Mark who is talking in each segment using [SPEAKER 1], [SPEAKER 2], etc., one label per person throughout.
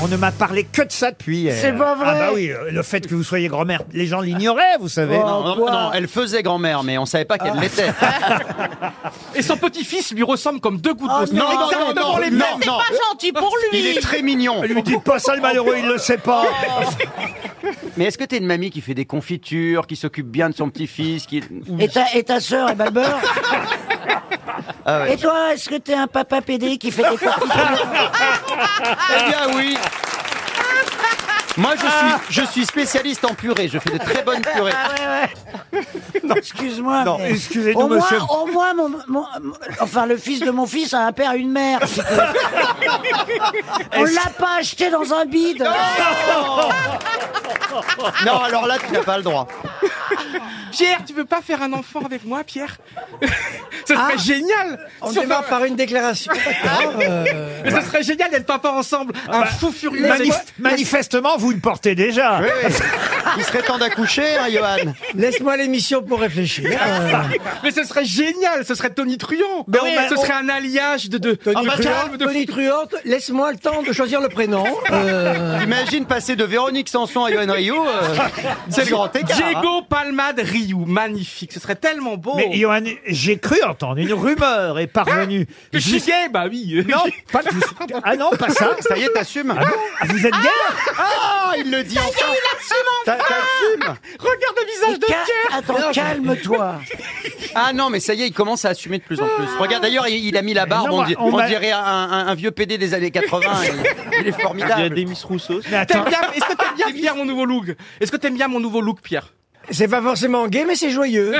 [SPEAKER 1] On ne m'a parlé que de ça depuis. hier.
[SPEAKER 2] C'est pas vrai.
[SPEAKER 1] Ah bah oui, euh, le fait que vous soyez grand-mère, les gens l'ignoraient, vous savez.
[SPEAKER 3] Oh, Non, non,
[SPEAKER 2] quoi
[SPEAKER 3] non, elle faisait grand-mère, mais on savait pas qu'elle l'était.
[SPEAKER 4] Et son petit-fils lui ressemble comme deux gouttes
[SPEAKER 2] Oh,
[SPEAKER 3] Ah,
[SPEAKER 4] d'eau.
[SPEAKER 2] mais
[SPEAKER 4] C'est exactement les mêmes.
[SPEAKER 3] non, non.
[SPEAKER 5] gentil pour
[SPEAKER 3] Il est très mignon.
[SPEAKER 1] Ah, Lui dites pas ça, le malheureux, il le sait pas.
[SPEAKER 3] Mais est-ce que t'es une mamie qui fait des confitures, qui s'occupe bien de son petit-fils, qui...
[SPEAKER 2] Et ta, et ta sœur, elle bat le beurre
[SPEAKER 3] Ah ouais.
[SPEAKER 2] Et toi, est-ce que t'es un papa PD qui fait des confitures
[SPEAKER 3] Eh bien oui Moi je
[SPEAKER 2] Ah.
[SPEAKER 3] suis, je suis spécialiste en purée, je fais de très bonnes purées.
[SPEAKER 2] Excuse-moi.
[SPEAKER 1] Non,
[SPEAKER 2] mais-
[SPEAKER 1] Oh, excusez-nous,
[SPEAKER 2] Ah au moins,
[SPEAKER 1] monsieur.
[SPEAKER 2] Au moins, mon, mon- mon- enfin, le fils de mon fils a un père et une mère. c'est que- On l'a pas acheté dans un bide.
[SPEAKER 3] Non alors là tu n'as pas le droit.
[SPEAKER 4] Pierre, tu veux pas faire un enfant avec moi, Pierre Ce serait génial
[SPEAKER 6] Ah, On
[SPEAKER 4] si on
[SPEAKER 6] démarre
[SPEAKER 4] fait-
[SPEAKER 6] par une déclaration. euh,
[SPEAKER 4] Mais ce serait génial d'être papa ensemble
[SPEAKER 6] Ah bah,
[SPEAKER 4] Un fou furieux
[SPEAKER 1] Manif- manifestement, vous le portez déjà.
[SPEAKER 3] Oui, oui. Il serait temps d'accoucher, hein, Johan
[SPEAKER 6] Laisse-moi l'émission pour réfléchir. Euh,
[SPEAKER 4] Mais ce serait génial Ce serait Tony Truant
[SPEAKER 6] Mais on-
[SPEAKER 4] Ce
[SPEAKER 6] on-
[SPEAKER 4] serait un alliage de... de...
[SPEAKER 6] Tony,
[SPEAKER 4] Ah, bah,
[SPEAKER 6] Truant,
[SPEAKER 4] calme, de-
[SPEAKER 6] Tony Truant, laisse-moi le temps de choisir le prénom. Euh,
[SPEAKER 3] Imagine passer de Véronique Sanson à Johan Rio, euh, c'est le grand écart. hein.
[SPEAKER 4] Diego Palmade Ryu, magnifique, ce serait tellement beau.
[SPEAKER 1] Mais Johan, j'ai cru entendre une rumeur est parvenue.
[SPEAKER 4] que je suis
[SPEAKER 1] Juste-
[SPEAKER 4] gay, bah oui.
[SPEAKER 1] Non, pas que vous- Ah non, pas ça.
[SPEAKER 3] Ça y est, t'assumes
[SPEAKER 1] Ah, Vous êtes gay
[SPEAKER 3] Ah, il le dit enfin T'a- T'assumes
[SPEAKER 4] Regarde le visage de
[SPEAKER 2] Ca-
[SPEAKER 4] Pierre.
[SPEAKER 2] Attends, calme-toi.
[SPEAKER 3] Ah non, mais ça y est, il commence à assumer de plus en plus. Regarde, d'ailleurs, il, il a mis la barbe,
[SPEAKER 1] Ah. non,
[SPEAKER 3] on,
[SPEAKER 1] bah,
[SPEAKER 3] di-
[SPEAKER 1] on
[SPEAKER 3] on
[SPEAKER 1] m'a-
[SPEAKER 3] dirait un, un- un vieux PD des années 80. il, il est formidable.
[SPEAKER 7] Miss Rousseau.
[SPEAKER 1] Mais attends,
[SPEAKER 4] T'aimes bien Est-ce que t'aimes bien Pierre mon nouveau look Est-ce que t'aimes bien mon nouveau look Pierre
[SPEAKER 6] c'est pas forcément gay, mais c'est joyeux.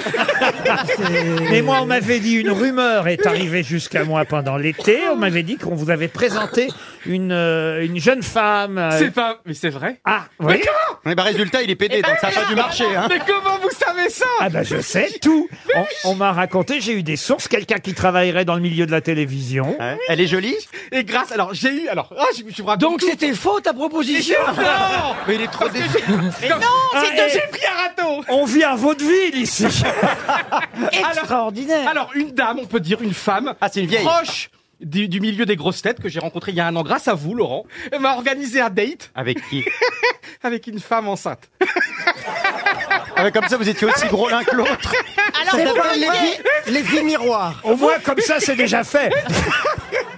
[SPEAKER 1] mais moi, on m'avait dit une rumeur est arrivée jusqu'à moi pendant l'été. On m'avait dit qu'on vous avait présenté une, euh, une jeune femme. euh,
[SPEAKER 4] C'est pas mais Eh ben c'est vrai.
[SPEAKER 1] Ah, vous voyez
[SPEAKER 3] Mais bah, résultat, il est
[SPEAKER 8] Eh
[SPEAKER 3] PD,
[SPEAKER 8] ben,
[SPEAKER 3] donc ça n'a pas dû marcher. Hein.
[SPEAKER 4] Mais comment vous savez ça
[SPEAKER 1] Ah ben je sais tout. On, on m'a raconté, j'ai eu des sources, quelqu'un qui travaillerait dans le milieu de la télévision.
[SPEAKER 3] Ouais. Elle est jolie
[SPEAKER 4] Et grâce alors j'ai eu alors ah je, je vous raconte
[SPEAKER 6] Donc
[SPEAKER 4] tout.
[SPEAKER 6] c'était faux ta proposition.
[SPEAKER 4] non
[SPEAKER 3] Mais il est trop déçu.
[SPEAKER 1] Ah, et
[SPEAKER 4] j'ai pris un râteau.
[SPEAKER 1] on vit un vaudeville ici.
[SPEAKER 2] Extraordinaire.
[SPEAKER 4] Alors une dame, on peut dire une femme
[SPEAKER 3] Ah, c'est une vieille.
[SPEAKER 4] proche du, du milieu des grosses têtes que j'ai rencontrée il y a un an grâce à vous Laurent, elle m'a organisé un date
[SPEAKER 3] Avec qui
[SPEAKER 4] avec une femme enceinte.
[SPEAKER 3] Ah, mais Comme ça, vous étiez aussi gros l'un que l'autre.
[SPEAKER 6] C'est
[SPEAKER 5] Alors,
[SPEAKER 6] pas
[SPEAKER 5] vous
[SPEAKER 6] les,
[SPEAKER 5] vouliez,
[SPEAKER 6] filles- les filles miroirs.
[SPEAKER 1] Au moins comme ça c'est déjà fait.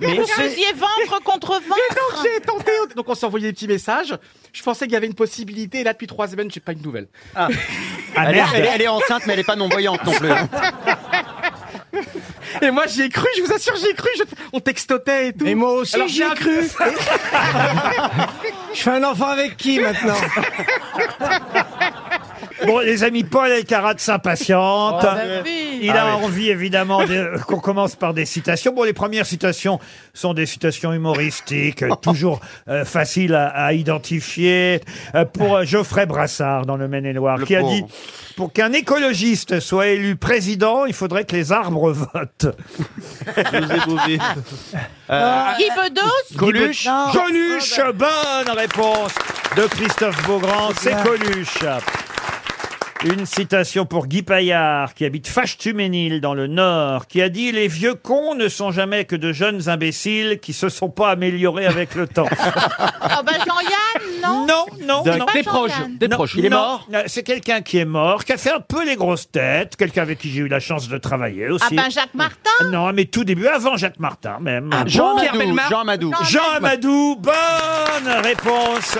[SPEAKER 5] vous faisiez ventre contre ventre.
[SPEAKER 4] J'ai tenté donc on s'envoyait des petits messages. Je pensais qu'il y avait une possibilité et là depuis trois semaines j'ai pas une nouvelle.
[SPEAKER 1] Ah
[SPEAKER 3] Elle est, elle est-
[SPEAKER 1] merde.
[SPEAKER 3] elle est enceinte, mais elle est pas non-voyante non plus. hein.
[SPEAKER 4] Et moi j'y ai cru, je vous assure j'y ai cru. je- On textotait et tout.
[SPEAKER 6] Et moi aussi
[SPEAKER 4] Alors,
[SPEAKER 6] j'y ai
[SPEAKER 4] j'ai un-
[SPEAKER 6] cru. Je fais un enfant avec qui maintenant
[SPEAKER 1] Bon les amis, Paul Elkarat s'impatiente.
[SPEAKER 5] Oh, ben Oui.
[SPEAKER 1] Il a envie évidemment de- euh, qu'on commence par des citations. Bon, les premières citations sont des citations humoristiques, euh, toujours euh, faciles à, à identifier. Euh, pour euh, Geoffrey Brassard dans le Maine-et-Loire,
[SPEAKER 3] Le
[SPEAKER 1] qui a
[SPEAKER 3] pauvre.
[SPEAKER 1] dit pour qu'un écologiste soit élu président, il faudrait que les arbres votent.
[SPEAKER 9] Euh,
[SPEAKER 5] Guy Bedos,
[SPEAKER 3] Coluche
[SPEAKER 2] Non.
[SPEAKER 1] Coluche, bonne réponse de Christophe Beaugrand, c'est Coluche. Une citation pour Guy Paillard, qui habite Fâche-Tuménil dans le Nord, qui a dit Les vieux cons ne sont jamais que de jeunes imbéciles qui se sont pas améliorés avec le temps.
[SPEAKER 5] ah bah Jean-Yann, non
[SPEAKER 1] non, non, non.
[SPEAKER 5] Pas
[SPEAKER 4] Des
[SPEAKER 5] Jean-Yann.
[SPEAKER 4] proches, des
[SPEAKER 1] Non,
[SPEAKER 4] proches.
[SPEAKER 1] non, non, C'est quelqu'un qui est mort, qui a fait un peu les grosses têtes, quelqu'un avec qui j'ai eu la chance de travailler aussi.
[SPEAKER 5] Ah ben Jacques Martin
[SPEAKER 1] Non, mais tout début, avant Jacques Martin même.
[SPEAKER 4] Ah
[SPEAKER 3] Jean
[SPEAKER 4] Pierre
[SPEAKER 3] Madou.
[SPEAKER 4] Bellemare.
[SPEAKER 3] Jean Madou.
[SPEAKER 1] Jean Amadou, bonne réponse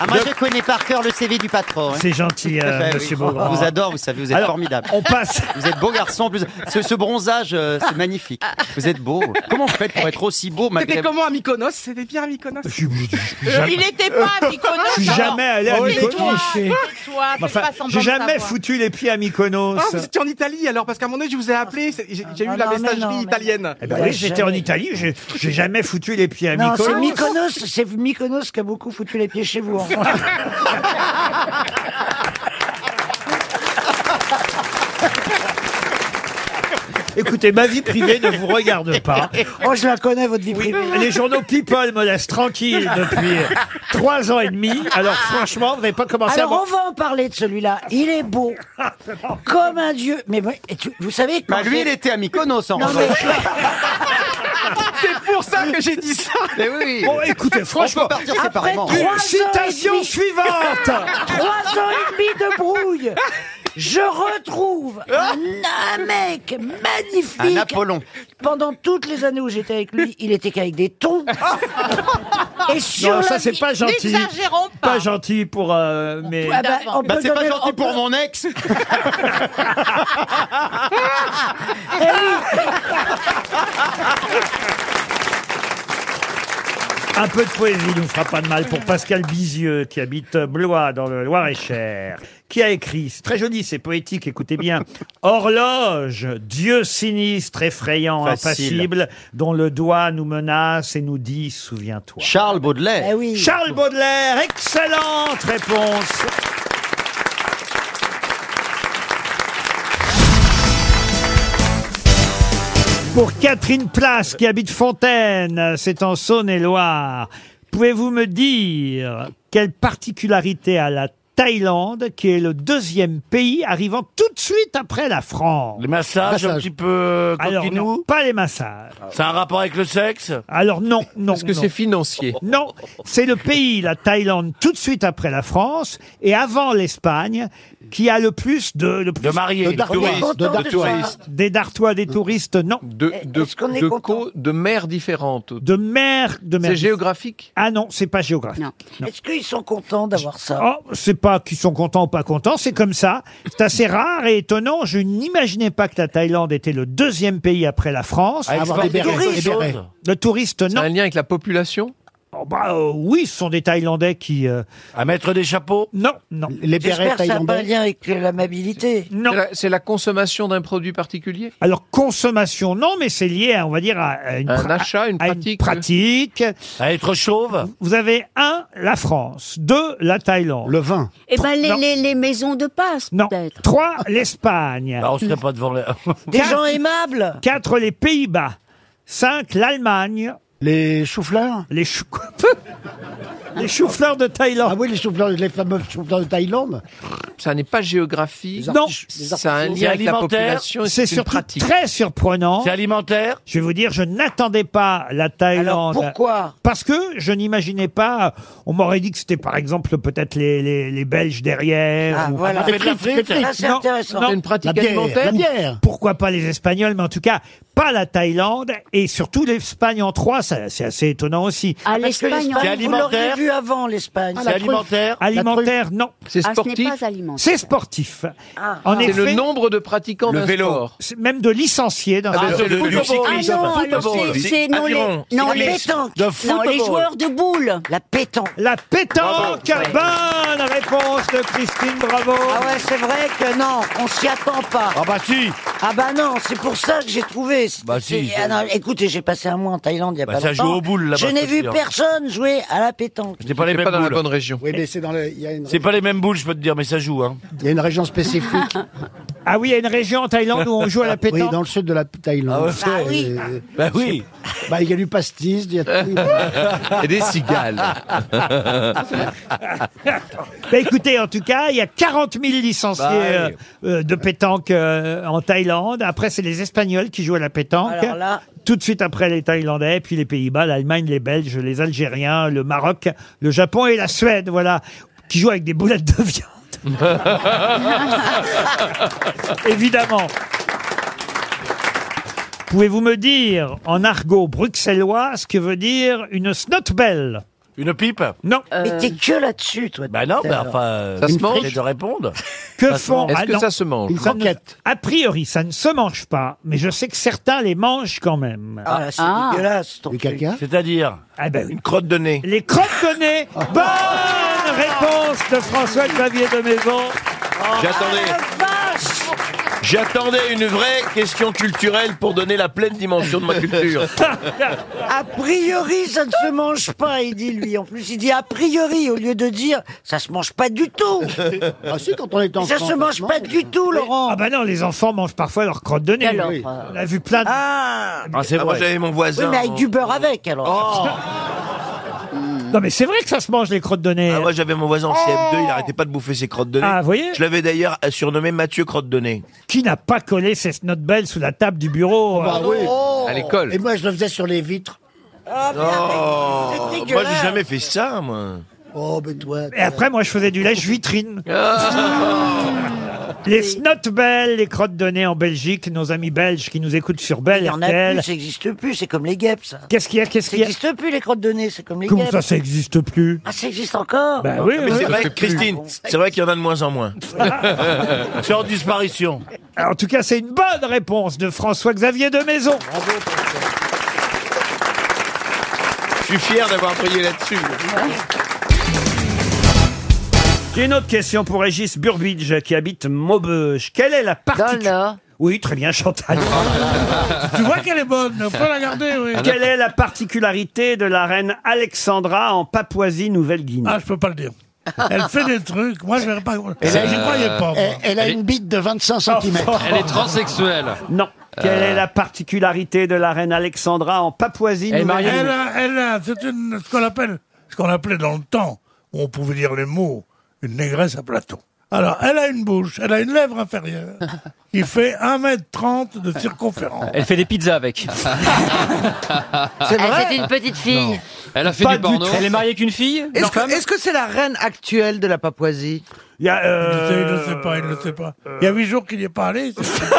[SPEAKER 3] Ah, moi, je connais par cœur le CV du patron. hein.
[SPEAKER 1] C'est gentil, euh,
[SPEAKER 3] Ouais, oui.
[SPEAKER 1] monsieur
[SPEAKER 3] On
[SPEAKER 1] Beaugrand.
[SPEAKER 3] vous adore, vous savez, vous êtes
[SPEAKER 1] Alors,
[SPEAKER 3] formidable.
[SPEAKER 1] On passe.
[SPEAKER 3] Vous êtes beau garçon. en Plus ce, ce bronzage, euh, c'est magnifique. Vous êtes beau. Comment vous faites pour être aussi
[SPEAKER 2] Oh,
[SPEAKER 3] beau malgré
[SPEAKER 4] C'était comment à Mykonos C'était bien à Mykonos.
[SPEAKER 1] Je
[SPEAKER 5] Il n'était pas à Mykonos.
[SPEAKER 1] Euh, suis
[SPEAKER 5] non.
[SPEAKER 1] jamais allé à
[SPEAKER 5] Tais-toi,
[SPEAKER 1] Mykonos.
[SPEAKER 5] tais-toi, fais
[SPEAKER 1] Enfin,
[SPEAKER 5] pas semblant
[SPEAKER 1] j'ai
[SPEAKER 5] de
[SPEAKER 1] jamais
[SPEAKER 5] savoir.
[SPEAKER 1] foutu les pieds à Mykonos.
[SPEAKER 4] Ah, vous étiez en Italie alors, parce qu'à mon avis, je vous ai appelé, c'est- j'ai j'ai eu
[SPEAKER 2] Ah,
[SPEAKER 4] la
[SPEAKER 2] non, mais non,
[SPEAKER 4] messagerie
[SPEAKER 2] mais-
[SPEAKER 4] italienne.
[SPEAKER 1] Eh ben
[SPEAKER 2] Ouais,
[SPEAKER 1] oui, j'étais en
[SPEAKER 2] jamais.
[SPEAKER 1] Italie, j'ai j'ai jamais foutu les pieds à
[SPEAKER 2] Non, c'est
[SPEAKER 1] Mykonos.
[SPEAKER 2] Mykonos, c'est Mykonos qui a beaucoup foutu les pieds chez vous. en fait.
[SPEAKER 1] Écoutez, ma vie privée ne vous regarde pas.
[SPEAKER 2] Oh, je la connais, votre vie privée.
[SPEAKER 1] Les journaux People me laissent tranquille depuis euh, trois ans et demi. Alors franchement, vous n'avez pas commencé à...
[SPEAKER 2] Alors,
[SPEAKER 1] m'en-
[SPEAKER 2] on va en parler de celui-là. Il est beau. Comme un dieu. Mais moi, et tu- vous savez, quand
[SPEAKER 3] Bah, lui,
[SPEAKER 2] j'ai-
[SPEAKER 3] il était à Mykonos en
[SPEAKER 2] Non,
[SPEAKER 3] revanche.
[SPEAKER 2] mais-
[SPEAKER 4] C'est pour ça bien que j'ai dit ça.
[SPEAKER 3] Mais oui, oui.
[SPEAKER 1] Bon, écoutez,
[SPEAKER 3] Franchement, on peut
[SPEAKER 1] franchement,
[SPEAKER 3] partir
[SPEAKER 2] Après
[SPEAKER 3] séparément.
[SPEAKER 2] trois heures et
[SPEAKER 1] citation
[SPEAKER 2] demie-
[SPEAKER 1] suivante
[SPEAKER 2] Trois ans et demi de brouille. Je retrouve un, un mec
[SPEAKER 3] Un
[SPEAKER 2] magnifique.
[SPEAKER 3] Apollon.
[SPEAKER 2] Pendant toutes les années où j'étais avec lui, il était qu'avec des tons. Et sur
[SPEAKER 1] Non, ça
[SPEAKER 2] la-
[SPEAKER 1] c'est pas gentil.
[SPEAKER 5] N'exagérons
[SPEAKER 1] Pas
[SPEAKER 5] pas.
[SPEAKER 1] gentil pour euh, mes...
[SPEAKER 2] Ah bah, on
[SPEAKER 3] Bah,
[SPEAKER 2] peut
[SPEAKER 3] c'est pas
[SPEAKER 2] donner-
[SPEAKER 3] gentil
[SPEAKER 2] on
[SPEAKER 3] pour
[SPEAKER 2] peut-
[SPEAKER 3] mon ex.
[SPEAKER 1] Un peu de poésie nous fera pas de mal pour Pascal Bizieux, qui habite Blois, dans le Loir-et-Cher, qui a écrit, c'est très joli, c'est poétique, écoutez bien, Horloge, Dieu sinistre, effrayant,
[SPEAKER 3] Facile.
[SPEAKER 1] impassible, dont le doigt nous menace et nous dit, souviens-toi.
[SPEAKER 3] Charles Baudelaire.
[SPEAKER 2] Eh oui.
[SPEAKER 1] Charles Baudelaire, excellente réponse Pour Catherine Place, qui habite Fontaine, c'est en Saône-et-Loire. Pouvez-vous me dire quelle particularité a la Thaïlande, qui est le deuxième pays arrivant tout de suite après la France
[SPEAKER 7] Les massages, un petit peu euh,
[SPEAKER 1] Alors, non,
[SPEAKER 7] coquinou. Ah.
[SPEAKER 1] pas les massages.
[SPEAKER 7] C'est un rapport avec le sexe
[SPEAKER 1] Alors non, non.
[SPEAKER 6] Parce que
[SPEAKER 1] non.
[SPEAKER 6] c'est financier.
[SPEAKER 1] Non, c'est le pays, la Thaïlande, tout de suite après la France et avant l'Espagne, qui a le plus de, le plus
[SPEAKER 7] De mariés.
[SPEAKER 2] Content de ça.
[SPEAKER 1] des Dartois, des touristes, non,
[SPEAKER 6] De, de,
[SPEAKER 2] Eh, Est-ce qu'on est
[SPEAKER 6] de,
[SPEAKER 2] content
[SPEAKER 6] co- de mers différentes.
[SPEAKER 1] de mer, de mer.
[SPEAKER 6] C'est géographique
[SPEAKER 1] Ah non, c'est pas géographique.
[SPEAKER 2] Non. Est-ce qu'ils sont contents d'avoir ça
[SPEAKER 1] Oh, c'est pas qu'ils sont contents ou pas contents, c'est comme ça. C'est assez rare et étonnant. Je n'imaginais pas que la Thaïlande était le deuxième pays après la France.
[SPEAKER 7] À
[SPEAKER 9] Avoir des
[SPEAKER 7] exporter
[SPEAKER 9] bérets,
[SPEAKER 7] quelque
[SPEAKER 9] des bérets.
[SPEAKER 7] chose
[SPEAKER 1] Le touriste,
[SPEAKER 6] C'est un
[SPEAKER 1] non.
[SPEAKER 6] lien avec la population
[SPEAKER 1] Oh, bah euh, oui, ce sont des Thaïlandais qui. euh,
[SPEAKER 7] À mettre des chapeaux
[SPEAKER 1] Non, non,
[SPEAKER 9] Les
[SPEAKER 2] J'espère
[SPEAKER 9] bérets
[SPEAKER 2] que ça n'a pas un
[SPEAKER 9] thaïlandais.
[SPEAKER 2] lien avec l'amabilité.
[SPEAKER 1] non.
[SPEAKER 6] C'est la- C'est la, consommation d'un produit particulier
[SPEAKER 1] Alors consommation, non, mais c'est lié, à, on va dire, à- à une,
[SPEAKER 6] Un
[SPEAKER 1] pra-
[SPEAKER 6] achat, une
[SPEAKER 1] à
[SPEAKER 6] pratique
[SPEAKER 1] une pratique.
[SPEAKER 7] À être chauve
[SPEAKER 1] Vous avez un, la France. Deux, la Thaïlande.
[SPEAKER 9] Le vin.
[SPEAKER 10] Eh ben, les,
[SPEAKER 1] Non.
[SPEAKER 10] les, les maisons de passe,
[SPEAKER 1] non.
[SPEAKER 10] peut-être.
[SPEAKER 1] Trois, l'Espagne.
[SPEAKER 7] Bah, On serait pas devant les...
[SPEAKER 2] Des
[SPEAKER 1] Quatre.
[SPEAKER 2] gens aimables.
[SPEAKER 1] Quatre, les Pays-Bas. Cinq, l'Allemagne.
[SPEAKER 9] Les choux-fleurs.
[SPEAKER 1] Les chou- les choux-fleurs de
[SPEAKER 9] Ah
[SPEAKER 1] Thaïlande.
[SPEAKER 9] oui, les choux-fleurs, les fameux choux-fleurs de Thaïlande.
[SPEAKER 6] Ça n'est pas géographique.
[SPEAKER 1] Non,
[SPEAKER 6] C'est un
[SPEAKER 7] C'est
[SPEAKER 6] lien avec la
[SPEAKER 7] alimentaire.
[SPEAKER 6] population et
[SPEAKER 1] c'est
[SPEAKER 6] c'est une
[SPEAKER 1] surtout
[SPEAKER 6] pratique.
[SPEAKER 1] très surprenant.
[SPEAKER 7] C'est alimentaire
[SPEAKER 1] Je vais vous dire, je n'attendais pas la
[SPEAKER 2] Alors
[SPEAKER 1] Thaïlande.
[SPEAKER 2] pourquoi
[SPEAKER 1] Parce que je n'imaginais pas. On m'aurait dit que c'était par exemple peut-être les, les, les Belges derrière.
[SPEAKER 2] Ah
[SPEAKER 1] ou-
[SPEAKER 2] voilà.
[SPEAKER 7] On fait de la frite
[SPEAKER 2] Ça c'est
[SPEAKER 1] Non,
[SPEAKER 2] intéressant.
[SPEAKER 1] non.
[SPEAKER 6] C'est une pratique
[SPEAKER 9] La bière. La
[SPEAKER 6] alimentaire
[SPEAKER 9] bière.
[SPEAKER 1] pourquoi pas les Espagnols, mais en tout cas pas la Thaïlande et surtout l'Espagne en trois, ça, c'est assez étonnant aussi.
[SPEAKER 10] À
[SPEAKER 2] Parce que
[SPEAKER 10] l'Espagne,
[SPEAKER 7] C'est
[SPEAKER 2] Ah, l'Espagne, vous l'auriez
[SPEAKER 7] alimentaire.
[SPEAKER 2] vu avant l'Espagne.
[SPEAKER 7] C'est alimentaire
[SPEAKER 1] Alimentaire, non,
[SPEAKER 6] C'est
[SPEAKER 10] ah, ce n'est
[SPEAKER 6] sportif
[SPEAKER 10] pas alimentaire.
[SPEAKER 1] c'est sportif.
[SPEAKER 2] Ah.
[SPEAKER 1] en
[SPEAKER 6] C'est le
[SPEAKER 1] effet,
[SPEAKER 6] nombre de pratiquants
[SPEAKER 3] Le
[SPEAKER 6] d'un
[SPEAKER 3] vélo.
[SPEAKER 6] sport.
[SPEAKER 1] c'est même de licenciés dans
[SPEAKER 7] Ah,
[SPEAKER 1] un-
[SPEAKER 7] de- de- du
[SPEAKER 10] Ah
[SPEAKER 7] cyclisme.
[SPEAKER 10] non, alors
[SPEAKER 7] Football.
[SPEAKER 10] c'est- c'est non, les,
[SPEAKER 7] Aviron.
[SPEAKER 10] non,
[SPEAKER 2] La
[SPEAKER 10] les,
[SPEAKER 2] pétanque.
[SPEAKER 7] De
[SPEAKER 10] non, les
[SPEAKER 7] football.
[SPEAKER 10] joueurs de boules.
[SPEAKER 2] La pétanque.
[SPEAKER 1] la pétanque.
[SPEAKER 7] Bravo.
[SPEAKER 1] Bonne réponse de Christine Bravo.
[SPEAKER 2] Ah ouais, c'est vrai que non, on s'y attend pas.
[SPEAKER 7] Ah bah si
[SPEAKER 2] Ah bah non, c'est pour ça que j'ai trouvé. C'est-
[SPEAKER 7] Bah si,
[SPEAKER 2] c'est- ah non, écoutez, j'ai passé un mois en Thaïlande il y a
[SPEAKER 7] Bah
[SPEAKER 2] pas
[SPEAKER 7] ça
[SPEAKER 2] longtemps.
[SPEAKER 7] joue aux boules, là-bas,
[SPEAKER 2] Je n'ai
[SPEAKER 7] c'est
[SPEAKER 2] vu
[SPEAKER 7] sûr.
[SPEAKER 2] personne jouer à la pétanque.
[SPEAKER 7] C'est pas les
[SPEAKER 6] C'est pas
[SPEAKER 7] mêmes
[SPEAKER 6] dans la
[SPEAKER 7] boules.
[SPEAKER 6] bonne région.
[SPEAKER 9] Oui, mais c'est dans le. Il y, a une-
[SPEAKER 7] C'est pas les mêmes boules, je peux te dire, mais ça joue. Hein.
[SPEAKER 9] il y a une région spécifique.
[SPEAKER 1] Ah oui, il y a une région en Thaïlande où on joue à la
[SPEAKER 9] oui,
[SPEAKER 1] pétanque.
[SPEAKER 9] dans le sud de la Thaïlande.
[SPEAKER 7] Ah ouais.
[SPEAKER 2] Ah oui.
[SPEAKER 9] Euh,
[SPEAKER 7] Bah oui
[SPEAKER 9] bah, il y a du pastis. Il y
[SPEAKER 8] Euh,
[SPEAKER 9] a tout.
[SPEAKER 6] Et des cigales.
[SPEAKER 1] Bah, écoutez, en tout cas, il y a 40 000 licenciés
[SPEAKER 7] Bah,
[SPEAKER 1] euh,
[SPEAKER 7] oui.
[SPEAKER 1] euh, de pétanque euh, en Thaïlande. Après, c'est les Espagnols qui jouent à la pétanque.
[SPEAKER 2] Alors là-
[SPEAKER 1] Tout de suite après les Thaïlandais, puis les Pays-Bas, l'Allemagne, les Belges, les Algériens, le Maroc, le Japon et la Suède, voilà, qui jouent avec des boulettes de viande. Évidemment. Pouvez-vous me dire, en argot bruxellois, ce que veut dire une snotbelle
[SPEAKER 7] Une pipe
[SPEAKER 1] Non.
[SPEAKER 2] Mais t'es que là-dessus, toi.
[SPEAKER 7] Bah non,
[SPEAKER 2] tout à
[SPEAKER 7] bah
[SPEAKER 2] l'heure.
[SPEAKER 7] enfin... euh,
[SPEAKER 6] Ça se
[SPEAKER 7] vous
[SPEAKER 6] mange
[SPEAKER 7] essayez de répondre.
[SPEAKER 1] Que font...
[SPEAKER 6] Est-ce
[SPEAKER 1] Ah,
[SPEAKER 6] que
[SPEAKER 1] non.
[SPEAKER 6] ça se mange
[SPEAKER 9] Une croquette.
[SPEAKER 1] A priori, ça ne se mange pas, mais je sais que certains les mangent quand même.
[SPEAKER 2] Ah, c'est
[SPEAKER 10] Ah.
[SPEAKER 2] dégueulasse, ton
[SPEAKER 9] Du
[SPEAKER 2] truc.
[SPEAKER 9] caca.
[SPEAKER 7] C'est-à-dire
[SPEAKER 1] Ah ben oui.
[SPEAKER 7] Une crotte de nez.
[SPEAKER 1] Les crottes de nez. Bonne réponse de François-Xavier de Maison.
[SPEAKER 8] J'attendais,
[SPEAKER 2] Ah,
[SPEAKER 8] j'attendais une vraie question culturelle pour donner la pleine dimension de ma culture.
[SPEAKER 2] A priori, ça ne se mange pas, il dit lui. En plus, il dit a priori au lieu de dire ça se mange pas du tout.
[SPEAKER 9] Ah si, quand on est en
[SPEAKER 2] Ça
[SPEAKER 9] France,
[SPEAKER 2] se mange
[SPEAKER 9] non.
[SPEAKER 2] pas du tout, Laurent.
[SPEAKER 1] Ah ben non, les enfants mangent parfois leurs crottes de nez.
[SPEAKER 10] Alors,
[SPEAKER 9] oui.
[SPEAKER 10] euh,
[SPEAKER 1] On a vu plein de...
[SPEAKER 2] Ah.
[SPEAKER 7] Ah, c'est
[SPEAKER 8] Ah, moi
[SPEAKER 7] vrai.
[SPEAKER 8] j'avais mon
[SPEAKER 2] Oui,
[SPEAKER 8] voisin.
[SPEAKER 2] mais avec du beurre avec alors.
[SPEAKER 1] Non mais c'est vrai que ça se mange les crottes de nez.
[SPEAKER 8] Ah, moi j'avais mon voisin en CM2, il arrêtait pas de bouffer ses crottes de nez.
[SPEAKER 1] Ah, vous voyez
[SPEAKER 8] Je l'avais d'ailleurs euh, surnommé Mathieu Crotte de nez.
[SPEAKER 1] Qui n'a pas
[SPEAKER 2] Ah
[SPEAKER 1] collé ses snotbelles sous la table du bureau
[SPEAKER 9] Bah
[SPEAKER 1] hein
[SPEAKER 9] oui.
[SPEAKER 6] à l'école
[SPEAKER 9] Et moi, je le faisais sur les vitres.
[SPEAKER 1] Ah,
[SPEAKER 8] Non.
[SPEAKER 2] c'est dégueulasse.
[SPEAKER 8] Oh, Moi, j'ai jamais fait ça, moi.
[SPEAKER 9] Oh, ben toi.
[SPEAKER 1] Et après, moi, je faisais du lèche vitrine.
[SPEAKER 6] Ah.
[SPEAKER 8] Ah.
[SPEAKER 1] Les snotbelles, les crottes de nez en Belgique, nos amis belges qui nous écoutent sur
[SPEAKER 2] Il
[SPEAKER 1] Belle
[SPEAKER 2] y en a plus,
[SPEAKER 1] RTL.
[SPEAKER 2] ça n'existe plus, c'est comme les guêpes, ça.
[SPEAKER 1] Qu'est-ce qu'il y a Qu'est-ce
[SPEAKER 2] Ça
[SPEAKER 1] qu'il y a
[SPEAKER 2] n'existe plus, les crottes de nez, c'est comme les
[SPEAKER 1] Comment
[SPEAKER 2] guêpes.
[SPEAKER 1] ça, ça existe plus
[SPEAKER 2] Ah, ça existe encore
[SPEAKER 1] Ben oui,
[SPEAKER 8] Mais
[SPEAKER 1] oui.
[SPEAKER 8] c'est vrai, Christine, c'est vrai qu'il y en a de moins en moins.
[SPEAKER 7] C'est en disparition.
[SPEAKER 1] Alors, Ah, en tout cas, c'est une bonne réponse de François-Xavier de Maison.
[SPEAKER 8] Je suis fier d'avoir brillé là-dessus.
[SPEAKER 1] J'ai une autre question pour Régis Burbidge qui habite Maubeuge. Quelle est la
[SPEAKER 10] Dans le
[SPEAKER 1] particularité
[SPEAKER 10] Nord.
[SPEAKER 1] Oui, très bien, Chantal.
[SPEAKER 4] Tu vois qu'elle est bonne, faut la garder, oui.
[SPEAKER 1] Quelle est la particularité de la reine Alexandra en Papouasie-Nouvelle-Guinée
[SPEAKER 4] Ah, je peux pas le dire. Elle fait des trucs, moi je verrais pas. J'y croyais pas. moi. Oh,
[SPEAKER 9] Elle, elle a une bite de 25 cm.
[SPEAKER 11] Elle est transsexuelle. Euh.
[SPEAKER 1] Non. Quelle est la particularité de la reine Alexandra en
[SPEAKER 4] Elle,
[SPEAKER 1] Papouasie-Nouvelle-Guinée
[SPEAKER 4] a- elle a- c'est une, ce qu'on appelle, ce qu'on appelait dans le temps, où on pouvait dire les mots, une négresse à Platon. Alors, elle a une bouche, elle a une lèvre inférieure, qui fait 1m30 de circonférence.
[SPEAKER 11] Elle fait des pizzas avec.
[SPEAKER 6] C'est
[SPEAKER 11] Ah,
[SPEAKER 6] vrai
[SPEAKER 10] C'est une petite fille.
[SPEAKER 11] Elle a fait
[SPEAKER 1] Pas
[SPEAKER 11] du
[SPEAKER 1] du
[SPEAKER 11] porno.
[SPEAKER 1] tout.
[SPEAKER 11] Elle est mariée qu'une fille
[SPEAKER 6] Est-ce que est-ce que c'est la reine actuelle de la Papouasie
[SPEAKER 1] Il y a,
[SPEAKER 4] Il ne sait, il
[SPEAKER 1] euh,
[SPEAKER 4] ne sait pas, il ne sait pas.
[SPEAKER 2] euh,
[SPEAKER 4] Il y a huit jours qu'il n'y est pas allé. c'est-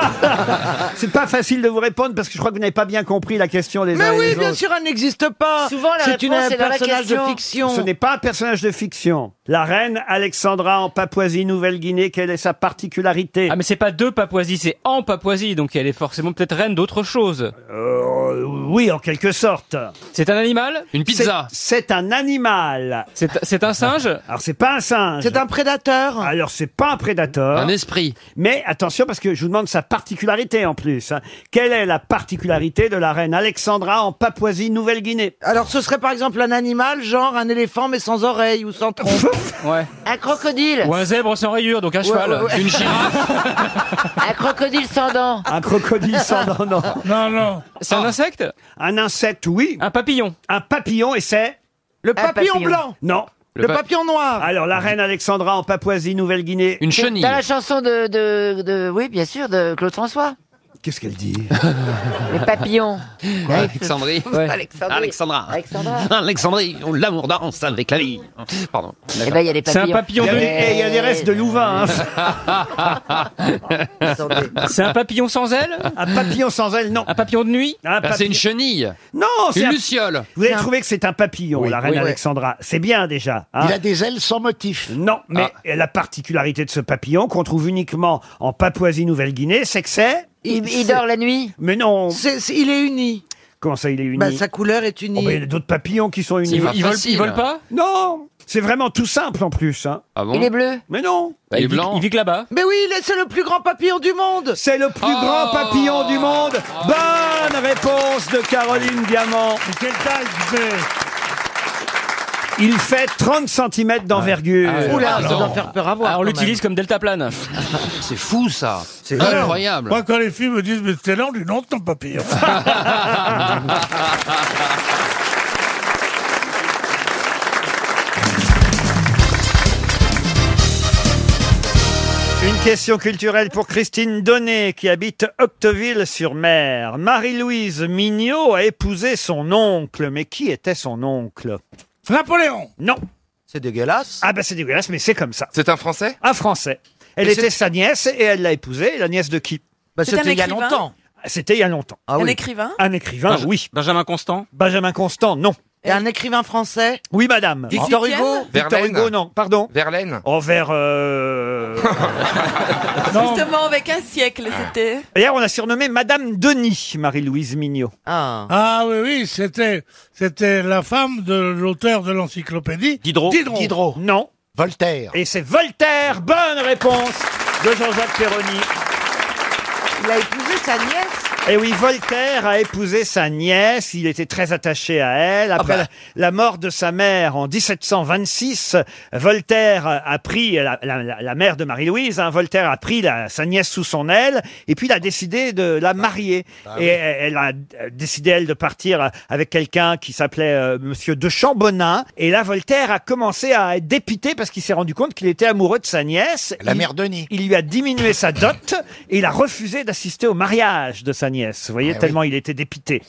[SPEAKER 1] C'est pas facile de vous répondre parce que je crois que vous n'avez pas bien compris la question des uns et des Bah, autres.
[SPEAKER 6] sûr, elle n'existe pas.
[SPEAKER 10] Souvent, la
[SPEAKER 6] C'est une-
[SPEAKER 10] réponse est dans la question.
[SPEAKER 6] fiction.
[SPEAKER 1] Ce n'est pas un personnage de fiction. La reine Alexandra en Papouasie-Nouvelle-Guinée, quelle est sa particularité
[SPEAKER 11] Ah mais c'est pas de Papouasie, c'est en Papouasie, donc elle est forcément peut-être reine d'autre chose.
[SPEAKER 1] Euh, Oui, en quelque sorte.
[SPEAKER 11] C'est un animal
[SPEAKER 1] Une pizza. C'est un animal.
[SPEAKER 11] C'est c'est un singe
[SPEAKER 1] Alors c'est pas un singe.
[SPEAKER 6] C'est un prédateur.
[SPEAKER 1] Alors c'est pas un prédateur.
[SPEAKER 11] Un esprit.
[SPEAKER 1] Mais attention parce que je vous demande sa particularité en plus. hein. Quelle est la particularité de la reine Alexandra en Papouasie-Nouvelle-Guinée
[SPEAKER 6] Alors ce serait par exemple un animal, genre un éléphant mais sans oreilles ou sans trompe.
[SPEAKER 11] Ouais.
[SPEAKER 10] Un crocodile.
[SPEAKER 11] Ou un zèbre sans rayures, donc un cheval.
[SPEAKER 6] ouais, ouais.
[SPEAKER 11] Une girafe.
[SPEAKER 10] Un crocodile sans dents.
[SPEAKER 1] Un crocodile sans non, non.
[SPEAKER 4] Non, non.
[SPEAKER 11] C'est un insecte
[SPEAKER 1] Un insecte, oui.
[SPEAKER 11] Un papillon.
[SPEAKER 1] Un papillon et c'est
[SPEAKER 6] Le papillon,
[SPEAKER 10] papillon.
[SPEAKER 6] blanc,
[SPEAKER 1] non.
[SPEAKER 6] le, papillon noir.
[SPEAKER 1] Alors la reine Alexandra en Papouasie-Nouvelle-Guinée.
[SPEAKER 11] Une
[SPEAKER 10] Dans la chanson de, de, de- Oui, bien sûr, de Claude François.
[SPEAKER 1] Qu'est-ce qu'elle dit
[SPEAKER 10] Le papillon.
[SPEAKER 11] Alexandrie. Ouais.
[SPEAKER 10] Alexandra.
[SPEAKER 11] Alexandra.
[SPEAKER 10] Alexandra.
[SPEAKER 11] Alexandrie, l'amour danse avec la vie. Pardon.
[SPEAKER 10] Eh ben, il y a des
[SPEAKER 11] C'est un
[SPEAKER 10] papillons.
[SPEAKER 11] papillon
[SPEAKER 1] Il y
[SPEAKER 11] de
[SPEAKER 1] a des- eh, il y a des restes de Louvain. hein.
[SPEAKER 10] Attendez.
[SPEAKER 11] C'est un papillon sans aile
[SPEAKER 1] Un papillon sans aile, non.
[SPEAKER 11] Un papillon de nuit
[SPEAKER 1] Un papillon-
[SPEAKER 11] Ah, chenille.
[SPEAKER 1] Non, c'est un-
[SPEAKER 11] luciole.
[SPEAKER 1] Vous avez trouvé que c'est un papillon, la reine
[SPEAKER 6] oui.
[SPEAKER 1] Alexandra. C'est bien déjà. hein.
[SPEAKER 9] Il a des ailes sans motif.
[SPEAKER 1] Non,
[SPEAKER 10] Ah
[SPEAKER 1] mais
[SPEAKER 11] Ah.
[SPEAKER 1] la particularité de ce papillon qu'on trouve uniquement en Papouasie-Nouvelle-Guinée, c'est que c'est...
[SPEAKER 10] Il, il dort la nuit.
[SPEAKER 1] Mais non,
[SPEAKER 6] C'est- c'est- il est uni.
[SPEAKER 1] comment ça il est uni
[SPEAKER 6] Bah, sa couleur est
[SPEAKER 1] Oh,
[SPEAKER 6] unie.
[SPEAKER 1] mais Il y a d'autres papillons qui sont unis.
[SPEAKER 11] Ils, ils volent, ils volent pas Ah
[SPEAKER 1] Non, c'est vraiment tout simple en plus. hein.
[SPEAKER 10] Il est bleu. Bah,
[SPEAKER 1] Mais non,
[SPEAKER 11] Il vit- Il vit que là-bas.
[SPEAKER 6] Mais oui, il est- c'est le plus grand papillon du monde.
[SPEAKER 1] c'est le plus
[SPEAKER 10] Oh.
[SPEAKER 1] grand papillon du monde. Bonne réponse de Caroline Diamant.
[SPEAKER 4] Mais Quelle taille tu fais
[SPEAKER 1] Il fait 30 cm d'envergure.
[SPEAKER 6] Oula, ça doit faire peur à voir.
[SPEAKER 11] Ah, on
[SPEAKER 6] quand
[SPEAKER 11] l'utilise comme delta plane.
[SPEAKER 7] C'est fou, ça. C'est
[SPEAKER 4] Alors,
[SPEAKER 7] incroyable.
[SPEAKER 4] Moi, quand les filles me disent, mais c'est là, on dit non, ton papillon.
[SPEAKER 1] Une question culturelle pour Christine Donnet, qui habite Octeville-sur-Mer. Marie-Louise Mignot a épousé son oncle. Mais qui était son oncle
[SPEAKER 4] Napoléon.
[SPEAKER 1] Non.
[SPEAKER 3] C'est dégueulasse.
[SPEAKER 1] Ah ben c'est dégueulasse, mais c'est comme ça.
[SPEAKER 8] C'est un Français
[SPEAKER 1] Un Français. Elle était sa nièce et elle l'a épousée. Et La nièce de qui
[SPEAKER 6] Bah,
[SPEAKER 5] C'est un
[SPEAKER 6] C'était il y a
[SPEAKER 5] écrivain.
[SPEAKER 6] longtemps.
[SPEAKER 1] C'était il y a longtemps.
[SPEAKER 6] Ah oui.
[SPEAKER 5] écrivain
[SPEAKER 1] Un écrivain,
[SPEAKER 11] Benja-
[SPEAKER 1] oui.
[SPEAKER 11] Benjamin Constant.
[SPEAKER 1] Benjamin Constant, non.
[SPEAKER 6] Et un écrivain français.
[SPEAKER 1] Oui, madame.
[SPEAKER 6] Victor Hugo.
[SPEAKER 1] Victor Hugo, non. Pardon.
[SPEAKER 8] Verlaine
[SPEAKER 1] Envers... Euh...
[SPEAKER 5] Justement, avec un siècle, c'était.
[SPEAKER 1] D'ailleurs, on a surnommé Madame Denis, Marie-Louise Mignot.
[SPEAKER 6] Ah.
[SPEAKER 4] Ah oui, oui, c'était, c'était la femme de l'auteur de l'encyclopédie.
[SPEAKER 11] Diderot.
[SPEAKER 4] Diderot.
[SPEAKER 9] Diderot.
[SPEAKER 1] Non.
[SPEAKER 9] Voltaire.
[SPEAKER 1] Et c'est Voltaire. Bonne réponse de Jean-Jacques Perroni.
[SPEAKER 6] Il a épousé sa nièce.
[SPEAKER 1] Et Eh oui, Voltaire a épousé sa nièce. Il était très attaché à elle. Après
[SPEAKER 3] bah.
[SPEAKER 1] la, la mort de sa mère en 1726, Voltaire a pris la, la- la- la mère de Marie-Louise. hein, Voltaire a pris la- sa nièce sous son aile et puis il a décidé de la marier.
[SPEAKER 9] Ah
[SPEAKER 1] et elle elle a euh, décidé elle de partir euh, avec quelqu'un qui s'appelait euh, Monsieur de Chambonin. Et là, Voltaire a commencé à être dépité parce qu'il s'est rendu compte qu'il était amoureux de sa nièce.
[SPEAKER 9] La
[SPEAKER 1] Il-
[SPEAKER 9] mère Denis.
[SPEAKER 1] il lui a diminué sa
[SPEAKER 9] Ah
[SPEAKER 1] dot et il a refusé d'assister au mariage de sa nièce. Vous voyez, tellement il était dépité.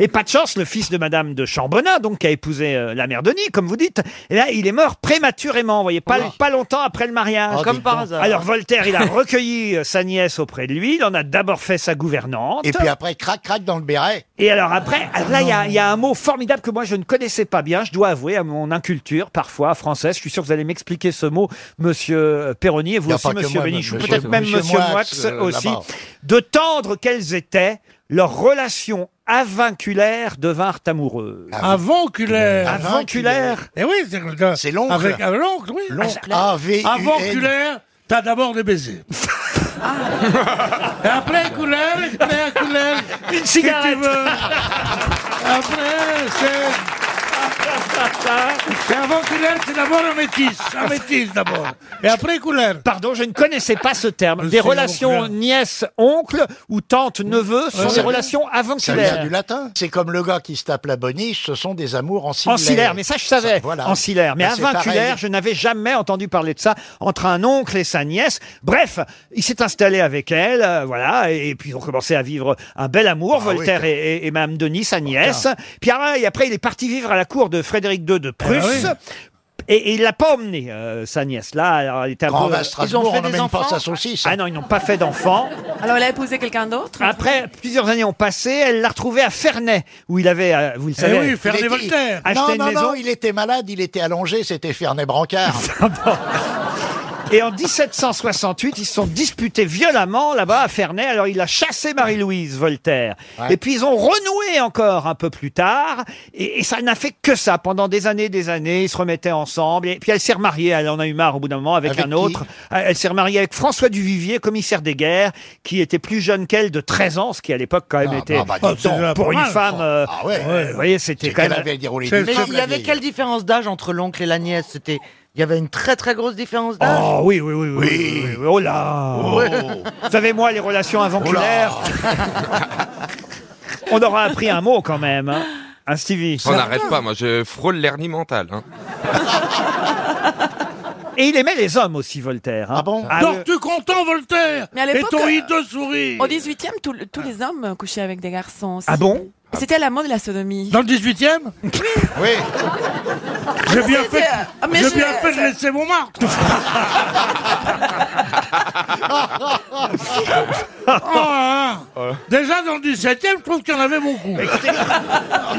[SPEAKER 1] Et pas de chance, le fils de Madame de Chambonnat, donc qui a épousé euh, la mère Denis, comme vous dites, et là, il est mort prématurément, vous voyez,
[SPEAKER 9] Oh
[SPEAKER 1] pas, pas longtemps après le mariage.
[SPEAKER 7] Ah, Comme dites par donc. hasard.
[SPEAKER 1] Oh, Alors Voltaire, il a recueilli euh, sa nièce auprès de lui, il en a d'abord fait sa gouvernante.
[SPEAKER 9] Et puis après, crac, crac dans le béret.
[SPEAKER 1] Et alors après, alors là, il y a- il y, a un mot formidable que moi, je ne connaissais pas bien. Je dois avouer à mon inculture, parfois, française. Je suis sûr que vous allez m'expliquer ce mot, monsieur euh, Perroni, et
[SPEAKER 7] Il
[SPEAKER 1] vous
[SPEAKER 7] y a
[SPEAKER 1] aussi,
[SPEAKER 7] pas que
[SPEAKER 1] monsieur
[SPEAKER 7] moi,
[SPEAKER 1] Bénichou,
[SPEAKER 7] monsieur-
[SPEAKER 1] peut-être même
[SPEAKER 7] monsieur
[SPEAKER 1] monsieur
[SPEAKER 7] Moix,
[SPEAKER 1] Moix
[SPEAKER 7] euh,
[SPEAKER 1] aussi.
[SPEAKER 7] là-bas.
[SPEAKER 1] De tendre qu'elles étaient, leurs relations avinculaires devinrent amoureuses.
[SPEAKER 7] Ah
[SPEAKER 4] Avonculaire.
[SPEAKER 1] Avonculaire.
[SPEAKER 4] Eh oui, c'est le gars. C'est
[SPEAKER 1] l'oncle.
[SPEAKER 4] Avec euh, l'oncle, oui.
[SPEAKER 1] L'oncle. A- A-V-U-N.
[SPEAKER 4] Avonculaire, t'as d'abord des baisers. Et après, couleur, et après, couleur.
[SPEAKER 1] Une cigarette.
[SPEAKER 4] Que tu veux. Après, c'est. C'est avonculaire, c'est d'abord un métis. Un métis d'abord. Et après, couleur.
[SPEAKER 1] Pardon, je ne connaissais pas ce terme. Des
[SPEAKER 4] C'est
[SPEAKER 1] relations
[SPEAKER 4] l'oncle.
[SPEAKER 1] nièce-oncle ou tante-neveu sont
[SPEAKER 9] Ouais.
[SPEAKER 1] des relations
[SPEAKER 9] Ça vient
[SPEAKER 1] avinculaires.
[SPEAKER 9] du latin. C'est comme le gars qui se tape la boniche, ce sont des amours ancillaires.
[SPEAKER 1] Ancillaire, mais ça je savais.
[SPEAKER 9] Voilà.
[SPEAKER 1] Ancillaire, mais
[SPEAKER 9] Ben, c'est pareil.
[SPEAKER 1] avinculaire, je n'avais jamais entendu parler de ça entre un oncle et sa nièce. Bref, il s'est installé avec elle, euh, voilà, et, et puis ils ont commencé à vivre un bel amour,
[SPEAKER 9] Ah
[SPEAKER 1] Voltaire et, et, et Madame Denis, sa nièce. Puis ah, et après, il est parti vivre à la cour de Frédéric II de
[SPEAKER 9] Ah
[SPEAKER 1] Prusse. Et, et il l'a pas emmenée, euh, sa nièce. Là, alors, elle était un
[SPEAKER 9] Quand on
[SPEAKER 1] peu-
[SPEAKER 9] va à Strasbourg, Ils ont fait on des n'emmène pas enfants sa
[SPEAKER 1] saucisse. Ah non, ils n'ont pas fait d'enfants.
[SPEAKER 12] Alors, elle a épousé quelqu'un d'autre
[SPEAKER 1] Après, plusieurs années ont passé, elle l'a retrouvé à Ferney, où il avait, euh,
[SPEAKER 7] Eh
[SPEAKER 1] vous le savez,
[SPEAKER 9] Il était-
[SPEAKER 1] acheté
[SPEAKER 9] Non,
[SPEAKER 1] une
[SPEAKER 9] non,
[SPEAKER 1] maison.
[SPEAKER 9] non, il était malade, il était allongé, c'était Fernet Brancard.
[SPEAKER 1] Et en 1768, ils se sont disputés violemment là-bas à Ferney. Alors il a chassé Marie-Louise Voltaire. Et puis ils ont renoué encore un peu plus tard. Et, et ça n'a fait que ça. Pendant des années, des années, ils se remettaient ensemble. Et puis elle s'est remariée. Elle en a eu marre au bout d'un moment avec,
[SPEAKER 9] Avec
[SPEAKER 1] un
[SPEAKER 9] qui
[SPEAKER 1] autre. Euh, Elle s'est remariée avec François Duvivier, commissaire des guerres, qui était plus jeune qu'elle de 13 ans, ce qui à l'époque quand même
[SPEAKER 9] Ah,
[SPEAKER 1] était
[SPEAKER 9] bah, bah, dis
[SPEAKER 1] Oh, c'est
[SPEAKER 9] donc,
[SPEAKER 1] déjà pour
[SPEAKER 9] pas
[SPEAKER 1] une
[SPEAKER 9] mal,
[SPEAKER 1] femme. euh,
[SPEAKER 9] Ah ouais.
[SPEAKER 1] euh, Vous voyez, c'était
[SPEAKER 9] C'est
[SPEAKER 1] quand
[SPEAKER 9] qu'elle
[SPEAKER 1] même.
[SPEAKER 9] avait déroulé
[SPEAKER 12] Mais il y avait quelle différence d'âge entre l'oncle et la nièce C'était, il y avait une très très grosse différence d'âge.
[SPEAKER 1] Oh oui, oui, oui, oui. oui, oui, oui. Oh Oh là Vous savez, moi, les relations avanculaires, on aura appris un mot quand même. Hein, Hein, Stevie
[SPEAKER 13] On n'arrête pas, moi je frôle l'hernie mentale. hein.
[SPEAKER 1] Et il aimait les hommes aussi, Voltaire. Ah bon
[SPEAKER 4] Donc, tu content, Voltaire
[SPEAKER 12] Mais à
[SPEAKER 4] Et
[SPEAKER 12] l'époque,
[SPEAKER 4] ton
[SPEAKER 12] euh,
[SPEAKER 4] hideux sourire.
[SPEAKER 12] Au 18e, tout le- tous
[SPEAKER 1] Ah.
[SPEAKER 12] les hommes couchaient avec des garçons. aussi.
[SPEAKER 4] Ah bon
[SPEAKER 12] C'était à la mode de la sodomie.
[SPEAKER 4] Dans le 18e Oui. J'ai bien
[SPEAKER 12] C'était,
[SPEAKER 4] fait,
[SPEAKER 12] euh, ah, mais
[SPEAKER 4] j'ai
[SPEAKER 12] je-
[SPEAKER 4] bien fait de laisser mon marque. Ah, hein. Déjà dans le 17e, je trouve qu'il y en avait beaucoup.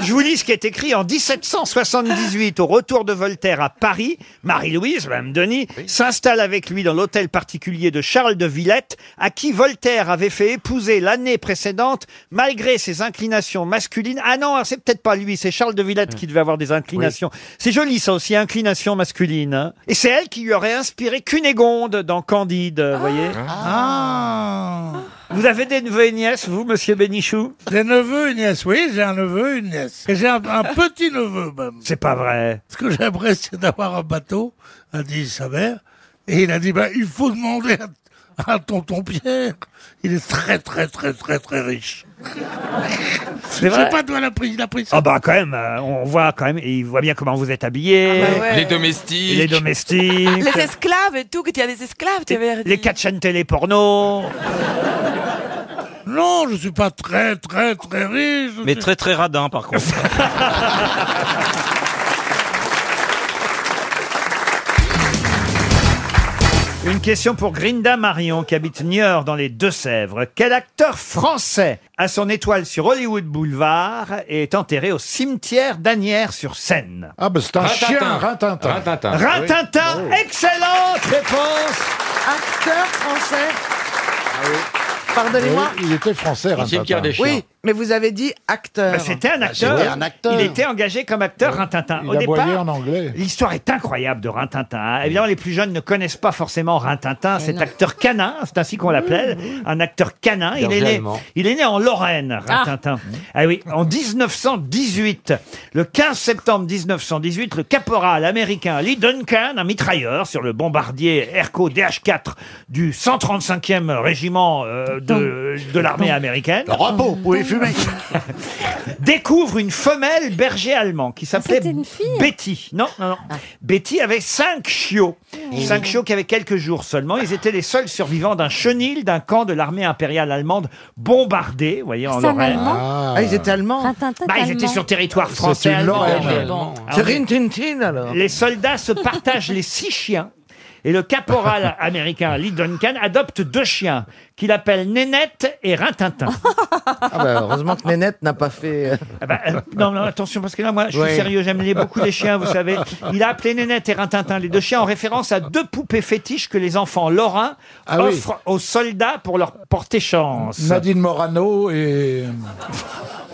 [SPEAKER 1] Je vous lis ce qui est écrit en 1778, au retour de Voltaire à Paris. Marie-Louise, Madame Denis, s'installe avec lui dans l'hôtel particulier de Charles de Villette, à qui Voltaire avait fait épouser l'année précédente, malgré ses inclinations masculines. Ah non, c'est peut-être pas lui, c'est Charles de Villette qui devait avoir des inclinations. C'est joli ça aussi, inclinations masculines. hein. Et c'est elle qui lui aurait inspiré Cunégonde dans Candide, vous voyez Ah. Vous avez des neveux et nièces, vous, monsieur Bénichou
[SPEAKER 4] Des neveux et nièces, oui, j'ai un neveu et une nièce. Et j'ai un, un petit neveu même.
[SPEAKER 1] C'est pas vrai.
[SPEAKER 4] Ce que j'aimerais, c'est d'avoir un bateau, a dit sa mère. Et il a dit, bah, il faut demander à, à tonton Pierre. Il est très, très, très, très, très riche.
[SPEAKER 1] C'est
[SPEAKER 4] Je sais
[SPEAKER 1] vrai.
[SPEAKER 4] pas d'où elle a pris, il a pris ça.
[SPEAKER 1] Ah bah quand même, euh, on voit quand même, et il voit bien comment vous êtes habillés.
[SPEAKER 12] Ah bah ouais. Les
[SPEAKER 13] domestiques.
[SPEAKER 1] Les domestiques.
[SPEAKER 12] Les esclaves et tout, que tu as des esclaves, tu avais
[SPEAKER 1] les quatre chaînes télé porno.
[SPEAKER 4] Non, je suis pas très, très, très riche.
[SPEAKER 11] Mais très très radin par contre.
[SPEAKER 1] Une question pour Grinda Marion qui habite Niort dans les Deux-Sèvres. Quel acteur français a son étoile sur Hollywood Boulevard et est enterré au cimetière d'Anières sur Seine
[SPEAKER 14] Ah bah c'est un
[SPEAKER 1] Rintintin.
[SPEAKER 14] chien, Rintintin.
[SPEAKER 1] Rintintin.
[SPEAKER 9] Ah,
[SPEAKER 1] Rintintin,
[SPEAKER 9] Oh.
[SPEAKER 1] excellente réponse
[SPEAKER 12] Acteur français Ah Pardonnez-moi.
[SPEAKER 14] Oui, Il était français,
[SPEAKER 12] Au
[SPEAKER 14] Rintintin.
[SPEAKER 12] cimetière des chiens. Oui, mais vous avez dit acteur.
[SPEAKER 1] Bah, C'était un acteur. Il était engagé comme acteur Rintintin.
[SPEAKER 14] Il
[SPEAKER 1] Au
[SPEAKER 14] a boyé
[SPEAKER 1] départ,
[SPEAKER 14] en anglais.
[SPEAKER 1] l'histoire est incroyable de Rintintin. hein. Évidemment, les plus jeunes ne connaissent pas forcément Rintintin, cet acteur canin, c'est ainsi qu'on l'appelle, un acteur canin. Il est,
[SPEAKER 7] Berger
[SPEAKER 1] né,
[SPEAKER 7] allemand.
[SPEAKER 1] il est né en Lorraine, Rintintin. Ah. oui, en 1918. Le 15 septembre 1918, le caporal américain Lee Duncan, un mitrailleur sur le bombardier Airco DH-4 du 135e régiment euh, de, de l'armée américaine.
[SPEAKER 9] Le repos, vous pouvez
[SPEAKER 7] fumé.
[SPEAKER 1] découvre une femelle berger allemand
[SPEAKER 2] Ah,
[SPEAKER 1] qui s'appelait
[SPEAKER 12] c'était une fille
[SPEAKER 1] Betty. Non, non, non. Betty avait cinq chiots.
[SPEAKER 2] Oh.
[SPEAKER 1] Cinq chiots qui avaient quelques jours seulement. Ils étaient les seuls survivants d'un chenil d'un camp de l'armée impériale allemande bombardé, vous voyez, en
[SPEAKER 2] C'est un
[SPEAKER 1] Lorraine.
[SPEAKER 2] Allemand Ah. Ah, ils étaient allemands
[SPEAKER 1] Bah, ils étaient sur territoire français.
[SPEAKER 2] C'est une
[SPEAKER 1] allemand.
[SPEAKER 2] Lorraine.
[SPEAKER 1] Ouais.
[SPEAKER 2] Bon.
[SPEAKER 1] Ah,
[SPEAKER 2] C'est
[SPEAKER 1] oui.
[SPEAKER 2] Rin Tin Tin, alors.
[SPEAKER 1] Les soldats se partagent les six chiens. Et le caporal américain Lee Duncan adopte deux chiens qu'il appelle Nénette et Rintintin.
[SPEAKER 15] heureusement que Nénette n'a pas fait.
[SPEAKER 1] Euh, Non, non, attention, parce que là, moi, je suis
[SPEAKER 15] Ouais.
[SPEAKER 1] sérieux, j'aime les- beaucoup les chiens, vous savez. Il a appelé Nénette et Rintintin, les deux chiens, en référence à deux poupées fétiches que les enfants lorrains
[SPEAKER 4] Ah oui.
[SPEAKER 1] offrent aux soldats pour leur porter chance.
[SPEAKER 4] Nadine Morano et.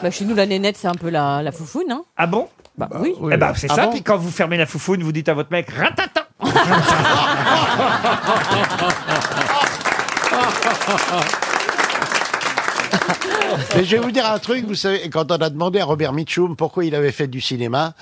[SPEAKER 12] Bah, chez nous, la nénette, c'est un peu la, la foufoune. Hein.
[SPEAKER 1] Ah bon
[SPEAKER 12] Bah oui.
[SPEAKER 1] Eh ben, c'est
[SPEAKER 12] Ah
[SPEAKER 1] ça,
[SPEAKER 12] bon
[SPEAKER 1] puis quand vous fermez la foufoune, vous dites à votre mec Rintintin.
[SPEAKER 7] Mais je vais vous dire un truc, vous savez, quand on a demandé à Robert Mitchum pourquoi il avait fait du cinéma,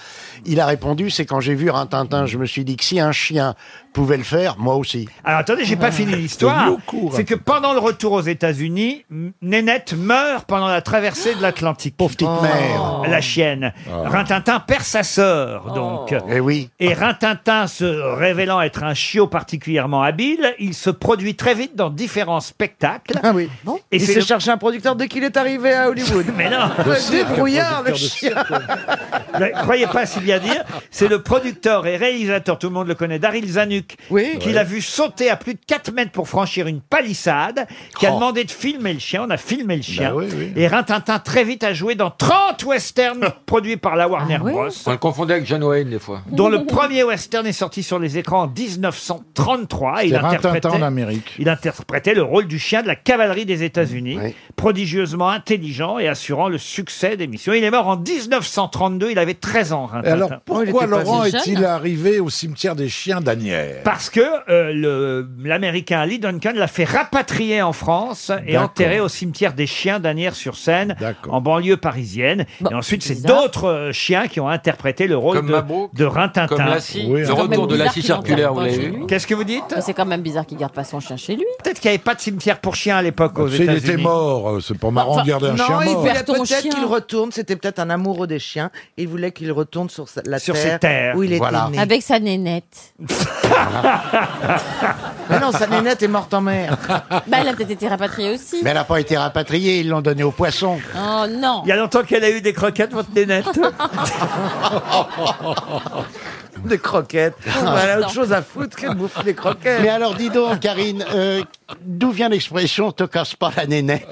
[SPEAKER 7] il a répondu c'est quand j'ai vu Rintintin, je me suis dit que si un chien pouvait le faire, moi aussi.
[SPEAKER 1] Alors attendez,
[SPEAKER 2] Ah,
[SPEAKER 1] j'ai pas fini l'histoire. C'est que pendant le retour aux États-Unis, M- Nénette meurt pendant la traversée de l'Atlantique. Pauvre petite
[SPEAKER 7] mère.
[SPEAKER 1] La chienne.
[SPEAKER 2] Oh.
[SPEAKER 1] Rintintin perd sa sœur, donc.
[SPEAKER 2] Eh
[SPEAKER 1] Et oui. Et Rintintin, se révélant être un chiot particulièrement habile, il se produit très vite dans différents spectacles. Ah oui.
[SPEAKER 2] Et il
[SPEAKER 1] c'est
[SPEAKER 2] s'est
[SPEAKER 1] le-
[SPEAKER 2] cherché un producteur dès qu'il est arrivé à Hollywood.
[SPEAKER 1] Mais non. Le cirque,
[SPEAKER 2] Débrouillard, le
[SPEAKER 1] producteur de
[SPEAKER 2] chien
[SPEAKER 1] Ne croyez pas si bien dire. C'est le producteur et réalisateur, tout le monde le connaît, Daryl Zanuck, qui l'a vu sauter à plus de 4 mètres pour franchir une palissade, qui a demandé de filmer le chien. On a filmé le chien. Et Rintintin très vite a joué dans 30 westerns produits par la Warner Bros.
[SPEAKER 5] On le confondait avec John Wayne des fois.
[SPEAKER 1] Dont le premier western est sorti sur les écrans en 1933. Et Il
[SPEAKER 4] C'était
[SPEAKER 1] interprétait,
[SPEAKER 4] Rintintin en Amérique.
[SPEAKER 1] il interprétait le rôle du chien de la cavalerie des États-Unis, prodigieusement intelligent et assurant le succès des missions. Il est mort en 1932, il avait 13 ans. hein,
[SPEAKER 4] Et
[SPEAKER 1] Rintintin.
[SPEAKER 4] alors pourquoi Laurent est-il arrivé au cimetière des chiens d'Anières
[SPEAKER 1] Parce que euh, le- l'Américain Lee Duncan l'a fait rapatrier en France et
[SPEAKER 4] D'accord.
[SPEAKER 1] enterré au cimetière des chiens d'Anières-sur-Seine, en banlieue parisienne. et ensuite, c'est d'autres euh, chiens qui ont interprété le rôle
[SPEAKER 5] Comme
[SPEAKER 1] de,
[SPEAKER 5] Mabrouk,
[SPEAKER 1] de Rintintin.
[SPEAKER 5] comme Lassie. Oui, Le hein. retour de Lassie circulaire, vous l'avez vu
[SPEAKER 1] Qu'est-ce que vous dites
[SPEAKER 12] C'est quand même bizarre qu'il garde pas son chien chez lui.
[SPEAKER 1] Peut-être qu'il n'y avait pas de cimetière pour chiens à
[SPEAKER 2] Ah,
[SPEAKER 1] l'époque aux
[SPEAKER 4] Tu sais, il
[SPEAKER 1] États-Unis.
[SPEAKER 4] était mort, euh, c'est pas marrant de garder un
[SPEAKER 2] non,
[SPEAKER 4] chien
[SPEAKER 2] il
[SPEAKER 4] mort.
[SPEAKER 2] voulait
[SPEAKER 12] ton chien.
[SPEAKER 2] peut-être qu'il retourne. C'était peut-être un amoureux des chiens. Il voulait qu'il retourne sur sa- la
[SPEAKER 4] Sur ses
[SPEAKER 2] terre
[SPEAKER 4] terres,
[SPEAKER 2] où il était
[SPEAKER 4] voilà.
[SPEAKER 16] Ah
[SPEAKER 2] né.
[SPEAKER 12] Avec sa nénette.
[SPEAKER 16] ben-
[SPEAKER 2] Mais non, sa nénette est morte en
[SPEAKER 1] Ah,
[SPEAKER 2] mer.
[SPEAKER 12] Bah, elle a peut-être été rapatriée aussi.
[SPEAKER 7] Mais elle n'a pas été rapatriée, ils l'ont donnée aux poissons.
[SPEAKER 12] Oh non.
[SPEAKER 1] Il y a longtemps qu'elle a eu des croquettes, votre nénette.
[SPEAKER 2] Des croquettes. Ah, Elle a autre chose à foutre que de bouffer des croquettes.
[SPEAKER 7] Mais alors, dis donc, Karine, euh, d'où vient l'expression te casse pas la nénette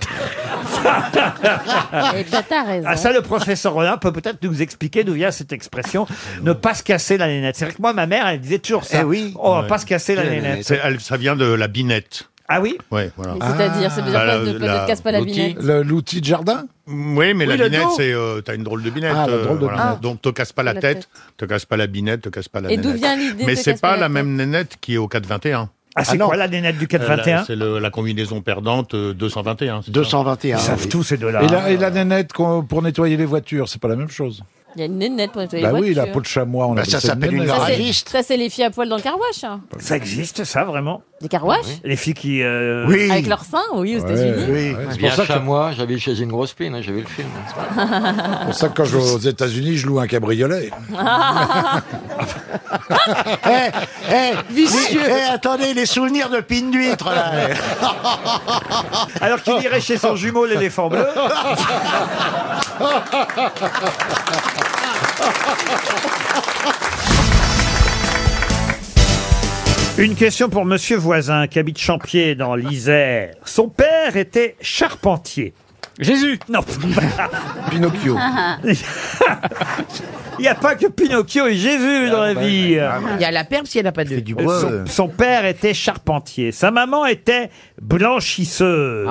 [SPEAKER 12] Et bah, t'as raison.
[SPEAKER 1] Ah ça, le professeur Rollin peut peut-être nous expliquer d'où vient cette expression « ne pas se casser la nénette ». C'est vrai que moi, ma mère, elle disait toujours ça. oui. On va Oh, pas se casser
[SPEAKER 7] Eh,
[SPEAKER 1] la nénette.
[SPEAKER 17] C'est- elle- ça vient de la binette.
[SPEAKER 1] Ah oui
[SPEAKER 17] Ouais, voilà.
[SPEAKER 12] Mais c'est-à-dire, ça veut dire
[SPEAKER 17] Bah,
[SPEAKER 12] quoi,
[SPEAKER 17] la-
[SPEAKER 12] de- peut-être casse pas la
[SPEAKER 17] l'outil.
[SPEAKER 12] binette
[SPEAKER 4] Le- L'outil de jardin
[SPEAKER 17] Oui, mais
[SPEAKER 4] Oui, le
[SPEAKER 17] la binette,
[SPEAKER 4] dos.
[SPEAKER 17] c'est. euh, T'as une drôle de binette.
[SPEAKER 4] Ah, la
[SPEAKER 17] euh,
[SPEAKER 4] drôle de
[SPEAKER 17] voilà.
[SPEAKER 4] binette.
[SPEAKER 17] Donc, te casse pas la,
[SPEAKER 4] La
[SPEAKER 17] tête,
[SPEAKER 4] tête.
[SPEAKER 17] te casse pas la binette, te casse pas la
[SPEAKER 12] Et
[SPEAKER 17] nénette.
[SPEAKER 12] d'où vient l'idée
[SPEAKER 17] Mais
[SPEAKER 12] te
[SPEAKER 17] c'est
[SPEAKER 12] casse pas
[SPEAKER 17] pas
[SPEAKER 12] la
[SPEAKER 17] la
[SPEAKER 12] tête
[SPEAKER 17] même nénette qui est au 421.
[SPEAKER 1] Ah, c'est quoi la nénette du 421?
[SPEAKER 17] Euh, la- C'est le- la combinaison perdante euh, 221.
[SPEAKER 7] 221.
[SPEAKER 4] Ils savent oui.
[SPEAKER 1] tous ces deux-là.
[SPEAKER 4] Et la, et la nénette qu'on- pour nettoyer les voitures, c'est pas la même chose.
[SPEAKER 12] Il y a une nénette pour nettoyer
[SPEAKER 4] Bah
[SPEAKER 12] les
[SPEAKER 4] oui,
[SPEAKER 12] voitures.
[SPEAKER 4] la peau de chamois, on
[SPEAKER 7] Bah,
[SPEAKER 4] appelle
[SPEAKER 7] ça s'appelle
[SPEAKER 4] nénette.
[SPEAKER 7] une
[SPEAKER 12] Ça, c'est- Ça, c'est les filles à poil dans le carouache. hein.
[SPEAKER 1] Ça existe, ça, vraiment
[SPEAKER 12] Des carouaches
[SPEAKER 1] Les filles qui... euh,
[SPEAKER 12] Ah Avec leurs seins, oui, aux
[SPEAKER 5] Ouais,
[SPEAKER 12] États-Unis.
[SPEAKER 5] ouais.
[SPEAKER 4] Oui.
[SPEAKER 5] C'est
[SPEAKER 4] Bien
[SPEAKER 5] pour ça
[SPEAKER 4] chez
[SPEAKER 5] que moi, j'avais chez une grosse pine, hein, j'avais le film.
[SPEAKER 4] C'est pour ça que quand je vais aux États-Unis, je loue un cabriolet.
[SPEAKER 12] Ah,
[SPEAKER 7] Eh, eh,
[SPEAKER 2] Vicieux.
[SPEAKER 7] eh, attendez, les souvenirs de Pine d'huître, là.
[SPEAKER 1] Alors qu'il irait chez son jumeau, l'éléphant bleu. Une question pour Monsieur Voisin, qui habite Champier, dans l'Isère. Son père était charpentier. Jésus Non. Pinocchio. Il n'y a pas que Pinocchio et Jésus dans la vie.
[SPEAKER 2] Il y a la perle si elle n'a pas de du
[SPEAKER 1] Euh, Son, son père était charpentier. Sa maman était blanchisseuse.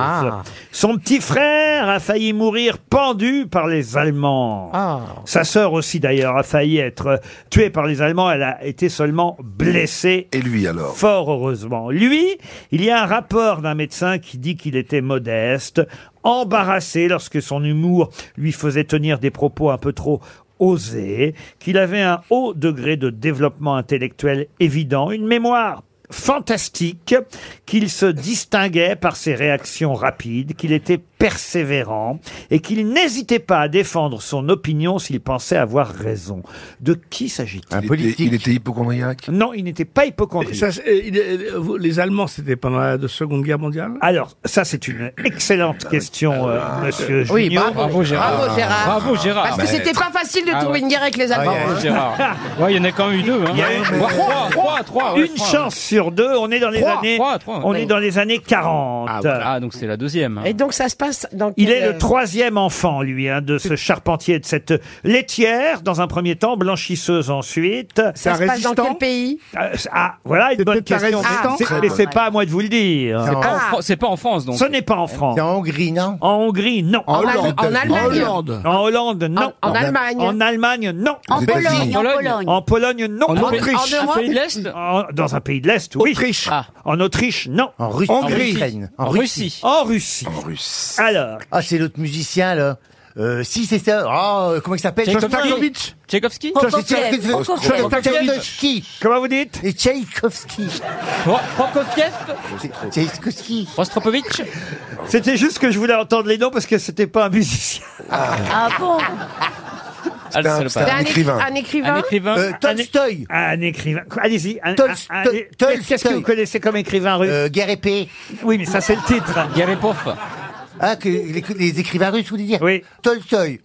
[SPEAKER 1] Son petit frère a failli mourir pendu par les Allemands.
[SPEAKER 9] Ah.
[SPEAKER 1] Sa sœur aussi, d'ailleurs, a failli être euh, tuée par les Allemands. Elle a été seulement blessée. Et lui, alors Fort heureusement. Lui, il y a un rapport d'un médecin qui dit qu'il était modeste, embarrassé lorsque son humour lui faisait tenir des propos un peu trop osé, qu'il avait un haut degré de développement intellectuel évident, une mémoire fantastique, qu'il se distinguait par ses réactions rapides, qu'il était persévérant et qu'il n'hésitait pas à défendre son opinion s'il pensait avoir raison. De qui s'agit-il
[SPEAKER 18] Un politique. Il était hypochondriaque
[SPEAKER 1] Non, il n'était pas hypochondriaque.
[SPEAKER 18] Ça, c'est- euh, il est- euh, vous- les Allemands, c'était pendant la de Seconde Guerre mondiale
[SPEAKER 1] Alors, ça, c'est une excellente question, euh, monsieur
[SPEAKER 18] Ah, Oui,
[SPEAKER 1] Junior.
[SPEAKER 18] bravo. Bravo, Gérard.
[SPEAKER 1] Ah, Bravo, Gérard.
[SPEAKER 11] Bravo Gérard.
[SPEAKER 1] Parce que c'était
[SPEAKER 5] pas facile de
[SPEAKER 11] Ah
[SPEAKER 5] trouver
[SPEAKER 11] ouais.
[SPEAKER 5] une guerre avec les Allemands.
[SPEAKER 11] Bravo Gérard. Ouais, il y en a quand même eu deux. Hein.
[SPEAKER 1] Il y a eu-
[SPEAKER 11] Trois, trois, trois, trois, ouais,
[SPEAKER 1] une
[SPEAKER 11] trois.
[SPEAKER 1] chance sur deux. On est dans les
[SPEAKER 11] Trois,
[SPEAKER 1] années,
[SPEAKER 11] trois, trois.
[SPEAKER 1] on
[SPEAKER 11] Ouais.
[SPEAKER 1] est dans les années 40.
[SPEAKER 11] Ah, voilà. Ah, donc c'est la deuxième. hein.
[SPEAKER 16] Et donc ça se passe dans
[SPEAKER 1] Il
[SPEAKER 16] quel,
[SPEAKER 1] est
[SPEAKER 16] euh,
[SPEAKER 1] le troisième enfant, lui, hein, de ce charpentier, de cette laitière, dans un premier temps, blanchisseuse ensuite.
[SPEAKER 16] Ça se passe dans quel pays
[SPEAKER 1] Ah, ah, voilà une bonne
[SPEAKER 16] peut-être un
[SPEAKER 1] question.
[SPEAKER 16] résistant Ah,
[SPEAKER 1] Mais c'est- mais c'est pas à moi de vous le dire. Ah,
[SPEAKER 11] C'est pas en Fran- C'est pas en France donc.
[SPEAKER 1] Ce n'est pas en France.
[SPEAKER 11] C'est
[SPEAKER 1] en Hongrie, non En Hongrie, non.
[SPEAKER 11] En En Hollande. Allem- en Allemagne. En Hollande.
[SPEAKER 1] En Hollande, non.
[SPEAKER 11] En- en Allemagne.
[SPEAKER 1] En Allemagne, non.
[SPEAKER 11] En Aux Pologne, États-Unis. en Pologne.
[SPEAKER 1] En Pologne, non.
[SPEAKER 11] En En Autriche. Autriche. Un pays de l'Est
[SPEAKER 1] En- Dans un pays de l'Est, oui. Autriche. En Autriche, non. En
[SPEAKER 7] Russie. En Hongrie. Ukraine. En Russie.
[SPEAKER 1] En Russie. Alors.
[SPEAKER 7] Ah, c'est l'autre musicien, là. Euh, si, c'est ça. Ah, euh, comment il s'appelle
[SPEAKER 11] Tchaïkovski. Tchaïkovski. Oh,
[SPEAKER 7] Tchaïkovski.
[SPEAKER 1] Comment vous dites
[SPEAKER 7] Tchaïkovski.
[SPEAKER 11] Prokofiev.
[SPEAKER 7] Tchaïkovski.
[SPEAKER 11] Rostropovitch.
[SPEAKER 1] C'était juste que je voulais entendre les noms parce que c'était pas un musicien.
[SPEAKER 16] Ah bon
[SPEAKER 1] Ah, le
[SPEAKER 16] c'est un
[SPEAKER 1] salopard.
[SPEAKER 16] écrivain. Un écrivain Un écrivain. Euh,
[SPEAKER 1] Tolstoy. Un écrivain. Allez-y. un-
[SPEAKER 7] Tolst-
[SPEAKER 1] un- un- Qu'est-ce qu'est-ce que vous connaissez comme écrivain russe
[SPEAKER 16] Euh,
[SPEAKER 1] Oui, mais ça, c'est le titre.
[SPEAKER 11] Garepov.
[SPEAKER 7] Ah, que les, les écrivains russes, vous voulez dire
[SPEAKER 1] Oui.
[SPEAKER 7] Tolstoy.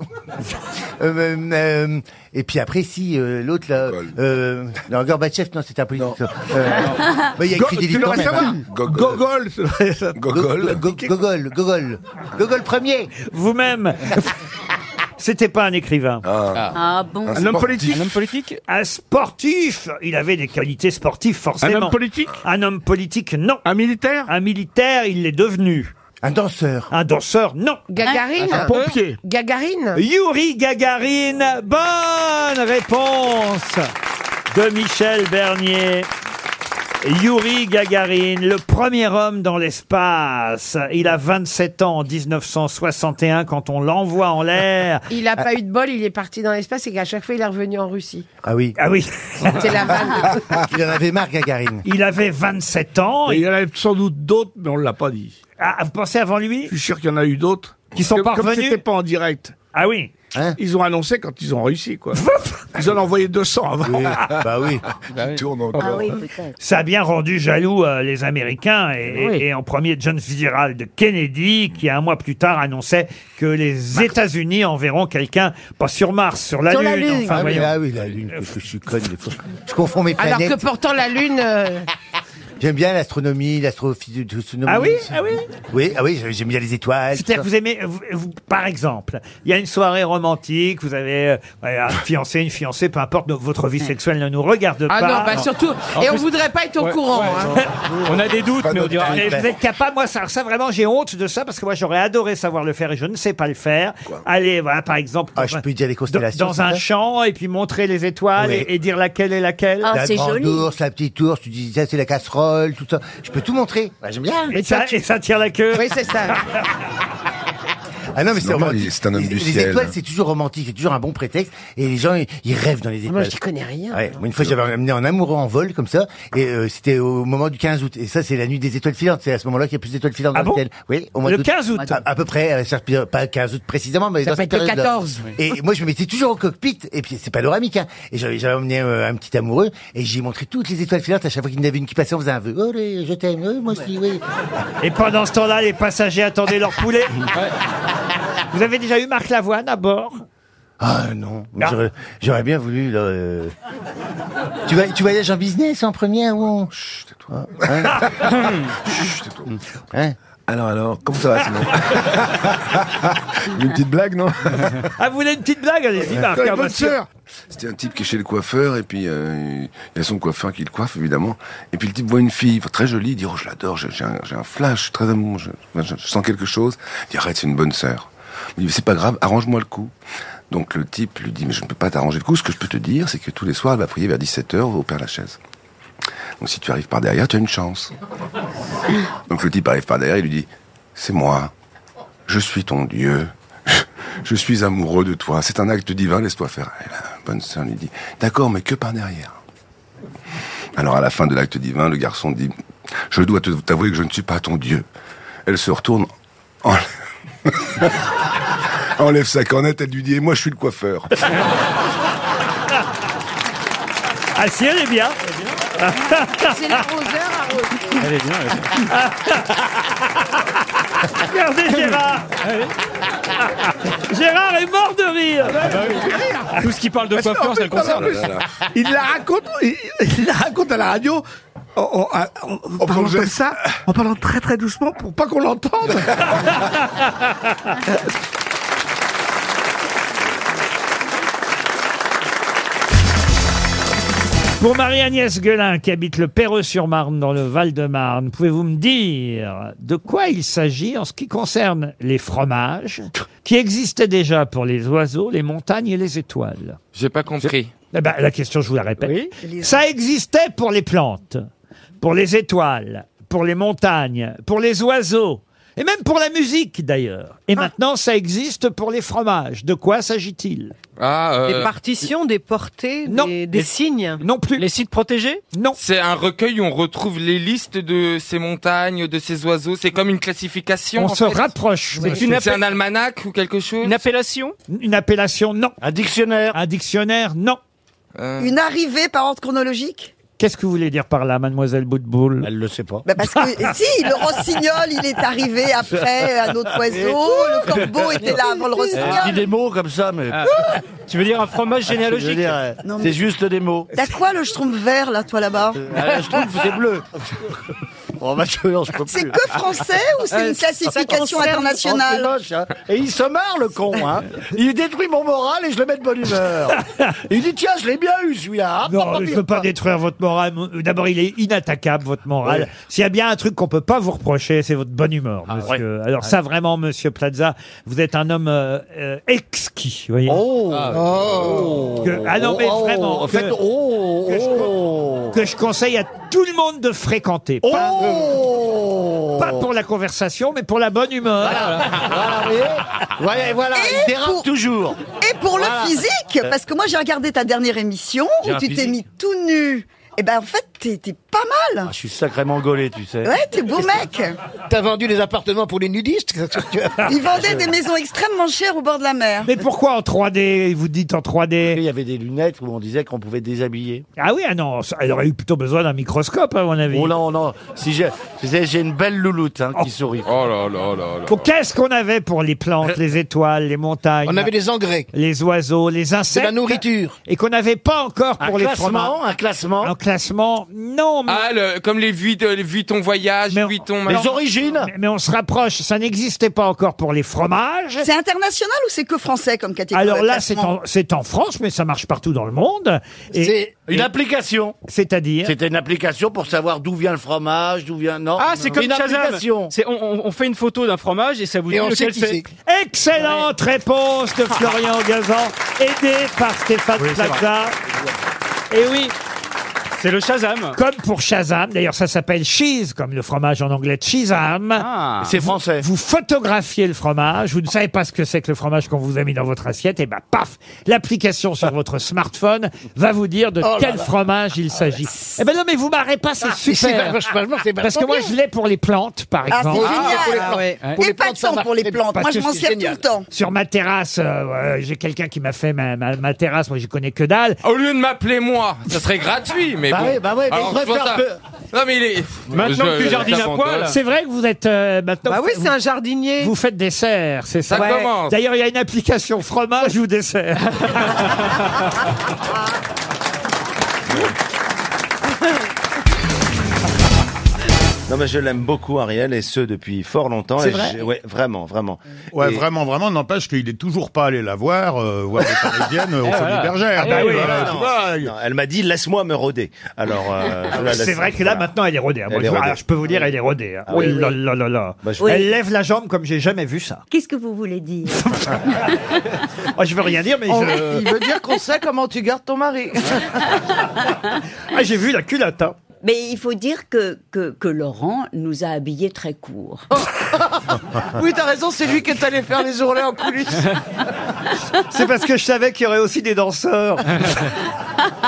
[SPEAKER 7] Euh, euh, euh, et puis après, si, euh, l'autre, là... Euh, non, Gorbatchev, non, c'est un politique. Euh, bah, il a
[SPEAKER 18] Go-
[SPEAKER 7] écrit des
[SPEAKER 18] tu
[SPEAKER 7] livres
[SPEAKER 18] l'aurais
[SPEAKER 7] quand même. hein.
[SPEAKER 18] savoir. Gogol.
[SPEAKER 7] Gogol. Go- Gogol, Gogol. Gogol premier.
[SPEAKER 1] Vous-même. C'était pas un écrivain.
[SPEAKER 16] Ah bon Un homme politique
[SPEAKER 1] Un homme politique Un sportif Il avait des qualités sportives, forcément.
[SPEAKER 16] Un homme
[SPEAKER 1] politique Un homme politique, non. Un militaire Un militaire, il l'est devenu.
[SPEAKER 7] Un danseur
[SPEAKER 1] Un danseur, non.
[SPEAKER 16] Gagarine
[SPEAKER 1] Un pompier
[SPEAKER 16] Gagarine
[SPEAKER 1] Yuri Gagarine, bonne réponse de Michel Bernier. Yuri Gagarine, le premier homme dans l'espace. Il a 27 ans en 1961 quand on l'envoie en l'air.
[SPEAKER 16] Il a pas
[SPEAKER 1] Ah.
[SPEAKER 16] eu de bol, il est parti dans l'espace et qu'à chaque fois il est revenu en Russie.
[SPEAKER 7] Ah oui.
[SPEAKER 1] Ah oui.
[SPEAKER 16] C'est la vanne.
[SPEAKER 7] Ah, Il en avait marre, Gagarine.
[SPEAKER 1] Il avait 27 ans.
[SPEAKER 18] Et il y en a sans doute d'autres, mais on ne l'a pas dit.
[SPEAKER 1] Ah, vous pensez avant lui Je
[SPEAKER 18] suis sûr qu'il y en a eu d'autres.
[SPEAKER 1] Qui sont
[SPEAKER 18] Comme- Comme
[SPEAKER 1] parvenus
[SPEAKER 18] c'était pas en direct.
[SPEAKER 1] Ah oui
[SPEAKER 18] Ils ont annoncé quand ils ont réussi, quoi. ils en ont Ah envoyé 200 avant.
[SPEAKER 1] Ah
[SPEAKER 7] bah oui.
[SPEAKER 18] tourne
[SPEAKER 1] Ça a bien rendu jaloux euh, les Américains
[SPEAKER 16] Eh
[SPEAKER 1] et, et- et en premier John Fitzgerald Kennedy qui un mois plus tard annonçait que les États-Unis enverront quelqu'un pas sur Mars sur la
[SPEAKER 7] Sur
[SPEAKER 1] Lune.
[SPEAKER 7] la Lune.
[SPEAKER 1] enfin,
[SPEAKER 7] Ah oui,
[SPEAKER 1] voyons.
[SPEAKER 16] bah
[SPEAKER 7] ah oui, la
[SPEAKER 18] Euh,
[SPEAKER 7] Lune, qu'est-ce que je suis conne des fois. Je confonds mes
[SPEAKER 16] Alors
[SPEAKER 7] planètes.
[SPEAKER 16] que pourtant la Lune. euh,
[SPEAKER 7] J'aime bien l'astronomie, l'astrophysique.
[SPEAKER 1] Ah oui, ah oui.
[SPEAKER 7] Oui, ah oui, j'aime bien les étoiles.
[SPEAKER 1] C'est-à-dire que vous aimez, vous- vous- par exemple, il y a une soirée romantique, vous avez euh, ouais, un fiancé, une fiancée, peu importe, donc votre vie sexuelle ne nous regarde
[SPEAKER 16] Ah
[SPEAKER 1] pas.
[SPEAKER 16] non, bah surtout.
[SPEAKER 1] En
[SPEAKER 16] et on
[SPEAKER 1] plus-
[SPEAKER 16] voudrait pas être au
[SPEAKER 1] Ouais,
[SPEAKER 16] courant.
[SPEAKER 1] ouais,
[SPEAKER 16] hein.
[SPEAKER 11] On a des doutes, mais on dira.
[SPEAKER 1] Et vous êtes capable, moi, ça, ça vraiment, j'ai honte de ça parce que moi, j'aurais adoré savoir le faire et je ne sais pas le faire. Aller, voilà, par exemple, dans un-
[SPEAKER 7] Ah, Je peux dire les constellations.
[SPEAKER 1] dans un
[SPEAKER 7] c'est ça
[SPEAKER 1] champ et puis montrer les étoiles
[SPEAKER 7] Oui.
[SPEAKER 1] et, et dire laquelle est laquelle.
[SPEAKER 7] la grande ours, la petite ours, tu dis ça c'est la casserole, tout ça. Je peux tout montrer.
[SPEAKER 18] Ah,
[SPEAKER 7] Bah, j'aime bien.
[SPEAKER 1] Et ça, et ça tire la queue.
[SPEAKER 16] Oui, c'est ça.
[SPEAKER 7] Ah non, mais
[SPEAKER 18] C'est
[SPEAKER 7] c'est
[SPEAKER 18] normal,
[SPEAKER 7] romantique.
[SPEAKER 18] il- c'est un homme
[SPEAKER 7] Les-
[SPEAKER 18] du
[SPEAKER 7] les
[SPEAKER 18] ciel.
[SPEAKER 7] étoiles, c'est toujours romantique, c'est toujours un bon prétexte. Et les gens, ils, ils rêvent dans les
[SPEAKER 1] Ah,
[SPEAKER 7] étoiles.
[SPEAKER 16] Moi, j'y connais rien.
[SPEAKER 7] Ouais, moi, une fois, j'avais amené un amoureux en vol, comme ça, et euh, c'était au moment du 15 août. Et ça, c'est la nuit des étoiles filantes. C'est à ce moment-là qu'il y a plus d'étoiles filantes
[SPEAKER 1] Ah
[SPEAKER 7] dans
[SPEAKER 1] bon
[SPEAKER 7] le ciel. Oui, au mois
[SPEAKER 1] Le
[SPEAKER 7] d'août.
[SPEAKER 1] 15 août.
[SPEAKER 7] à, à peu près, euh, ça, pas 15 août précisément, mais
[SPEAKER 16] Ça
[SPEAKER 7] dans
[SPEAKER 16] peut
[SPEAKER 7] cette
[SPEAKER 16] être le
[SPEAKER 7] période-là.
[SPEAKER 16] 14.
[SPEAKER 7] Et moi, je me mettais toujours au cockpit, et puis c'est panoramique, hein. Et j'avais j'avais emmené euh, un petit amoureux, et j'ai montré toutes les étoiles filantes. À chaque fois qu'il y en avait une qui passait, on faisait un vœu. Oh, je t'aime, oh, moi aussi, oui.
[SPEAKER 1] Et pendant ce temps-là, les passagers attendaient leur poulet. Vous avez déjà eu Marc Lavoine à bord
[SPEAKER 7] Ah non, mais j'aurais- j'aurais bien voulu. Là, euh. tu, vas, tu voyages en business en premier ou en... Ah. Hein Chut, tais-toi. Hein
[SPEAKER 18] Alors, alors, comment ça va sinon Une petite blague, non
[SPEAKER 1] Ah, vous voulez une petite blague Allez-y, Marc.
[SPEAKER 18] T'as une
[SPEAKER 1] hein,
[SPEAKER 18] bonne
[SPEAKER 1] monsieur.
[SPEAKER 18] sœur.
[SPEAKER 19] C'était un type qui est chez le coiffeur, et puis euh, il y a son coiffeur qui le coiffe, évidemment. Et puis le type voit une fille très jolie, il dit Oh, je l'adore, j'ai j'ai un, j'ai un flash, je suis très amoureux, je, je- je sens quelque chose. Il dit Arrête, c'est une bonne sœur. Il dit C'est pas grave, arrange-moi le coup. Donc le type lui dit Mais je ne peux pas t'arranger le coup, ce que je peux te dire, c'est que tous les soirs, elle va prier vers 17h au Père Lachaise. Donc si tu arrives par derrière, tu as une chance. Donc le type arrive par derrière, il lui dit C'est moi, je suis ton Dieu. Je suis amoureux de toi. C'est un acte divin, laisse-toi faire. Et la bonne sœur lui dit, d'accord, mais que par derrière. Alors à la fin de l'acte divin, le garçon dit Je dois te- t'avouer que je ne suis pas ton Dieu. Elle se retourne, enlève, enlève sa cornette, elle lui dit Et moi je suis le coiffeur.
[SPEAKER 1] Ah si, elle est bien.
[SPEAKER 20] C'est l'arroseur arrosé.
[SPEAKER 1] Elle est bien, Regardez Gérard Gérard Ah, est mort de rire
[SPEAKER 11] Tout ce qui parle de
[SPEAKER 14] Parce qu'en
[SPEAKER 11] coiffure,
[SPEAKER 14] fait,
[SPEAKER 11] ça le concerne.
[SPEAKER 14] en
[SPEAKER 1] Oh
[SPEAKER 14] plus, Il la raconte, il, il la raconte à la radio. En, en- en- en
[SPEAKER 2] Oh,
[SPEAKER 14] parlant
[SPEAKER 19] faisait-
[SPEAKER 14] comme ça, en parlant très très doucement pour pas qu'on l'entende.
[SPEAKER 1] Pour Marie-Agnès Guelin, qui habite le Perreux-sur-Marne, dans le Val-de-Marne, pouvez-vous me dire de quoi il s'agit en ce qui concerne les fromages qui existaient déjà pour les oiseaux, les montagnes et les étoiles
[SPEAKER 8] J'ai pas compris.
[SPEAKER 1] Eh ben, la question, je vous la répète. Ça existait pour les plantes, pour les étoiles, pour les montagnes, pour les oiseaux, et même pour la musique d'ailleurs. Et maintenant, ça existe pour les fromages. De quoi s'agit-il
[SPEAKER 8] Ah, euh,
[SPEAKER 1] Des
[SPEAKER 2] Partition des portées, des, des signes.
[SPEAKER 1] Non plus.
[SPEAKER 11] Les sites protégés
[SPEAKER 1] Non.
[SPEAKER 8] C'est un recueil où on retrouve les listes de ces montagnes, de ces oiseaux. C'est comme une classification.
[SPEAKER 1] On
[SPEAKER 8] en
[SPEAKER 1] se
[SPEAKER 8] fait.
[SPEAKER 1] rapproche.
[SPEAKER 8] C'est
[SPEAKER 1] monsieur.
[SPEAKER 8] une appel- C'est un almanach ou quelque chose
[SPEAKER 11] Une appellation
[SPEAKER 1] Une appellation, non. Un dictionnaire Un dictionnaire, non. Euh.
[SPEAKER 8] Euh.
[SPEAKER 21] Une arrivée par ordre chronologique
[SPEAKER 1] Qu'est-ce que vous voulez dire par là, mademoiselle Boutboul Elle le sait pas.
[SPEAKER 21] bah parce que si, le rossignol, il est arrivé après euh, un autre oiseau, Oh, le corbeau était là avant le
[SPEAKER 7] Eh, dis
[SPEAKER 21] rossignol.
[SPEAKER 7] des mots comme ça, mais.
[SPEAKER 11] Ah.
[SPEAKER 7] Ah,
[SPEAKER 11] Tu veux dire un fromage
[SPEAKER 7] généalogique
[SPEAKER 11] généalogique
[SPEAKER 21] Non, mais-
[SPEAKER 7] euh, C'est juste des mots.
[SPEAKER 21] T'as quoi le schtroumpf vert, là, toi, là-bas
[SPEAKER 1] Euh,
[SPEAKER 7] Ah, je trouve que c'est bleu. Oh, bah, je, non, je peux
[SPEAKER 21] C'est
[SPEAKER 7] plus.
[SPEAKER 21] que français ou c'est une
[SPEAKER 7] Euh,
[SPEAKER 21] classification
[SPEAKER 7] ça concerne-
[SPEAKER 21] internationale
[SPEAKER 7] Oh, c'est moche, hein. Et il se marre, le con. Hein. Il détruit mon moral et je le mets de bonne humeur. Il dit tiens, je l'ai bien eu
[SPEAKER 21] hein,
[SPEAKER 7] celui-là.
[SPEAKER 1] Non, je ne peux pas détruire votre morale. D'abord, il est inattaquable, votre morale.
[SPEAKER 7] Ouais.
[SPEAKER 1] S'il y a bien un truc qu'on peut pas vous reprocher, c'est votre bonne humeur, monsieur. Alors ça, vraiment, monsieur Plaza, vous êtes un homme euh, euh, exquis, vous voyez.
[SPEAKER 7] Oh,
[SPEAKER 1] Que- ah non, mais
[SPEAKER 7] Oh,
[SPEAKER 1] vraiment,
[SPEAKER 7] En fait,
[SPEAKER 1] que-
[SPEAKER 7] oh,
[SPEAKER 1] que je-
[SPEAKER 7] oh.
[SPEAKER 1] Que je conseille à tout le monde de fréquenter. Pas, pas pour la conversation, mais pour la bonne humeur.
[SPEAKER 7] Voilà, vous voyez voilà, voilà,
[SPEAKER 21] Et
[SPEAKER 7] il dérape
[SPEAKER 21] pour-
[SPEAKER 7] toujours.
[SPEAKER 21] Et pour
[SPEAKER 7] Voilà.
[SPEAKER 21] le physique,
[SPEAKER 1] Euh.
[SPEAKER 21] parce que moi j'ai regardé ta dernière émission
[SPEAKER 7] J'ai
[SPEAKER 21] où
[SPEAKER 7] un
[SPEAKER 21] tu t'es
[SPEAKER 7] physique.
[SPEAKER 21] mis tout nu. Et ben en fait, t'es t'es pas mal.
[SPEAKER 7] Ah, je suis sacrément gaulé, tu sais.
[SPEAKER 21] Ouais, t'es beau mec.
[SPEAKER 7] T'as vendu les appartements pour les nudistes
[SPEAKER 1] Ah.
[SPEAKER 21] Ils vendaient des maisons extrêmement chères au bord de la mer.
[SPEAKER 1] Mais pourquoi en 3D Vous dites en 3D
[SPEAKER 7] Il y avait des lunettes où on disait qu'on pouvait déshabiller.
[SPEAKER 1] Ah oui, ah non, ça- elle aurait eu plutôt besoin d'un microscope, à mon avis.
[SPEAKER 7] Oh non, non. Si j'ai, tu sais, j'ai une belle louloute hein, qui sourit.
[SPEAKER 8] Oh là là là là.
[SPEAKER 1] Pour- Qu'est-ce qu'on avait pour les plantes, les étoiles, les montagnes
[SPEAKER 7] On avait des engrais.
[SPEAKER 1] Les oiseaux, les insectes.
[SPEAKER 7] la nourriture. Ah.
[SPEAKER 1] Et qu'on n'avait pas encore
[SPEAKER 7] Un
[SPEAKER 1] pour les
[SPEAKER 7] classement,
[SPEAKER 1] fromages.
[SPEAKER 7] un classement.
[SPEAKER 1] Un classement, non. Mais...
[SPEAKER 8] Ah, le- comme les vues, de, les vues ton voyage, vues ton...
[SPEAKER 1] Non. Mais, mais on se rapproche, ça n'existait pas encore pour les fromages.
[SPEAKER 21] C'est international ou c'est que français comme catégorie
[SPEAKER 1] Alors
[SPEAKER 21] de
[SPEAKER 1] là, c'est
[SPEAKER 21] classement
[SPEAKER 1] en, c'est en France, mais ça marche partout dans le monde. Et-
[SPEAKER 7] C'est une
[SPEAKER 1] et-
[SPEAKER 7] application.
[SPEAKER 1] C'est-à-dire
[SPEAKER 7] C'était une application pour savoir d'où vient le fromage, d'où vient non.
[SPEAKER 11] Ah, c'est comme
[SPEAKER 7] une
[SPEAKER 11] Shazam.
[SPEAKER 7] application.
[SPEAKER 11] C'est- On, on- on fait une photo d'un fromage et ça vous dit
[SPEAKER 7] Et on sait
[SPEAKER 11] lequel
[SPEAKER 7] qui
[SPEAKER 11] c'est. Eh,
[SPEAKER 1] Excellente réponse de Florian Gazan, aidé par Stéphane
[SPEAKER 11] Oui, c'est
[SPEAKER 1] Plaza.
[SPEAKER 21] Eh
[SPEAKER 1] Et oui.
[SPEAKER 11] C'est le Shazam.
[SPEAKER 1] Comme pour Shazam, d'ailleurs ça s'appelle cheese, comme le fromage en anglais Cheesam.
[SPEAKER 11] Ah.
[SPEAKER 7] C'est
[SPEAKER 1] Vous-
[SPEAKER 7] français.
[SPEAKER 1] Vous photographiez le fromage, vous ne savez pas ce que c'est que le fromage qu'on vous a mis dans votre assiette, et ben paf, l'application sur votre smartphone va vous dire de
[SPEAKER 7] Oh là
[SPEAKER 1] quel
[SPEAKER 7] là.
[SPEAKER 1] fromage il
[SPEAKER 21] Ah
[SPEAKER 1] s'agit. Eh ben non, mais vous marrez pas, c'est
[SPEAKER 7] Ah, mais c'est
[SPEAKER 1] super.
[SPEAKER 7] vachement- vachement, c'est
[SPEAKER 1] Parce que
[SPEAKER 7] vachement
[SPEAKER 1] moi je l'ai pour les plantes, par
[SPEAKER 21] Ah, c'est
[SPEAKER 1] exemple.
[SPEAKER 21] génial.
[SPEAKER 7] plantes.
[SPEAKER 21] Et pas de temps pour les plantes. Moi,
[SPEAKER 1] Parce
[SPEAKER 21] je
[SPEAKER 1] que
[SPEAKER 21] m'en
[SPEAKER 1] c'est
[SPEAKER 21] sers
[SPEAKER 1] génial.
[SPEAKER 21] tout le temps.
[SPEAKER 1] Sur ma terrasse, euh, euh, j'ai quelqu'un qui m'a fait ma, ma- ma terrasse, moi j'y connais que dalle.
[SPEAKER 21] Oh,
[SPEAKER 8] Au lieu de m'appeler moi, ça serait gratuit, mais
[SPEAKER 7] Bah
[SPEAKER 8] bon.
[SPEAKER 7] ouais, bah ouais, mais
[SPEAKER 8] Alors,
[SPEAKER 7] je
[SPEAKER 8] c'est pour
[SPEAKER 7] préfère
[SPEAKER 8] ça- Non mais il est...
[SPEAKER 11] Maintenant que tu jardines à poil.
[SPEAKER 1] C'est vrai que vous êtes euh, maintenant.
[SPEAKER 2] Bah oui,
[SPEAKER 1] vous-
[SPEAKER 2] c'est un jardinier.
[SPEAKER 1] Vous faites dessert, c'est ça
[SPEAKER 8] Ça Ouais. commence.
[SPEAKER 1] D'ailleurs, il y a une application fromage ou dessert.
[SPEAKER 9] Non, mais je l'aime beaucoup, Ariel, et ce depuis fort longtemps.
[SPEAKER 4] C'est
[SPEAKER 9] et
[SPEAKER 4] vrai
[SPEAKER 9] j'ai- ouais, vraiment, vraiment.
[SPEAKER 4] Ouais,
[SPEAKER 9] Et-
[SPEAKER 4] vraiment, vraiment, n'empêche qu'il est toujours pas allé la voir, euh, voir les parisiennes euh,
[SPEAKER 9] Eh,
[SPEAKER 4] aux
[SPEAKER 9] voilà.
[SPEAKER 4] folies bergères.
[SPEAKER 9] Ah, bah oui,
[SPEAKER 4] Voilà,
[SPEAKER 9] voilà,
[SPEAKER 4] tu
[SPEAKER 9] non.
[SPEAKER 4] vois,
[SPEAKER 9] Non, elle m'a dit, laisse-moi me rôder. Alors, euh, je la
[SPEAKER 1] Ah, C'est
[SPEAKER 9] laisse-
[SPEAKER 1] vrai que là,
[SPEAKER 9] voilà.
[SPEAKER 1] maintenant, elle est rodée. hein. Moi,
[SPEAKER 9] Elle
[SPEAKER 1] je,
[SPEAKER 9] est rodée.
[SPEAKER 1] alors, je peux vous dire, elle est rodée. hein.
[SPEAKER 9] Ah
[SPEAKER 1] Oh
[SPEAKER 9] oui,
[SPEAKER 1] là
[SPEAKER 9] oui.
[SPEAKER 1] là là là.
[SPEAKER 9] Bah, je-
[SPEAKER 1] Elle lève la jambe comme j'ai jamais vu ça.
[SPEAKER 22] Qu'est-ce que vous voulez dire
[SPEAKER 1] Oh, je veux rien dire, mais
[SPEAKER 2] On-
[SPEAKER 1] je-
[SPEAKER 2] Il veut dire qu'on sait comment tu gardes ton mari.
[SPEAKER 1] Ah, j'ai vu la culotte. hein.
[SPEAKER 22] Mais il faut dire que, que, que Laurent nous a habillés très courts.
[SPEAKER 2] Oui, t'as raison, c'est lui qui est allé faire les ourlets en coulisses.
[SPEAKER 1] C'est parce que je savais qu'il y aurait aussi des danseurs.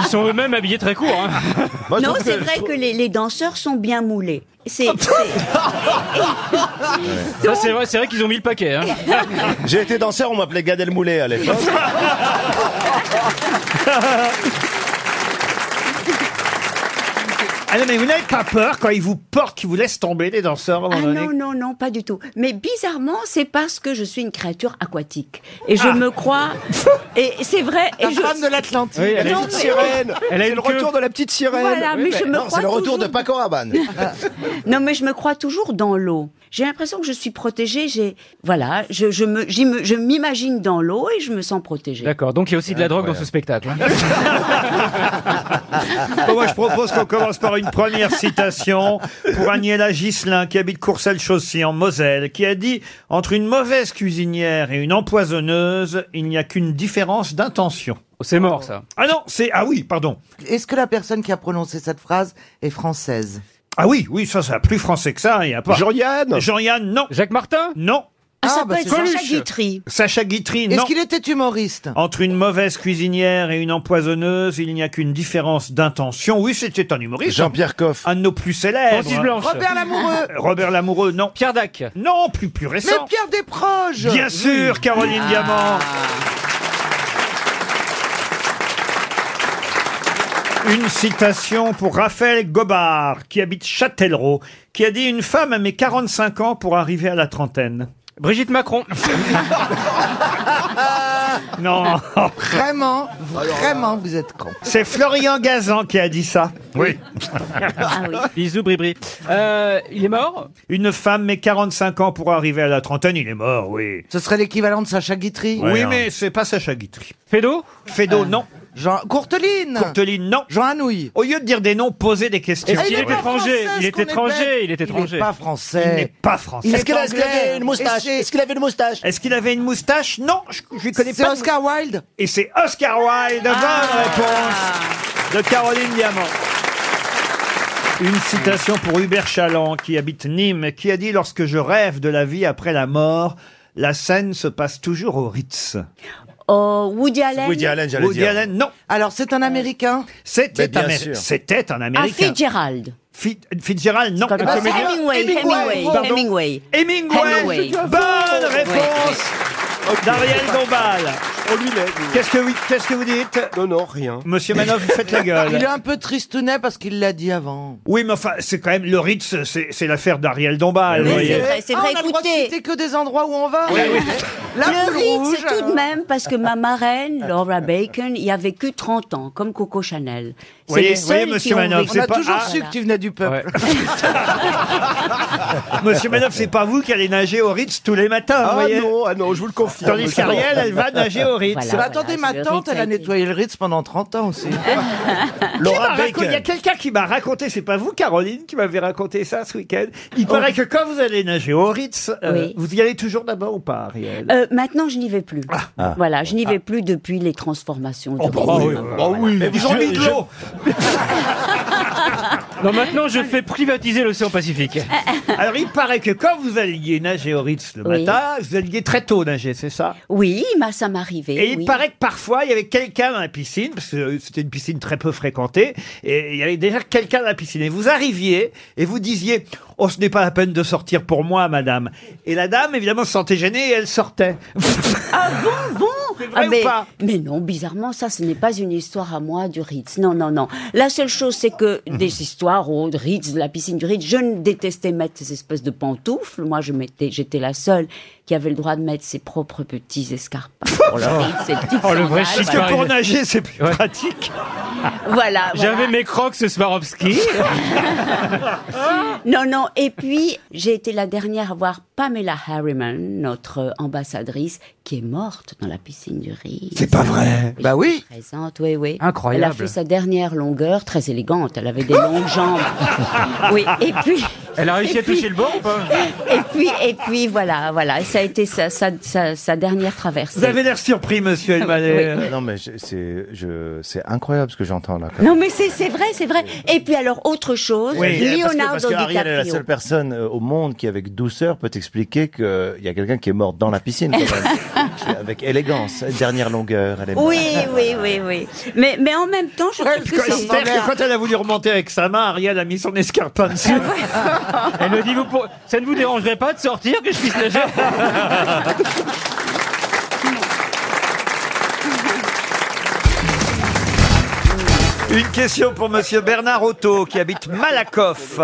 [SPEAKER 11] Ils sont eux-mêmes habillés très court. hein.
[SPEAKER 22] non, c'est vrai que les, les danseurs sont bien moulés. C'est. Ah,
[SPEAKER 11] Ça, c'est vrai, c'est vrai qu'ils ont mis le paquet. hein.
[SPEAKER 3] J'ai été danseur, on m'appelait Gad Elmaleh à l'époque.
[SPEAKER 1] Ah non, mais vous n'avez pas peur quand ils vous portent, qu'ils vous laissent tomber, les danseurs, à un
[SPEAKER 22] Ah
[SPEAKER 1] moment
[SPEAKER 22] non,
[SPEAKER 1] donné
[SPEAKER 22] non, non, pas du tout. Mais bizarrement, c'est parce que je suis une créature aquatique. Et je me crois. Et c'est vrai. Et je... femme de l'Atlantique.
[SPEAKER 7] Oui, elle a une sirène.
[SPEAKER 11] Elle
[SPEAKER 7] C'est le retour de la petite sirène.
[SPEAKER 22] Voilà, mais je me
[SPEAKER 7] non,
[SPEAKER 22] crois
[SPEAKER 7] c'est le retour
[SPEAKER 22] toujours-
[SPEAKER 7] de Paco Rabanne.
[SPEAKER 22] Non, mais je me crois toujours dans l'eau. J'ai l'impression que je suis protégée. J'ai voilà, je, je me, j'y me- je m'imagine dans l'eau et je me sens protégée.
[SPEAKER 11] D'accord, donc il y a aussi de la drogue dans ce spectacle. hein.
[SPEAKER 1] Bon, moi, je propose qu'on commence par une première citation pour Agnella Gislin, qui habite Courcelles-Chaussy, en Moselle, qui a dit « Entre une mauvaise cuisinière et une empoisonneuse, il n'y a qu'une différence d'intention. »
[SPEAKER 11] C'est mort, ça.
[SPEAKER 1] Ah non, c'est... Ah oui, pardon.
[SPEAKER 2] Est-ce que la personne qui a prononcé cette phrase est française
[SPEAKER 1] Ah oui, oui, ça, ça, plus français que ça, il n'y a pas...
[SPEAKER 2] Jean-Yann
[SPEAKER 1] Jean-Yann, non.
[SPEAKER 11] Jacques Martin
[SPEAKER 1] Non.
[SPEAKER 2] Ah, ça peut être Sacha
[SPEAKER 22] Guitry.
[SPEAKER 1] Sacha Guitry, non.
[SPEAKER 2] Est-ce qu'il était humoriste
[SPEAKER 1] Entre une mauvaise cuisinière et une empoisonneuse, il n'y a qu'une différence d'intention. Oui, c'était un humoriste.
[SPEAKER 3] Jean-Pierre Coff.
[SPEAKER 1] Un de nos plus célèbres.
[SPEAKER 11] Francis Blanche. Robert Lamoureux.
[SPEAKER 1] Robert Lamoureux, non.
[SPEAKER 11] Pierre Dac.
[SPEAKER 1] Non, plus, plus
[SPEAKER 2] Mais
[SPEAKER 1] récent.
[SPEAKER 2] Pierre Desproges Ah.
[SPEAKER 1] Bien sûr, Caroline Diamant. Une citation pour Raphaël Gobard, qui habite Châtellerault, qui a dit Une femme à mes 45 ans pour arriver à la trentaine.
[SPEAKER 11] Brigitte Macron.
[SPEAKER 1] non.
[SPEAKER 2] Vraiment, vraiment, vous êtes con.
[SPEAKER 1] C'est Florian Gazan qui a dit ça. Oui.
[SPEAKER 11] Bisous, Bribri. Euh, il est mort
[SPEAKER 1] Une femme met 45 ans pour arriver à la trentaine, il est mort, oui.
[SPEAKER 2] Ce serait l'équivalent de Sacha Guitry
[SPEAKER 1] oui, mais c'est pas Sacha Guitry.
[SPEAKER 11] Fédo
[SPEAKER 1] Fédo, non.
[SPEAKER 2] Jean Courteline
[SPEAKER 1] Courteline, non.
[SPEAKER 2] Jean Anouilh
[SPEAKER 1] Au lieu de dire des noms, posez des questions.
[SPEAKER 11] Est-ce qu'il est étranger Eh, Il est étranger, il est étranger.
[SPEAKER 2] pas français.
[SPEAKER 1] Il n'est pas français.
[SPEAKER 2] Il est Est-ce qu'il avait anglais. une moustache Et c'est-
[SPEAKER 1] Est-ce qu'il avait une moustache Est-ce qu'il avait une moustache Non, je, je lui connais
[SPEAKER 2] C'est
[SPEAKER 1] pas. de-
[SPEAKER 2] Oscar Wilde
[SPEAKER 1] Et c'est Oscar Wilde, bonne
[SPEAKER 11] Ah.
[SPEAKER 1] réponse de Caroline Diamant. Une citation pour Hubert Chaland, qui habite Nîmes, qui a dit Lorsque je rêve de la vie après la mort, la scène se passe toujours au Ritz.
[SPEAKER 22] Oh, Woody Allen. Euh,
[SPEAKER 1] Woody Allen, Ben, non.
[SPEAKER 2] Alors, c'est un Américain
[SPEAKER 1] C'était
[SPEAKER 2] bien
[SPEAKER 1] un, Amé-
[SPEAKER 2] sûr.
[SPEAKER 1] c'était un
[SPEAKER 22] Ah,
[SPEAKER 1] Américain.
[SPEAKER 22] Fitzgerald.
[SPEAKER 1] Fi- Fitzgerald, non.
[SPEAKER 22] Ah, bah, c'est Hemingway, Hemingway,
[SPEAKER 1] Pardon.
[SPEAKER 22] Hemingway.
[SPEAKER 1] Hemingway.
[SPEAKER 22] Hemingway.
[SPEAKER 1] Bonne
[SPEAKER 22] Ouais.
[SPEAKER 1] réponse d'Ariel Dombal. Qu'est-ce que, oui- qu'est-ce que vous dites
[SPEAKER 3] Non, non, rien.
[SPEAKER 1] Monsieur Manoff, vous faites la gueule.
[SPEAKER 2] Il est un peu tristounet parce qu'il l'a dit avant.
[SPEAKER 1] Oui, mais enfin, c'est quand même le Ritz, c'est c'est l'affaire d'Ariel Dombal. vous voyez.
[SPEAKER 22] Bah, c'est
[SPEAKER 2] Ah,
[SPEAKER 22] vrai,
[SPEAKER 2] on a le droit de
[SPEAKER 22] écoutez.
[SPEAKER 2] citer que des endroits où on va. La
[SPEAKER 22] le
[SPEAKER 2] boule
[SPEAKER 22] Ritz,
[SPEAKER 2] rouge.
[SPEAKER 22] tout de même, parce que ma marraine, Laura Bacon, y a vécu 30 ans, comme Coco Chanel. C'est
[SPEAKER 1] Voyez-
[SPEAKER 22] les
[SPEAKER 1] voyez,
[SPEAKER 22] seuls
[SPEAKER 1] monsieur
[SPEAKER 22] qui ont
[SPEAKER 1] Manoff,
[SPEAKER 22] vécu.
[SPEAKER 1] c'est On a pas- Ah. toujours
[SPEAKER 2] su que tu venais du peuple.
[SPEAKER 1] Monsieur Manoff, c'est pas vous qui allez nager au Ritz tous les matins. vous
[SPEAKER 7] Ah
[SPEAKER 1] voyez.
[SPEAKER 7] non, ah non, je vous le confirme.
[SPEAKER 1] Tandis qu'Ariel, elle va nager au Ritz.
[SPEAKER 2] Mais attendez, ma tante, elle a nettoyé le Ritz pendant 30 ans aussi.
[SPEAKER 1] Qui m'a raconté- Il y a quelqu'un qui m'a raconté, c'est pas vous, Caroline, qui m'avez raconté ça ce week-end. Il paraît que quand vous allez nager au Ritz, euh,
[SPEAKER 22] Oui.
[SPEAKER 1] vous y allez toujours d'abord ou pas, Ariel
[SPEAKER 22] Euh, maintenant, je n'y vais plus.
[SPEAKER 1] Ah.
[SPEAKER 22] Voilà, je n'y vais plus depuis les transformations.
[SPEAKER 1] Oh,
[SPEAKER 22] de
[SPEAKER 1] bah
[SPEAKER 22] Rouen.
[SPEAKER 1] Mais vous en mettez de l'eau
[SPEAKER 11] Non, maintenant je fais privatiser l'océan Pacifique.
[SPEAKER 1] Alors, il paraît que quand vous alliez nager au Ritz le
[SPEAKER 22] Oui.
[SPEAKER 1] matin, vous alliez très tôt nager, c'est ça
[SPEAKER 22] Oui, bah, ça m'est arrivé.
[SPEAKER 1] Et il
[SPEAKER 22] oui.
[SPEAKER 1] paraît que parfois, il y avait quelqu'un dans la piscine, parce que euh, c'était une piscine très peu fréquentée, et il y avait déjà quelqu'un dans la piscine. Et vous arriviez, et vous disiez, « Oh, ce n'est pas la peine de sortir pour moi, madame. » Et la dame, évidemment, se sentait gênée, et elle sortait.
[SPEAKER 22] Ah bon, bon
[SPEAKER 1] vrai
[SPEAKER 22] Ah, mais,
[SPEAKER 1] ou pas
[SPEAKER 22] mais non, bizarrement, ça, ce n'est pas une histoire à moi du Ritz. Non, non, non. La seule chose, c'est que
[SPEAKER 1] Mhm.
[SPEAKER 22] des histoires au Ritz, de la piscine du Ritz, je ne détestais mettre ces espèces de pantoufles. Moi, je mettais, j'étais la seule qui avait le droit de mettre ses propres petits escarpins. pour le Ritz, ses petites
[SPEAKER 11] Oh, le vrai
[SPEAKER 22] sandales,
[SPEAKER 11] chic
[SPEAKER 1] Parce que
[SPEAKER 11] Pareil.
[SPEAKER 1] pour nager, c'est plus
[SPEAKER 11] Ouais.
[SPEAKER 1] pratique.
[SPEAKER 22] Voilà. voilà.
[SPEAKER 11] J'avais mes crocs Swarovski.
[SPEAKER 22] Ah Non, non. Et puis, j'ai été la dernière à voir Pamela Harriman, notre euh, ambassadrice, qui est morte dans la piscine du Ritz. C'est pas vrai
[SPEAKER 2] Bah oui.
[SPEAKER 22] Présente, oui, oui.
[SPEAKER 11] Incroyable.
[SPEAKER 22] Elle a fait sa dernière longueur, très élégante. Elle avait des longues jambes. Oui, et puis,
[SPEAKER 9] Elle a réussi à toucher le bord ou pas
[SPEAKER 22] Et puis, et puis voilà, voilà, ça a été sa, sa, sa, sa dernière traversée.
[SPEAKER 1] Vous avez l'air surpris, monsieur Elmaleh.
[SPEAKER 22] Ah Oui.
[SPEAKER 7] Non, mais je- c'est je- c'est incroyable ce que j'entends là. quand même.
[SPEAKER 22] Non mais c'est c'est vrai, c'est vrai. Et puis alors autre chose,
[SPEAKER 7] Oui, parce que,
[SPEAKER 22] eh, Leonardo
[SPEAKER 7] parce que Ariel est la
[SPEAKER 22] DiCaprio.
[SPEAKER 7] seule personne euh, au monde qui, avec douceur, peut t'expliquer qu'il y a quelqu'un qui est mort dans la piscine, quand même. C'est avec élégance. Dernière longueur, elle est morte.
[SPEAKER 22] Oui, oui, oui, oui. Mais mais en même temps, je trouve que c'est
[SPEAKER 1] C'est-à-dire que quand elle a voulu remonter avec sa main, Ariel a mis son escarpin dessus.
[SPEAKER 9] Elle me dit, vous pour- ça ne vous dérangerait pas de sortir que je puisse nager
[SPEAKER 1] Une question pour monsieur Bernard Otto qui habite Malakoff.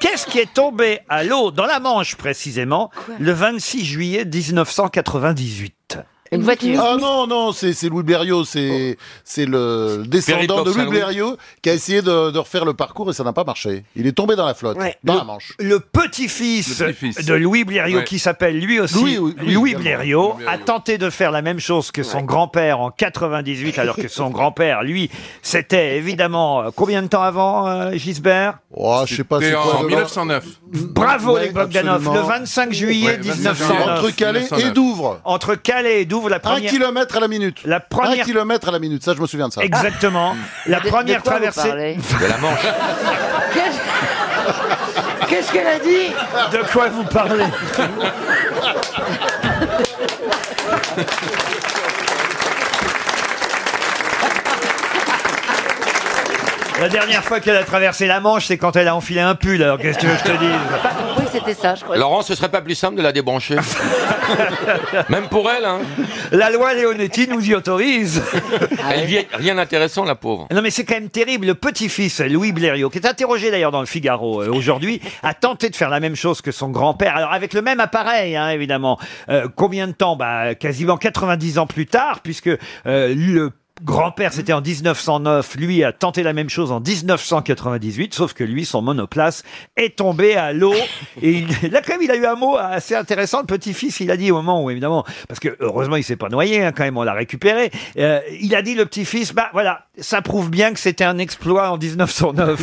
[SPEAKER 1] Qu'est-ce qui est tombé à l'eau, dans la Manche précisément, le 26 juillet 1998
[SPEAKER 17] Une voiture. Ah non, non, c'est c'est Louis Blériot, c'est c'est le descendant
[SPEAKER 1] Péripop
[SPEAKER 17] de Louis
[SPEAKER 1] Saint-Louis.
[SPEAKER 17] Blériot qui a essayé de, de refaire le parcours et ça n'a pas marché. Il est tombé dans la flotte, dans la Manche.
[SPEAKER 1] Le petit-fils de Louis Blériot,
[SPEAKER 17] Ouais.
[SPEAKER 1] qui s'appelle lui aussi
[SPEAKER 17] Louis,
[SPEAKER 1] Louis,
[SPEAKER 17] oui, oui, également.
[SPEAKER 1] Blériot, a tenté de faire la même chose que son grand-père en 98, alors que son grand-père, lui, c'était évidemment euh, combien de temps avant, euh, Gisbert
[SPEAKER 17] Oh, je sais pas, c'est
[SPEAKER 10] C'était
[SPEAKER 17] quoi
[SPEAKER 10] en
[SPEAKER 17] le-
[SPEAKER 10] 1909.
[SPEAKER 1] Bravo
[SPEAKER 17] Ouais,
[SPEAKER 1] les Bogdanov,
[SPEAKER 17] absolument.
[SPEAKER 1] le 25 juillet
[SPEAKER 17] Ouais,
[SPEAKER 1] 1909.
[SPEAKER 17] Entre Calais et Douvres.
[SPEAKER 1] Entre Calais et Douvres, la
[SPEAKER 17] Un
[SPEAKER 1] première...
[SPEAKER 17] kilomètre à la minute.
[SPEAKER 1] La première-
[SPEAKER 17] Un kilomètre à la minute, ça je me souviens de ça.
[SPEAKER 1] Exactement. La
[SPEAKER 17] De- de
[SPEAKER 1] première
[SPEAKER 17] quoi vous
[SPEAKER 1] traversée...
[SPEAKER 17] parlez
[SPEAKER 1] De la Manche.
[SPEAKER 17] Qu'est-ce qu'elle a dit
[SPEAKER 1] De quoi vous parlez La dernière fois qu'elle a traversé la Manche, c'est quand elle a enfilé un pull. Alors qu'est-ce que tu veux que je te dise
[SPEAKER 17] Oui, c'était ça, je crois.
[SPEAKER 5] Laurent, ce serait pas plus simple de la débrancher. Même pour elle, hein.
[SPEAKER 1] La loi Leonetti nous y autorise.
[SPEAKER 5] Elle vit rien d'intéressant, la pauvre.
[SPEAKER 1] Non mais c'est quand même terrible. Le petit-fils, Louis Blériot, qui est interrogé d'ailleurs dans le Figaro euh, aujourd'hui, a tenté de faire la même chose que son grand-père. Alors avec le même appareil, hein, évidemment. Euh, combien de temps bah, Quasiment 90 ans plus tard, puisque euh, le grand-père, c'était en 1909, lui a tenté la même chose en 1998, sauf que lui, son monoplace est tombé à l'eau. Et il- là, quand même, il a eu un mot assez intéressant. Le petit-fils, il a dit au moment où, évidemment, parce que heureusement, il s'est pas noyé, hein, quand même, on l'a récupéré. Euh, il a dit, le petit-fils, bah voilà, ça prouve bien que c'était un exploit en 1909.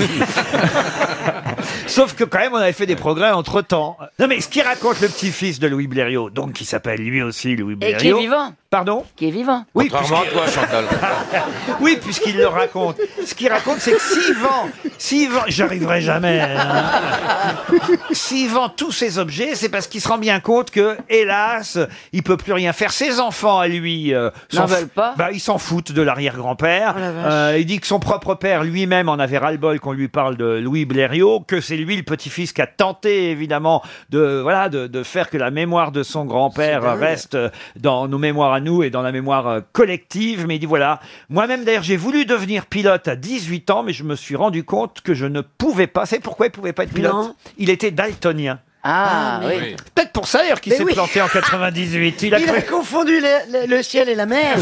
[SPEAKER 1] Sauf que quand même, on avait fait des progrès entre temps. Non, mais ce qui raconte le petit-fils de Louis Blériot, donc qui s'appelle lui aussi Louis
[SPEAKER 17] qui est
[SPEAKER 1] Blériot.
[SPEAKER 17] vivant.
[SPEAKER 1] Pardon
[SPEAKER 17] Qui est vivant.
[SPEAKER 1] Oui,
[SPEAKER 5] Contrairement à
[SPEAKER 1] puisque-
[SPEAKER 5] toi, Chantal.
[SPEAKER 1] oui, puisqu'il le raconte. Ce qu'il raconte, c'est que s'il vend, s'il vend, j'arriverai jamais. hein. S'il vend tous ses objets, c'est parce qu'il se rend bien compte que, hélas, il peut plus rien faire. Ses enfants, à lui, euh,
[SPEAKER 17] N'en
[SPEAKER 1] s'en f-
[SPEAKER 17] veulent pas.
[SPEAKER 1] Bah, ils s'en foutent de l'arrière-grand-père.
[SPEAKER 17] Oh la vache.
[SPEAKER 1] Euh, il dit que son propre père lui-même en avait ras-le-bol qu'on lui parle de Louis Blériot, que c'est lui le petit-fils qui a tenté évidemment de voilà de, de faire que la mémoire de son grand-père
[SPEAKER 17] dingue.
[SPEAKER 1] reste euh, dans nos mémoires à nous et dans la mémoire euh, collective. Mais il dit voilà, moi-même d'ailleurs j'ai voulu devenir pilote à 18 ans, mais je me suis rendu compte que je ne pouvais pas. C'est pourquoi il pouvait pas être pilote
[SPEAKER 17] Non.
[SPEAKER 1] Il était daltonien.
[SPEAKER 17] Ah, Ah, oui. oui.
[SPEAKER 1] Peut-être pour ça d'ailleurs qu'il
[SPEAKER 17] Mais
[SPEAKER 1] s'est
[SPEAKER 17] oui.
[SPEAKER 1] planté en 98.
[SPEAKER 17] Il a
[SPEAKER 1] cru- Euh,
[SPEAKER 17] confondu le, le- le ciel et la mer.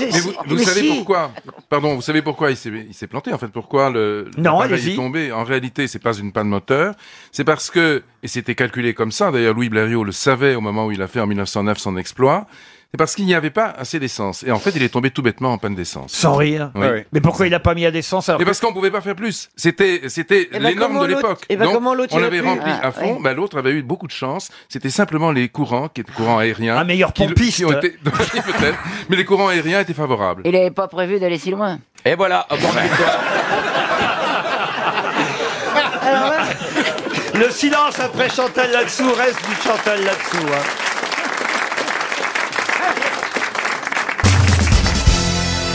[SPEAKER 10] Mais vous, vous savez pourquoi Pardon, vous savez pourquoi il s'est il s'est planté en fait Pourquoi le, le
[SPEAKER 1] Non,
[SPEAKER 10] l'appareil
[SPEAKER 1] allez-y.
[SPEAKER 10] est tombé En réalité, c'est pas une panne moteur. C'est parce que et c'était calculé comme ça. D'ailleurs, Louis Blériot le savait au moment où il a fait en 1909 son exploit. C'est parce qu'il n'y avait pas assez d'essence. Et en fait, il est tombé tout bêtement en panne d'essence.
[SPEAKER 1] Sans rire.
[SPEAKER 17] Ah
[SPEAKER 10] Oui.
[SPEAKER 1] Mais pourquoi il a pas mis à l'essence
[SPEAKER 17] Eh
[SPEAKER 1] alors
[SPEAKER 10] Et parce qu'on pouvait pas faire plus. C'était c'était
[SPEAKER 1] Eh ben,
[SPEAKER 10] les normes
[SPEAKER 1] comment
[SPEAKER 10] de
[SPEAKER 1] l'autre-
[SPEAKER 10] l'époque.
[SPEAKER 1] eh ben,
[SPEAKER 10] Donc,
[SPEAKER 1] comment l'autre,
[SPEAKER 10] on
[SPEAKER 1] il a
[SPEAKER 10] l'avait
[SPEAKER 1] pu
[SPEAKER 10] rempli
[SPEAKER 1] Ah,
[SPEAKER 10] à fond.
[SPEAKER 1] ouais.
[SPEAKER 10] Bah, l'autre avait eu beaucoup de chance. C'était simplement les courants qui étaient courants aériens. Un meilleur
[SPEAKER 1] pompiste.
[SPEAKER 10] Qui ont été, peut-être. Mais les courants aériens étaient favorables.
[SPEAKER 17] Il n'avait pas prévu d'aller si loin.
[SPEAKER 10] Et voilà.
[SPEAKER 1] Le silence après Chantal là-dessous reste du Chantal là-dessous. hein.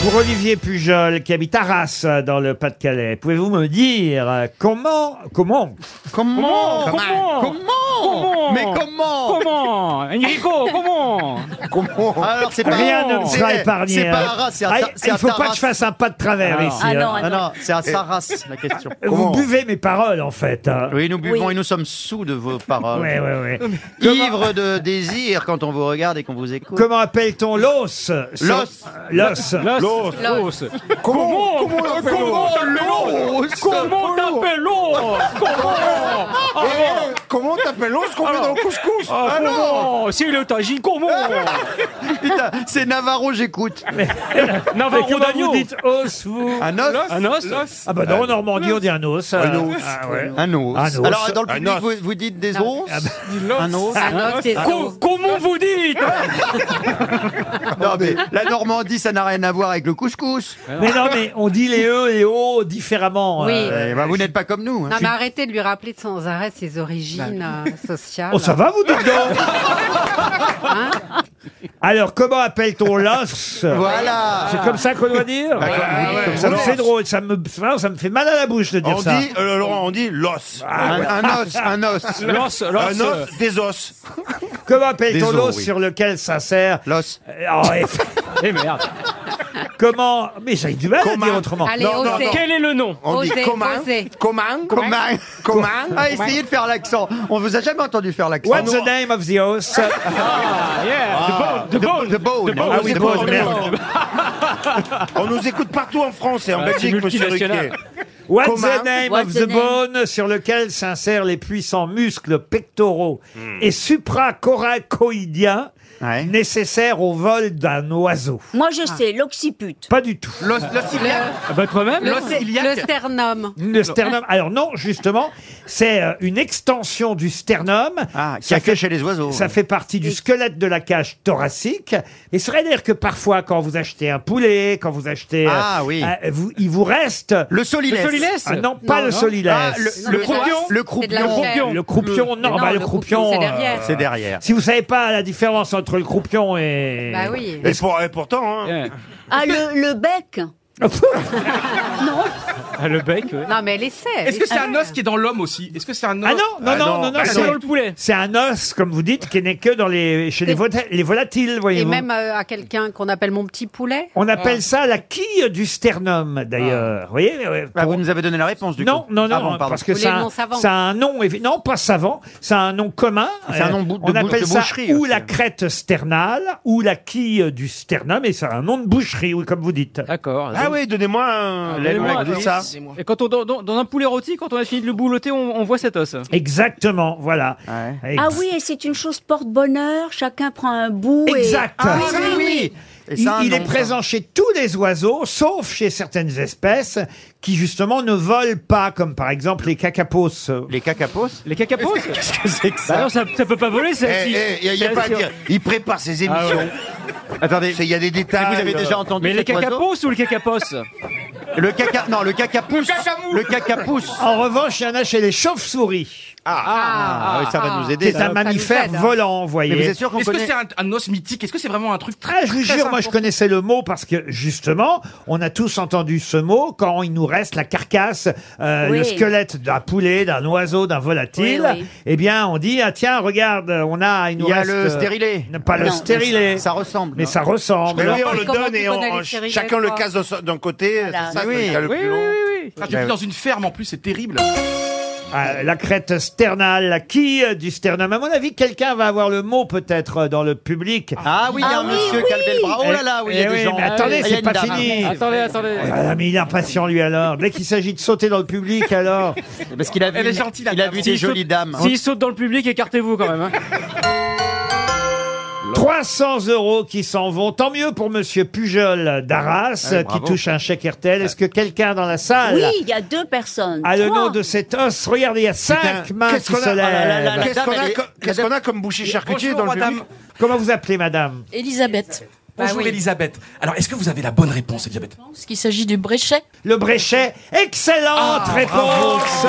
[SPEAKER 1] Pour Olivier Pujol, qui habite Arras, dans le Pas-de-Calais, pouvez-vous me dire euh, comment, comment,
[SPEAKER 9] Comment Comment Comment
[SPEAKER 1] Mais
[SPEAKER 9] comment Comment Enrico, comment Comment
[SPEAKER 1] Alors, c'est pas- Rien ne me sera
[SPEAKER 9] C'est-
[SPEAKER 1] épargné,
[SPEAKER 9] c'est pas
[SPEAKER 1] hein.
[SPEAKER 9] Arras, c'est à
[SPEAKER 1] Ah,
[SPEAKER 9] Sa- c'est
[SPEAKER 1] Il
[SPEAKER 9] à
[SPEAKER 1] faut pas
[SPEAKER 9] Taras.
[SPEAKER 1] que je fasse un pas de travers
[SPEAKER 9] Ah non.
[SPEAKER 1] ici.
[SPEAKER 9] Ah non,
[SPEAKER 1] hein.
[SPEAKER 9] ah non. Ah non, c'est à Saras, la question.
[SPEAKER 1] Vous
[SPEAKER 9] Comment
[SPEAKER 1] buvez mes paroles, en fait. hein.
[SPEAKER 3] Oui, nous buvons et nous sommes sous de vos paroles.
[SPEAKER 1] Ouais, ouais, ouais.
[SPEAKER 3] Ivre de désir quand on vous regarde et qu'on vous écoute.
[SPEAKER 1] Comment appelle-t-on l'os
[SPEAKER 3] L'os.
[SPEAKER 1] L'os.
[SPEAKER 3] L'os. L'os.
[SPEAKER 9] Comment Comment
[SPEAKER 3] l'appelle
[SPEAKER 9] Comment Ah, t'appelles l'os Comment Eh
[SPEAKER 1] Oh.
[SPEAKER 3] Eh,
[SPEAKER 17] Comment t'appelles
[SPEAKER 23] mais l'os qu'on met dans le couscous.
[SPEAKER 11] Ah non Si il est au tagine, gourmand
[SPEAKER 3] Putain, c'est Navarro, j'écoute.
[SPEAKER 11] Navarro
[SPEAKER 1] Mais comment
[SPEAKER 11] d'agneau.
[SPEAKER 1] vous dites os, vous
[SPEAKER 3] Un os
[SPEAKER 11] Un os
[SPEAKER 1] Ah bah non, en Normandie, on dit un os.
[SPEAKER 3] Euh, Un os.
[SPEAKER 1] Ah ouais.
[SPEAKER 3] Un os.
[SPEAKER 1] Un os. Ah, bah.
[SPEAKER 3] Alors, dans le
[SPEAKER 1] Un
[SPEAKER 3] public,
[SPEAKER 1] os.
[SPEAKER 3] vous, vous dites des os Un os
[SPEAKER 11] Un os, c'est Co- os. Comment vous dites
[SPEAKER 3] Ah. Non, mais la Normandie, ça n'a rien à voir avec le couscous.
[SPEAKER 1] Mais non, mais on dit les E et O différemment. euh,
[SPEAKER 7] Oui.
[SPEAKER 3] Eh ben, vous n'êtes pas comme nous. hein.
[SPEAKER 7] Non, mais arrêtez de lui rappeler de sans arrêt ses origines euh, sociales.
[SPEAKER 1] Oh, ça va, vous dites donc
[SPEAKER 7] Hein
[SPEAKER 1] Alors, comment appelle-t-on l'os
[SPEAKER 3] Voilà.
[SPEAKER 1] C'est comme ça qu'on doit dire
[SPEAKER 3] Bah, ouais, ouais.
[SPEAKER 1] Ça me
[SPEAKER 3] L'os.
[SPEAKER 1] fait drôle, ça me, ça, me fait mal à la bouche de dire
[SPEAKER 4] On
[SPEAKER 1] ça.
[SPEAKER 4] dit, euh, Laurent, on dit l'os.
[SPEAKER 1] Ah, ouais.
[SPEAKER 3] un, un os, un os.
[SPEAKER 1] L'os, l'os,
[SPEAKER 4] Un
[SPEAKER 1] euh,
[SPEAKER 4] os, des os.
[SPEAKER 1] Comment appelle-t-on
[SPEAKER 4] Des os,
[SPEAKER 1] l'os
[SPEAKER 4] oui.
[SPEAKER 1] sur lequel Euh, s'insère
[SPEAKER 3] L'os.
[SPEAKER 1] Eh merde. Comment Mais j'ai du mal à dire autrement.
[SPEAKER 7] Allez, Non, non, osez. non.
[SPEAKER 11] Quel est le nom
[SPEAKER 4] On dit
[SPEAKER 7] Osez,
[SPEAKER 4] comment
[SPEAKER 7] osez.
[SPEAKER 4] Comment
[SPEAKER 3] Comment
[SPEAKER 4] Comment
[SPEAKER 3] Ah, essayez de faire l'accent. On vous a jamais entendu faire l'accent.
[SPEAKER 1] What's the name of the os
[SPEAKER 9] eh
[SPEAKER 11] Ah,
[SPEAKER 4] Ah.
[SPEAKER 11] yeah The bone The bone
[SPEAKER 3] The bone.
[SPEAKER 1] Ah oui,
[SPEAKER 4] C'est
[SPEAKER 1] bon,
[SPEAKER 4] bon,
[SPEAKER 1] merde.
[SPEAKER 4] on est bon. On nous écoute partout en France et en
[SPEAKER 11] Ah, c'est
[SPEAKER 4] Belgique, monsieur
[SPEAKER 11] multinational.
[SPEAKER 4] Riquet.
[SPEAKER 1] What's
[SPEAKER 4] Comment
[SPEAKER 1] the name
[SPEAKER 7] What's
[SPEAKER 1] of
[SPEAKER 7] the
[SPEAKER 1] the
[SPEAKER 7] name
[SPEAKER 1] bone sur lequel s'insèrent les puissants muscles pectoraux
[SPEAKER 4] Hmm.
[SPEAKER 1] et supracoracoïdiens nécessaires au vol d'un oiseau
[SPEAKER 22] Moi, je sais, l'occiput.
[SPEAKER 1] Pas du tout. Ah,
[SPEAKER 3] L'os, l'os iliaque.
[SPEAKER 11] Bah toi-même
[SPEAKER 7] Le, le sternum.
[SPEAKER 1] Le sternum. Alors non, justement, c'est euh, une extension du sternum.
[SPEAKER 3] Ah, qui
[SPEAKER 1] Ça
[SPEAKER 3] a
[SPEAKER 1] fait-
[SPEAKER 3] fait chez les oiseaux.
[SPEAKER 1] Ça fait partie du squelette de la cage thoracique. Et serait dire que parfois, quand vous achetez un poulet, quand vous achetez, euh,
[SPEAKER 3] Ah, oui.
[SPEAKER 1] euh, vous- il vous reste
[SPEAKER 3] Le solilès.
[SPEAKER 11] Le solilès
[SPEAKER 1] Ah non, pas
[SPEAKER 11] Non,
[SPEAKER 1] le
[SPEAKER 11] non.
[SPEAKER 1] solilès.
[SPEAKER 3] Ah, le, le
[SPEAKER 7] C'est de la-
[SPEAKER 3] croupion.
[SPEAKER 1] le
[SPEAKER 7] c'est de la
[SPEAKER 1] croupion,
[SPEAKER 7] chair.
[SPEAKER 1] le croupion, non,
[SPEAKER 7] Non,
[SPEAKER 1] bah, le
[SPEAKER 7] le
[SPEAKER 1] croupion,
[SPEAKER 7] croupion, c'est
[SPEAKER 1] euh,
[SPEAKER 7] derrière.
[SPEAKER 3] C'est derrière.
[SPEAKER 1] si vous savez pas la différence entre le croupion et,
[SPEAKER 7] Bah oui.
[SPEAKER 4] Et, pour- et pourtant, hein,
[SPEAKER 22] Ah, le, le bec
[SPEAKER 11] Ah, Le bec, ouais.
[SPEAKER 7] Non, mais elle essaie. elle
[SPEAKER 10] Est-ce que c'est
[SPEAKER 7] essaie.
[SPEAKER 10] un os qui est dans l'homme aussi Est-ce que c'est un os
[SPEAKER 1] ah non, non,
[SPEAKER 4] Ah
[SPEAKER 1] non, non,
[SPEAKER 4] non,
[SPEAKER 1] non,
[SPEAKER 4] bah
[SPEAKER 1] c'est
[SPEAKER 11] C'est dans le poulet.
[SPEAKER 1] c'est un os, comme vous dites, qui n'est que dans les, chez les, vota- les volatiles,
[SPEAKER 7] Et
[SPEAKER 1] voyez-vous.
[SPEAKER 7] même euh, à quelqu'un qu'on appelle mon petit poulet.
[SPEAKER 1] On
[SPEAKER 12] Ah.
[SPEAKER 1] appelle ça la quille du sternum, d'ailleurs. Vous voyez euh,
[SPEAKER 3] Ah,
[SPEAKER 1] pour-
[SPEAKER 3] vous nous avez donné la réponse du
[SPEAKER 1] Non,
[SPEAKER 3] coup.
[SPEAKER 1] non, non,
[SPEAKER 3] Ah bon, pardon.
[SPEAKER 1] parce que
[SPEAKER 7] Vous
[SPEAKER 1] ça,
[SPEAKER 7] voulez le
[SPEAKER 1] a-
[SPEAKER 7] nom savant
[SPEAKER 1] ça a un nom, évi- non pas savant, ça a un nom commun. Euh,
[SPEAKER 3] C'est un nom bou- de
[SPEAKER 1] On
[SPEAKER 3] bou-
[SPEAKER 1] appelle
[SPEAKER 3] de
[SPEAKER 1] ça
[SPEAKER 3] boucherie
[SPEAKER 1] ou
[SPEAKER 3] aussi.
[SPEAKER 1] la crête sternale, ou la quille du sternum, et ça a un nom de boucherie, oui, comme vous dites.
[SPEAKER 11] D'accord.
[SPEAKER 4] Ah oui, donnez-moi un.
[SPEAKER 11] L'aile
[SPEAKER 4] Ouais,
[SPEAKER 11] ouest,
[SPEAKER 4] dites ça.
[SPEAKER 11] Et quand on dans, dans- dans un poulet rôti, quand on a fini de le boulotter, on, on voit cet os.
[SPEAKER 3] Ah
[SPEAKER 1] Exactement, voilà. Ex-
[SPEAKER 22] Ah oui, et c'est une chose porte-bonheur, chacun prend un bout. et-
[SPEAKER 1] Exact.
[SPEAKER 3] Ah oui, oui. Et
[SPEAKER 1] Il,
[SPEAKER 3] ça a un
[SPEAKER 1] il est
[SPEAKER 3] nom, ça.
[SPEAKER 1] présent chez tous les oiseaux, sauf chez certaines espèces qui justement ne volent pas, comme par exemple les cacapos.
[SPEAKER 3] Les cacapos.
[SPEAKER 11] Les cacapos Qu'est-ce que c'est que ça Bah non, ça, ça peut pas voler
[SPEAKER 4] Eh,
[SPEAKER 11] celle-ci.
[SPEAKER 4] eh, y a- y a pas à dire. Il prépare ses
[SPEAKER 1] Ah
[SPEAKER 4] émissions.
[SPEAKER 3] Attendez.
[SPEAKER 4] C'est- Il y a des détails.
[SPEAKER 3] Vous avez
[SPEAKER 4] euh,
[SPEAKER 3] déjà entendu
[SPEAKER 11] Mais les
[SPEAKER 3] cet oiseau
[SPEAKER 11] cacapos ou le cacapos
[SPEAKER 3] Le caca. Non, le cacapousse. Le cacapousse.
[SPEAKER 1] En revanche, il y en a chez les chauves-souris.
[SPEAKER 3] Ah, oui, ça va nous aider.
[SPEAKER 1] C'est
[SPEAKER 3] ça.
[SPEAKER 1] un
[SPEAKER 7] nous
[SPEAKER 1] mammifère
[SPEAKER 7] aide, hein.
[SPEAKER 1] volant, vous voyez.
[SPEAKER 3] Mais vous êtes sûr qu'on
[SPEAKER 10] Est-ce que
[SPEAKER 3] connaît
[SPEAKER 10] c'est un, un os mythique Est-ce que c'est vraiment un truc très
[SPEAKER 1] Ah, je vous
[SPEAKER 10] très
[SPEAKER 1] jure, moi je
[SPEAKER 10] important
[SPEAKER 1] connaissais le mot parce que justement, on a tous entendu ce mot quand il nous reste la carcasse, euh,
[SPEAKER 22] Oui.
[SPEAKER 1] le squelette d'un poulet, d'un oiseau, d'un volatile.
[SPEAKER 22] Oui, oui.
[SPEAKER 1] Eh bien, on dit ah tiens, regarde, on a, il nous
[SPEAKER 3] Il y a
[SPEAKER 1] reste,
[SPEAKER 3] le
[SPEAKER 1] euh,
[SPEAKER 3] stérilé.
[SPEAKER 1] Pas le
[SPEAKER 22] Non.
[SPEAKER 1] stérilé,
[SPEAKER 3] Ça ressemble.
[SPEAKER 1] mais ça ressemble.
[SPEAKER 4] Mais oui, on
[SPEAKER 7] Mais
[SPEAKER 4] le
[SPEAKER 7] comment
[SPEAKER 4] donne
[SPEAKER 7] tu
[SPEAKER 3] hein.
[SPEAKER 4] et on-
[SPEAKER 7] connais les
[SPEAKER 4] on-
[SPEAKER 7] stérilés,
[SPEAKER 4] chacun
[SPEAKER 3] Oh.
[SPEAKER 4] le
[SPEAKER 7] toi
[SPEAKER 4] casse de son- d'un côté.
[SPEAKER 22] Voilà.
[SPEAKER 4] C'est ça
[SPEAKER 3] Oui.
[SPEAKER 4] le cas le
[SPEAKER 11] Oui,
[SPEAKER 4] plus long.
[SPEAKER 11] oui, oui,
[SPEAKER 10] Ah, je vis dans une ferme en plus, c'est terrible.
[SPEAKER 1] Ah, la crête sternale, la quille du sternum. À mon avis, quelqu'un va avoir le mot peut-être euh, dans le public.
[SPEAKER 3] Ah oui, il y a un monsieur qui a levé le bras. Oh là là, oui, il y
[SPEAKER 1] Eh
[SPEAKER 3] a des gens.
[SPEAKER 1] mais attendez,
[SPEAKER 3] Ah, il y a
[SPEAKER 1] c'est
[SPEAKER 3] une
[SPEAKER 1] pas
[SPEAKER 3] dame.
[SPEAKER 1] fini.
[SPEAKER 11] Attendez, attendez.
[SPEAKER 1] Ah, mais il est impatient lui alors. Dès qu'il s'agit de sauter dans le public alors.
[SPEAKER 3] Parce qu'il a vu,
[SPEAKER 10] Elle est
[SPEAKER 3] une-
[SPEAKER 10] gentille, la
[SPEAKER 3] il a
[SPEAKER 10] dame.
[SPEAKER 3] vu
[SPEAKER 11] S'il
[SPEAKER 3] des
[SPEAKER 11] saute-
[SPEAKER 3] jolies dames.
[SPEAKER 11] S'il saute dans le public, écartez-vous quand même. hein.
[SPEAKER 1] 300 euros qui s'en vont. Tant mieux pour Monsieur Pujol d'Arras
[SPEAKER 3] Ouais,
[SPEAKER 1] euh, qui
[SPEAKER 3] bravo.
[SPEAKER 1] touche un chèque RTL. Est-ce que quelqu'un dans la salle
[SPEAKER 22] Oui, il y a deux personnes.
[SPEAKER 1] a le
[SPEAKER 22] trois.
[SPEAKER 1] nom de cet os Regardez, il y a cinq mains
[SPEAKER 4] Qu'est-ce
[SPEAKER 1] qui
[SPEAKER 4] qu'on
[SPEAKER 1] se
[SPEAKER 4] a- oh là là là,
[SPEAKER 1] lèvent.
[SPEAKER 4] qu'est-ce
[SPEAKER 3] dame,
[SPEAKER 4] qu'on
[SPEAKER 3] elle
[SPEAKER 4] a
[SPEAKER 3] est-
[SPEAKER 4] co- qu'est-ce qu'on a comme boucher charcutier
[SPEAKER 10] Bonjour,
[SPEAKER 4] dans le
[SPEAKER 10] madame.
[SPEAKER 4] public
[SPEAKER 1] Comment vous appelez, madame
[SPEAKER 12] Elisabeth.
[SPEAKER 22] Bah
[SPEAKER 10] Bonjour
[SPEAKER 7] oui.
[SPEAKER 10] Elisabeth. Alors, est-ce que vous avez la bonne réponse, Elisabeth
[SPEAKER 12] Je pense qu'il s'agit du bréchet.
[SPEAKER 1] Le Bréchet.
[SPEAKER 8] Ah,
[SPEAKER 1] Excellente réponse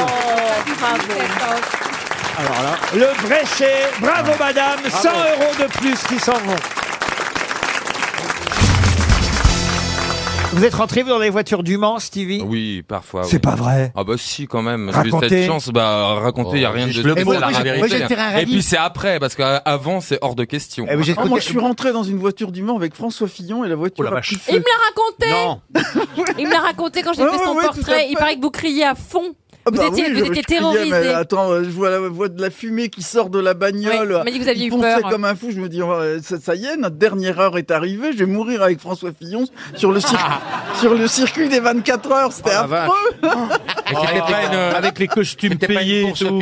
[SPEAKER 9] Ah.
[SPEAKER 1] Le Bréchet. Bravo, madame. 100 euros de plus qui s'en vont. Vous êtes rentré vous, dans les voitures du Mans, Stevie
[SPEAKER 8] Oui, parfois.
[SPEAKER 1] C'est
[SPEAKER 8] oui.
[SPEAKER 1] pas vrai.
[SPEAKER 8] Ah bah si quand même, j'ai eu
[SPEAKER 1] Racontez.
[SPEAKER 8] cette chance, bah raconter, il y a rien de spécial,
[SPEAKER 24] moi,
[SPEAKER 8] la
[SPEAKER 24] j'ai- moi, j'ai
[SPEAKER 8] vérité.
[SPEAKER 24] fait un
[SPEAKER 8] Et
[SPEAKER 24] rallye.
[SPEAKER 8] puis c'est après, parce qu'avant c'est hors de question.
[SPEAKER 24] Eh oui, j'ai
[SPEAKER 25] Ah, moi,
[SPEAKER 24] écouté-
[SPEAKER 25] je suis rentré dans une voiture du Mans avec François Fillon et la
[SPEAKER 7] Oh,
[SPEAKER 25] voiture a pris
[SPEAKER 12] Il me
[SPEAKER 25] feu.
[SPEAKER 12] l'a raconté
[SPEAKER 3] Non.
[SPEAKER 12] Il me l'a raconté quand j'ai
[SPEAKER 25] Ouais,
[SPEAKER 12] fait son
[SPEAKER 25] ouais, ouais, tout à
[SPEAKER 12] portrait.
[SPEAKER 25] fait.
[SPEAKER 12] Il paraît que vous criez à fond.
[SPEAKER 25] Ah
[SPEAKER 12] vous
[SPEAKER 25] bah
[SPEAKER 12] étiez,
[SPEAKER 25] oui,
[SPEAKER 12] vous
[SPEAKER 25] je-
[SPEAKER 12] étiez
[SPEAKER 25] je criais, mais
[SPEAKER 12] terrorisé.
[SPEAKER 25] attends, euh, je vois la vois de la fumée qui sort de la bagnole.
[SPEAKER 12] Oui, il m'a dit que vous aviez
[SPEAKER 25] Il
[SPEAKER 12] eu
[SPEAKER 25] ponçait
[SPEAKER 12] peur.
[SPEAKER 25] comme un fou. Je me dis, oh, euh, ça, ça y est, notre dernière heure est arrivée. Je vais mourir
[SPEAKER 7] Ah. Oh,
[SPEAKER 25] avec François Fillon sur le, cir- sur le circuit des 24 heures. C'était affreux.
[SPEAKER 7] avec les costumes payés et tout.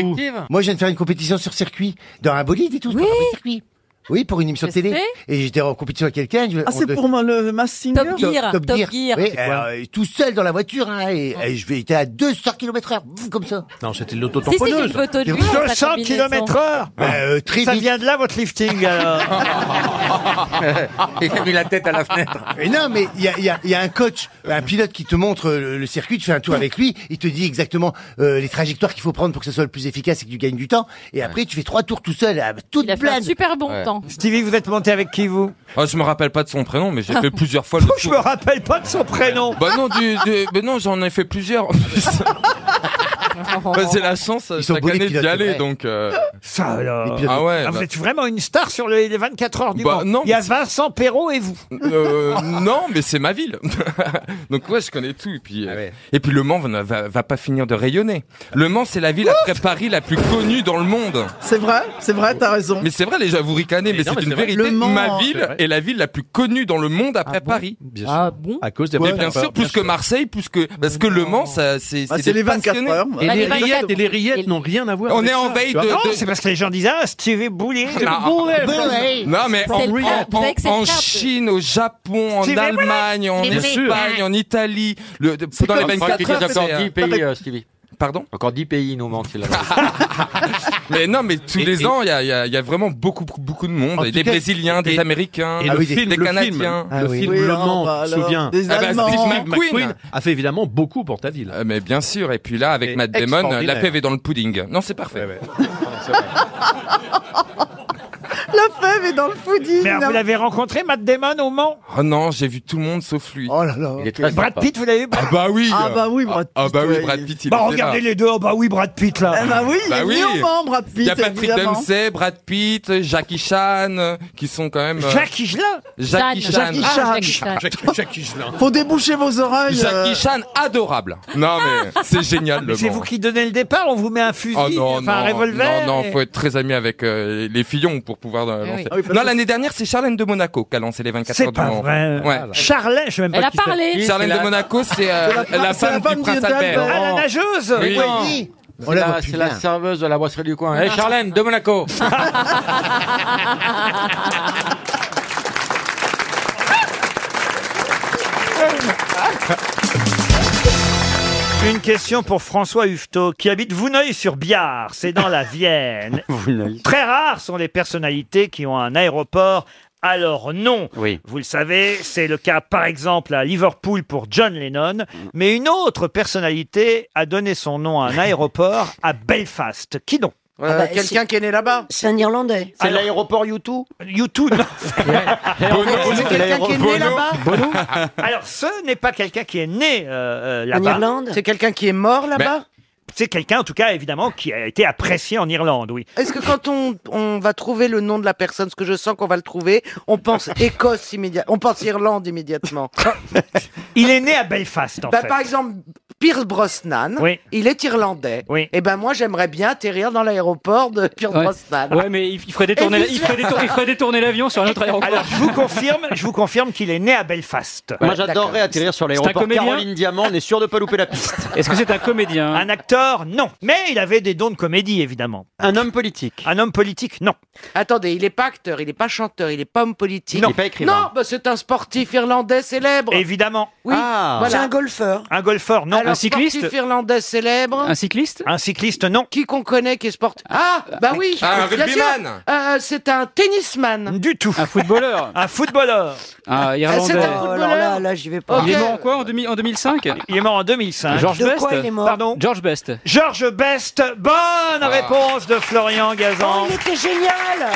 [SPEAKER 7] Moi, je viens de faire une compétition sur circuit, dans un bolide et tout. Oui. Circuit. Oui, pour une émission
[SPEAKER 25] Je
[SPEAKER 7] télé.
[SPEAKER 25] sais.
[SPEAKER 7] Et j'étais en compétition avec quelqu'un. je-
[SPEAKER 25] Ah,
[SPEAKER 7] on
[SPEAKER 25] c'est
[SPEAKER 7] de-
[SPEAKER 25] pour moi, Ah, le Massinger
[SPEAKER 7] Top Gear. Top Gear. Oui, alors, euh, tout seul dans la voiture, hein, et, et je vais j'étais à 200 km heure, comme ça.
[SPEAKER 5] Non, c'était
[SPEAKER 7] Si, si, j'ai une photo de lui en sa
[SPEAKER 1] 200
[SPEAKER 7] combinaison.
[SPEAKER 1] km heure
[SPEAKER 7] Bah, euh, très
[SPEAKER 1] Ça
[SPEAKER 7] vite.
[SPEAKER 1] vient de là votre lifting alors
[SPEAKER 7] Il a mis la tête à la fenêtre. Mais non, mais il y a, il y a- il y a un coach, un pilote qui te montre le, le circuit, tu fais un tour avec lui, il te dit exactement euh, les trajectoires qu'il faut prendre pour que ce soit le plus efficace et que tu gagnes du temps. Et après, tu fais trois tours tout seul, à toute
[SPEAKER 14] Il fait un
[SPEAKER 7] blinde.
[SPEAKER 14] super bon
[SPEAKER 8] Ouais.
[SPEAKER 14] temps.
[SPEAKER 1] Stevie, vous êtes monté avec qui vous
[SPEAKER 8] Ah, je me rappelle pas de son prénom, mais j'ai fait plusieurs fois le tour. Je me
[SPEAKER 1] rappelle pas de son prénom.
[SPEAKER 8] Bah non, du, du- bah non, j'en ai fait plusieurs. Bah, c'est la chance
[SPEAKER 1] Ils sont
[SPEAKER 8] chaque
[SPEAKER 1] beaux, les
[SPEAKER 8] année d'y
[SPEAKER 1] pilotes,
[SPEAKER 8] aller,
[SPEAKER 1] ouais.
[SPEAKER 8] donc. euh,
[SPEAKER 1] Ça alors
[SPEAKER 8] Ah ouais.
[SPEAKER 1] vous
[SPEAKER 8] bah-
[SPEAKER 1] êtes vraiment une star sur le- les 24 heures du
[SPEAKER 8] Bah,
[SPEAKER 1] monde.
[SPEAKER 8] non,
[SPEAKER 1] Il y a
[SPEAKER 8] mais c'est-
[SPEAKER 1] Vincent Perrault et vous.
[SPEAKER 8] Euh, non, mais c'est ma ville. Donc ouais, je connais tout. Et
[SPEAKER 25] Ah
[SPEAKER 8] puis, euh, et puis Le Mans va, va, va pas finir de rayonner. Le Mans, c'est la ville après Paris la plus connue dans le monde.
[SPEAKER 25] C'est vrai, c'est vrai, t'as raison.
[SPEAKER 8] Mais c'est vrai, les gens, vous ricanez, mais,
[SPEAKER 25] non, mais
[SPEAKER 8] c'est une
[SPEAKER 25] c'est vrai.
[SPEAKER 8] vérité.
[SPEAKER 25] Le Mans,
[SPEAKER 8] ma
[SPEAKER 25] c'est
[SPEAKER 8] ville
[SPEAKER 25] vrai.
[SPEAKER 8] est la ville la plus connue dans le monde après Paris.
[SPEAKER 25] Ah bon
[SPEAKER 8] À
[SPEAKER 25] cause des
[SPEAKER 8] Mais
[SPEAKER 25] Mans.
[SPEAKER 8] bien sûr,
[SPEAKER 25] Bien
[SPEAKER 8] plus que Marseille, plus que parce que Le Mans, ça, c'est
[SPEAKER 25] Ah, c'est
[SPEAKER 8] des
[SPEAKER 25] les 24
[SPEAKER 8] passionnés.
[SPEAKER 25] heures, moi. Et Bah, les les rillettes, 24
[SPEAKER 8] les rillettes n'ont rien à
[SPEAKER 25] voir
[SPEAKER 8] On
[SPEAKER 25] avec
[SPEAKER 8] est en
[SPEAKER 25] ça.
[SPEAKER 8] veille de.
[SPEAKER 1] Ah non,
[SPEAKER 8] de-
[SPEAKER 1] c'est parce que les gens disent ah Stevie Boulet.
[SPEAKER 8] Non. Non, mais en, en- en Chine, au Japon, en
[SPEAKER 1] C'est vrai,
[SPEAKER 8] Allemagne, en
[SPEAKER 1] mais oui.
[SPEAKER 8] Espagne, en Italie, le, de- dans
[SPEAKER 5] Dans
[SPEAKER 8] les
[SPEAKER 5] les
[SPEAKER 8] 24 heures, c'est,
[SPEAKER 5] encore
[SPEAKER 8] euh,
[SPEAKER 5] 10 pays, euh, Stevie.
[SPEAKER 8] Pardon
[SPEAKER 5] Encore 10 pays nous manquent. c'est la-
[SPEAKER 8] Mais non, mais tous
[SPEAKER 5] Et-
[SPEAKER 8] les
[SPEAKER 5] et-
[SPEAKER 8] ans, il y a, il y a- il y a vraiment beaucoup, beaucoup, beaucoup de monde.
[SPEAKER 5] En
[SPEAKER 8] Et
[SPEAKER 5] tout
[SPEAKER 8] des
[SPEAKER 5] cas,
[SPEAKER 8] Brésiliens, des
[SPEAKER 5] et-
[SPEAKER 8] Américains,
[SPEAKER 5] et le
[SPEAKER 8] des,
[SPEAKER 5] film,
[SPEAKER 8] des
[SPEAKER 5] le film.
[SPEAKER 8] Canadiens.
[SPEAKER 5] Ah Le oui. film Oui, Le alors, Mans, bah, je me alors, souviens. des
[SPEAKER 8] Ah bah,
[SPEAKER 5] Allemands.
[SPEAKER 8] Steve
[SPEAKER 5] Steve
[SPEAKER 8] McQueen.
[SPEAKER 5] McQueen
[SPEAKER 8] a fait évidemment beaucoup pour ta ville. Ah, mais bien sûr. Et puis là, avec Matt Damon, la
[SPEAKER 5] extraordinaire.
[SPEAKER 8] fève est dans le pudding. Non, c'est parfait.
[SPEAKER 25] La fève est dans le pudding.
[SPEAKER 1] Mais alors, vous l'avez rencontré, Matt Damon, au Mans
[SPEAKER 8] Oh non, j'ai vu tout le monde sauf lui.
[SPEAKER 25] Oh là là.
[SPEAKER 8] Il est
[SPEAKER 1] très Brad sympa. Pitt, vous l'avez vu
[SPEAKER 8] Ah bah oui.
[SPEAKER 25] Ah bah oui, Brad
[SPEAKER 8] Ah bah oui,
[SPEAKER 25] Pitt,
[SPEAKER 8] Brad Pitt. il
[SPEAKER 1] Bah
[SPEAKER 8] était
[SPEAKER 1] regardez
[SPEAKER 8] là.
[SPEAKER 1] les deux, oh bah oui Brad Pitt là.
[SPEAKER 25] Ah bah oui, il est venu au Mans, Brad Pitt.
[SPEAKER 8] Il y a Patrick
[SPEAKER 25] évidemment.
[SPEAKER 8] Dempsey, Brad Pitt, Jackie Chan, euh, qui sont quand même. euh,
[SPEAKER 25] Jackie Chan
[SPEAKER 8] Jackie Chan.
[SPEAKER 25] Jackie Chan. Ah, Jackie Chan. Faut déboucher vos oreilles. euh.
[SPEAKER 8] Jackie Chan, adorable. Non mais c'est génial le
[SPEAKER 1] Mais c'est
[SPEAKER 8] Mans.
[SPEAKER 1] vous qui donnez le départ, on vous met un fusil,
[SPEAKER 8] Oh non,
[SPEAKER 1] enfin, un
[SPEAKER 8] non,
[SPEAKER 1] revolver.
[SPEAKER 8] non, non,
[SPEAKER 1] et-
[SPEAKER 8] faut être très ami avec euh, les Fillons pour pouvoir euh,
[SPEAKER 1] Eh
[SPEAKER 8] lancer.
[SPEAKER 1] oui. Ah oui, parce
[SPEAKER 8] non,
[SPEAKER 1] que-
[SPEAKER 8] l'année dernière, c'est Charlène de Monaco qui a lancé les 24
[SPEAKER 1] C'est
[SPEAKER 8] heures du
[SPEAKER 1] pas
[SPEAKER 8] Mans.
[SPEAKER 1] vrai. Ah, bah.
[SPEAKER 8] Ouais.
[SPEAKER 1] Charlène, je sais même pas qui c'est.
[SPEAKER 8] Charlène de Monaco, c'est euh, la, femme du prince Albert.
[SPEAKER 1] Ah, la nageuse
[SPEAKER 8] Oui.
[SPEAKER 1] Oui.
[SPEAKER 8] Non.
[SPEAKER 5] C'est la, c'est la serveuse de la brasserie du coin. Hé, Charlène, de Monaco.
[SPEAKER 1] Une question pour François Huvetot, qui habite Vouneuil-sur-Biard, c'est dans la Vienne. Très rares sont les personnalités qui ont un aéroport à leur nom. Vous le savez, c'est le cas par exemple à Liverpool pour John Lennon, mais une autre personnalité a donné son nom à un aéroport à Belfast. Qui donc
[SPEAKER 26] Ah
[SPEAKER 2] Euh,
[SPEAKER 26] bah, Quelqu'un qui est né là-bas C'est un Irlandais. C'est l'aéroport U2
[SPEAKER 1] U2, non.
[SPEAKER 26] C'est quelqu'un qui est né là-bas
[SPEAKER 1] Alors, ce n'est pas quelqu'un qui est né euh, euh,
[SPEAKER 26] En
[SPEAKER 1] là-bas.
[SPEAKER 26] Irlande C'est quelqu'un qui est mort là-bas
[SPEAKER 1] C'est quelqu'un, en tout cas, évidemment, qui a été apprécié en Irlande, oui.
[SPEAKER 26] Est-ce que quand on, on va trouver le nom de la personne, ce que je sens qu'on va le trouver, on pense Écosse immédiatement, on pense Irlande immédiatement
[SPEAKER 1] Il est né à Belfast, en
[SPEAKER 26] Bah,
[SPEAKER 1] fait.
[SPEAKER 26] Par exemple, Pierce Brosnan,
[SPEAKER 1] Oui.
[SPEAKER 26] il est irlandais. Et ben moi, j'aimerais bien atterrir dans l'aéroport de Pierce Brosnan.
[SPEAKER 11] Ouais, mais il il ferait détourner,
[SPEAKER 26] Et
[SPEAKER 11] il ferait détour- il ferait détourner l'avion sur un autre aéroport.
[SPEAKER 1] Alors, je vous confirme, je vous confirme qu'il est né à Belfast.
[SPEAKER 5] Moi, j'adorerais atterrir sur
[SPEAKER 1] C'est un
[SPEAKER 5] l'aéroport
[SPEAKER 1] comédien
[SPEAKER 5] Caroline Diamant. On est sûr de pas louper la piste.
[SPEAKER 1] Est-ce que c'est un comédien Un acteur, non. Mais il avait des dons de comédie, évidemment.
[SPEAKER 26] Un homme politique.
[SPEAKER 1] Un homme politique, non.
[SPEAKER 26] Attendez, il n'est pas acteur, il n'est pas chanteur, il n'est pas homme politique.
[SPEAKER 1] Non. Il est pas écrivain.
[SPEAKER 26] Non, bah, c'est un sportif irlandais célèbre.
[SPEAKER 1] Évidemment.
[SPEAKER 26] Oui.
[SPEAKER 1] Ah.
[SPEAKER 26] voilà.
[SPEAKER 1] C'est un
[SPEAKER 26] golfeur.
[SPEAKER 1] Un golfeur, non.
[SPEAKER 26] Alors, Sportif irlandais célèbre.
[SPEAKER 1] cycliste Un cycliste, non.
[SPEAKER 26] Qui qu'on connaît qui est sportif Ah, bah oui.
[SPEAKER 1] Ah, un
[SPEAKER 26] bien sûr.
[SPEAKER 1] rugbyman.
[SPEAKER 26] Euh, c'est un tennisman. Ah,
[SPEAKER 1] Du tout. Un footballeur. un footballeur.
[SPEAKER 11] Un Ah, Irlandais.
[SPEAKER 26] C'est un footballeur.
[SPEAKER 9] Oh
[SPEAKER 11] là,
[SPEAKER 26] j'y vais
[SPEAKER 11] Il est
[SPEAKER 26] Ok.
[SPEAKER 11] mort en quoi en, 2000 en 2005
[SPEAKER 1] Il est mort en 2005.
[SPEAKER 11] George
[SPEAKER 1] De
[SPEAKER 11] Best
[SPEAKER 1] quoi il est mort
[SPEAKER 11] Pardon George Best.
[SPEAKER 1] Georges Best, bonne
[SPEAKER 26] Ah.
[SPEAKER 1] réponse de Florian Gazan.
[SPEAKER 9] Oh, Il était génial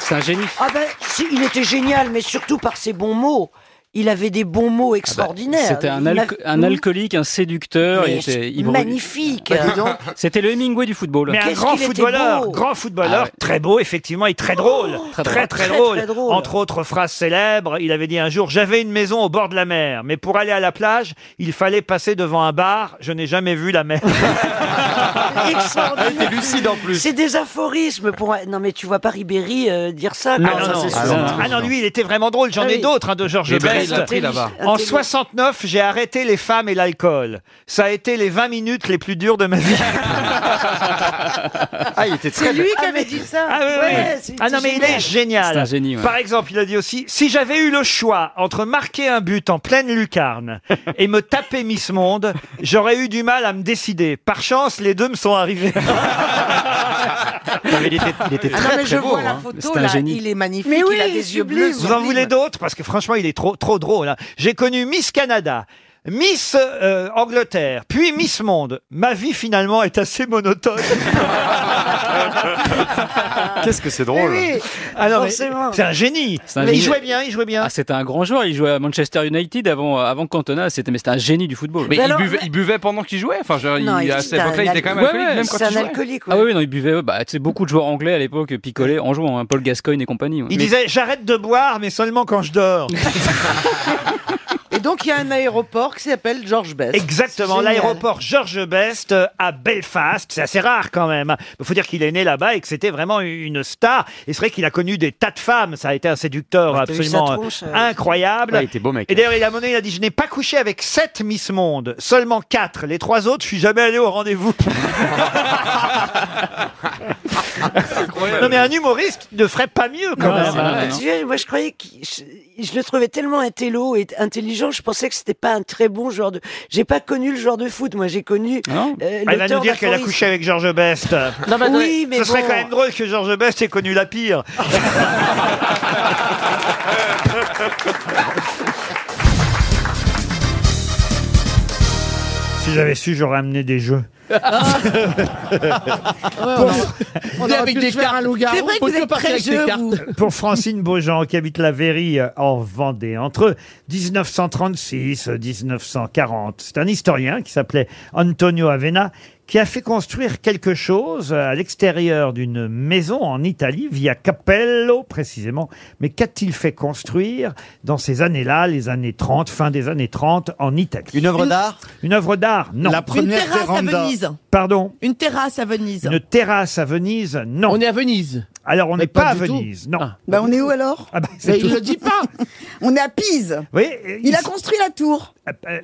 [SPEAKER 11] C'est un génie.
[SPEAKER 9] Ah ben, si, il était génial, mais surtout par ses bons mots. Il avait des bons
[SPEAKER 1] Ah
[SPEAKER 9] mots
[SPEAKER 1] bah,
[SPEAKER 9] extraordinaires.
[SPEAKER 11] C'était un,
[SPEAKER 9] Il
[SPEAKER 11] alco-
[SPEAKER 9] avait-
[SPEAKER 11] un alcoolique, un séducteur.
[SPEAKER 9] Mais
[SPEAKER 11] il était
[SPEAKER 9] c'est
[SPEAKER 11] il brûlait.
[SPEAKER 9] magnifique. hein,
[SPEAKER 11] Bah, dis donc, C'était le Hemingway du football.
[SPEAKER 1] Mais un grand footballeur, grand footballeur,
[SPEAKER 11] Ah ouais.
[SPEAKER 1] très beau effectivement et très drôle,
[SPEAKER 11] Oh, Très drôle.
[SPEAKER 1] très très,
[SPEAKER 11] Très,
[SPEAKER 1] drôle.
[SPEAKER 11] très drôle.
[SPEAKER 1] Entre autres phrases célèbres, il avait dit un jour j'avais une maison au bord de la mer, mais pour aller à la plage, il fallait passer devant un bar. Je n'ai jamais vu la mer.
[SPEAKER 9] Extraordinaire.
[SPEAKER 1] Elle était lucide en plus.
[SPEAKER 9] C'est des aphorismes pour. un- Non mais tu vois pas Ribéry euh, dire ça.
[SPEAKER 1] Ah
[SPEAKER 9] quoi.
[SPEAKER 1] non, non, ah non, lui, il était vraiment drôle. J'en
[SPEAKER 9] Ah
[SPEAKER 1] ai
[SPEAKER 9] oui.
[SPEAKER 1] d'autres hein, de Georges
[SPEAKER 9] Et Best,
[SPEAKER 1] Brest.
[SPEAKER 27] il a pris là-bas.
[SPEAKER 1] En 69, j'ai arrêté les femmes et l'alcool. Ça a été les 20 minutes les plus dures de ma vie. ah, il était
[SPEAKER 9] C'est lui qui avait dit ça.
[SPEAKER 1] Ah, oui, oui.
[SPEAKER 9] Ouais, c'est-
[SPEAKER 1] Ah non,
[SPEAKER 9] c'est
[SPEAKER 1] mais il est génial.
[SPEAKER 11] C'est un génie, ouais.
[SPEAKER 1] Par exemple, il a dit aussi Si j'avais eu le choix entre marquer un but en pleine lucarne et me taper Miss Monde, j'aurais eu du mal à me décider. Par chance, les deux me sont arrivés.
[SPEAKER 28] il était,
[SPEAKER 9] Ah non, mais je vois
[SPEAKER 1] hein.
[SPEAKER 2] hein.
[SPEAKER 9] la photo, là, il est magnifique,
[SPEAKER 2] Mais oui,
[SPEAKER 9] il a
[SPEAKER 2] il est
[SPEAKER 9] des yeux
[SPEAKER 2] sublime.
[SPEAKER 9] bleus.
[SPEAKER 1] Vous en
[SPEAKER 9] sublimes.
[SPEAKER 1] voulez d'autres Parce que franchement, il est trop, trop drôle. hein. J'ai connu Miss Canada. Miss euh, Angleterre, puis Miss Monde. Ma vie finalement est assez monotone.
[SPEAKER 28] Qu'est-ce que c'est
[SPEAKER 1] drôle.
[SPEAKER 9] Mais oui,
[SPEAKER 1] Ah non, mais
[SPEAKER 9] forcément.
[SPEAKER 1] c'est un génie.
[SPEAKER 11] C'est un
[SPEAKER 1] Mais il
[SPEAKER 11] génie.
[SPEAKER 1] jouait bien, il jouait bien.
[SPEAKER 11] Ah, c'était un grand joueur. Il jouait à Manchester United avant, euh, avant Cantona. C'était, mais c'était un génie du football.
[SPEAKER 8] Mais, il, buvait, il buvait pendant qu'il jouait. Enfin, je-
[SPEAKER 11] Non,
[SPEAKER 8] il,
[SPEAKER 11] il-
[SPEAKER 8] à
[SPEAKER 11] c'est
[SPEAKER 8] cette
[SPEAKER 11] un
[SPEAKER 8] époque-là, il était quand même
[SPEAKER 11] alcoolique. Ouais,
[SPEAKER 8] alcoolique,
[SPEAKER 11] ouais,
[SPEAKER 8] même quand
[SPEAKER 11] c'est
[SPEAKER 8] il
[SPEAKER 11] un
[SPEAKER 8] jouait.
[SPEAKER 9] alcoolique,
[SPEAKER 11] Ah oui, non, il buvait. ouais, Bah, tu sais, beaucoup de joueurs anglais à l'époque picolaient en jouant. hein, Paul Gascoigne et compagnie. ouais.
[SPEAKER 1] Il
[SPEAKER 11] Mais-
[SPEAKER 1] disait j'arrête de boire, mais seulement quand je dors.
[SPEAKER 29] Et donc, il y a un aéroport qui s'appelle George Best.
[SPEAKER 1] Exactement,
[SPEAKER 29] C'est génial.
[SPEAKER 1] l'aéroport George Best euh, à Belfast, c'est assez rare quand même. Il faut dire qu'il est né là-bas et que c'était vraiment une star. Et c'est vrai qu'il a connu des tas de femmes, ça a été un séducteur
[SPEAKER 21] Ouais, t'as vu
[SPEAKER 1] absolument
[SPEAKER 21] sa
[SPEAKER 1] euh,
[SPEAKER 21] tronche, euh,
[SPEAKER 1] incroyable.
[SPEAKER 21] Ouais, il était beau mec. hein.
[SPEAKER 1] Et d'ailleurs, il a mené, il a dit je n'ai pas couché avec sept Miss Monde, seulement quatre. Les trois autres, je suis jamais allé au rendez-vous. non mais un humoriste ne ferait pas mieux quand
[SPEAKER 9] Non,
[SPEAKER 1] même.
[SPEAKER 9] c'est vrai, Tu vois, moi je croyais que je, je le trouvais tellement intello et intelligent, je pensais que c'était pas un très bon joueur de. J'ai pas connu le joueur de foot, moi j'ai connu. euh,
[SPEAKER 1] Elle va
[SPEAKER 9] l'auteur
[SPEAKER 1] nous dire qu'elle a
[SPEAKER 9] d'aphorismes.
[SPEAKER 1] couché avec George Best.
[SPEAKER 9] Non, mais Oui,
[SPEAKER 1] Ce
[SPEAKER 9] mais
[SPEAKER 1] serait
[SPEAKER 9] bon.
[SPEAKER 1] quand même drôle que George Best ait connu la pire. si j'avais su, j'aurais amené des jeux.
[SPEAKER 9] Ah.
[SPEAKER 2] on aurait pu se faire un loup-garou.
[SPEAKER 14] C'est vrai que
[SPEAKER 2] Faut
[SPEAKER 14] vous
[SPEAKER 2] que
[SPEAKER 14] êtes
[SPEAKER 2] partir
[SPEAKER 14] très
[SPEAKER 2] avec des
[SPEAKER 14] jeu,
[SPEAKER 2] cartes.
[SPEAKER 14] vous.
[SPEAKER 1] Pour Francine Beaujean, qui habite la Véry euh, en Vendée, entre 1936 et 1940, c'est un historien qui s'appelait Antonio Avena qui a fait construire quelque chose euh, à l'extérieur d'une maison en Italie, via Capello précisément. Mais qu'a-t-il fait construire dans ces années-là, les années 30, fin des années 30, en Italie Une
[SPEAKER 21] œuvre d'art
[SPEAKER 1] Une œuvre d'art, non.
[SPEAKER 21] La Une première terrasse à véranda. Venise.
[SPEAKER 1] Pardon
[SPEAKER 21] Une terrasse à Venise.
[SPEAKER 1] une terrasse à Venise, non. On est à Venise. Alors on n'est pas, à
[SPEAKER 21] du tout.
[SPEAKER 1] Venise, non.
[SPEAKER 21] Bah on est où alors
[SPEAKER 1] Ah bah, c'est Mais il tout. le dit
[SPEAKER 21] pas. on est à Pise.
[SPEAKER 1] Oui.
[SPEAKER 21] Il a construit la tour.
[SPEAKER 1] Euh,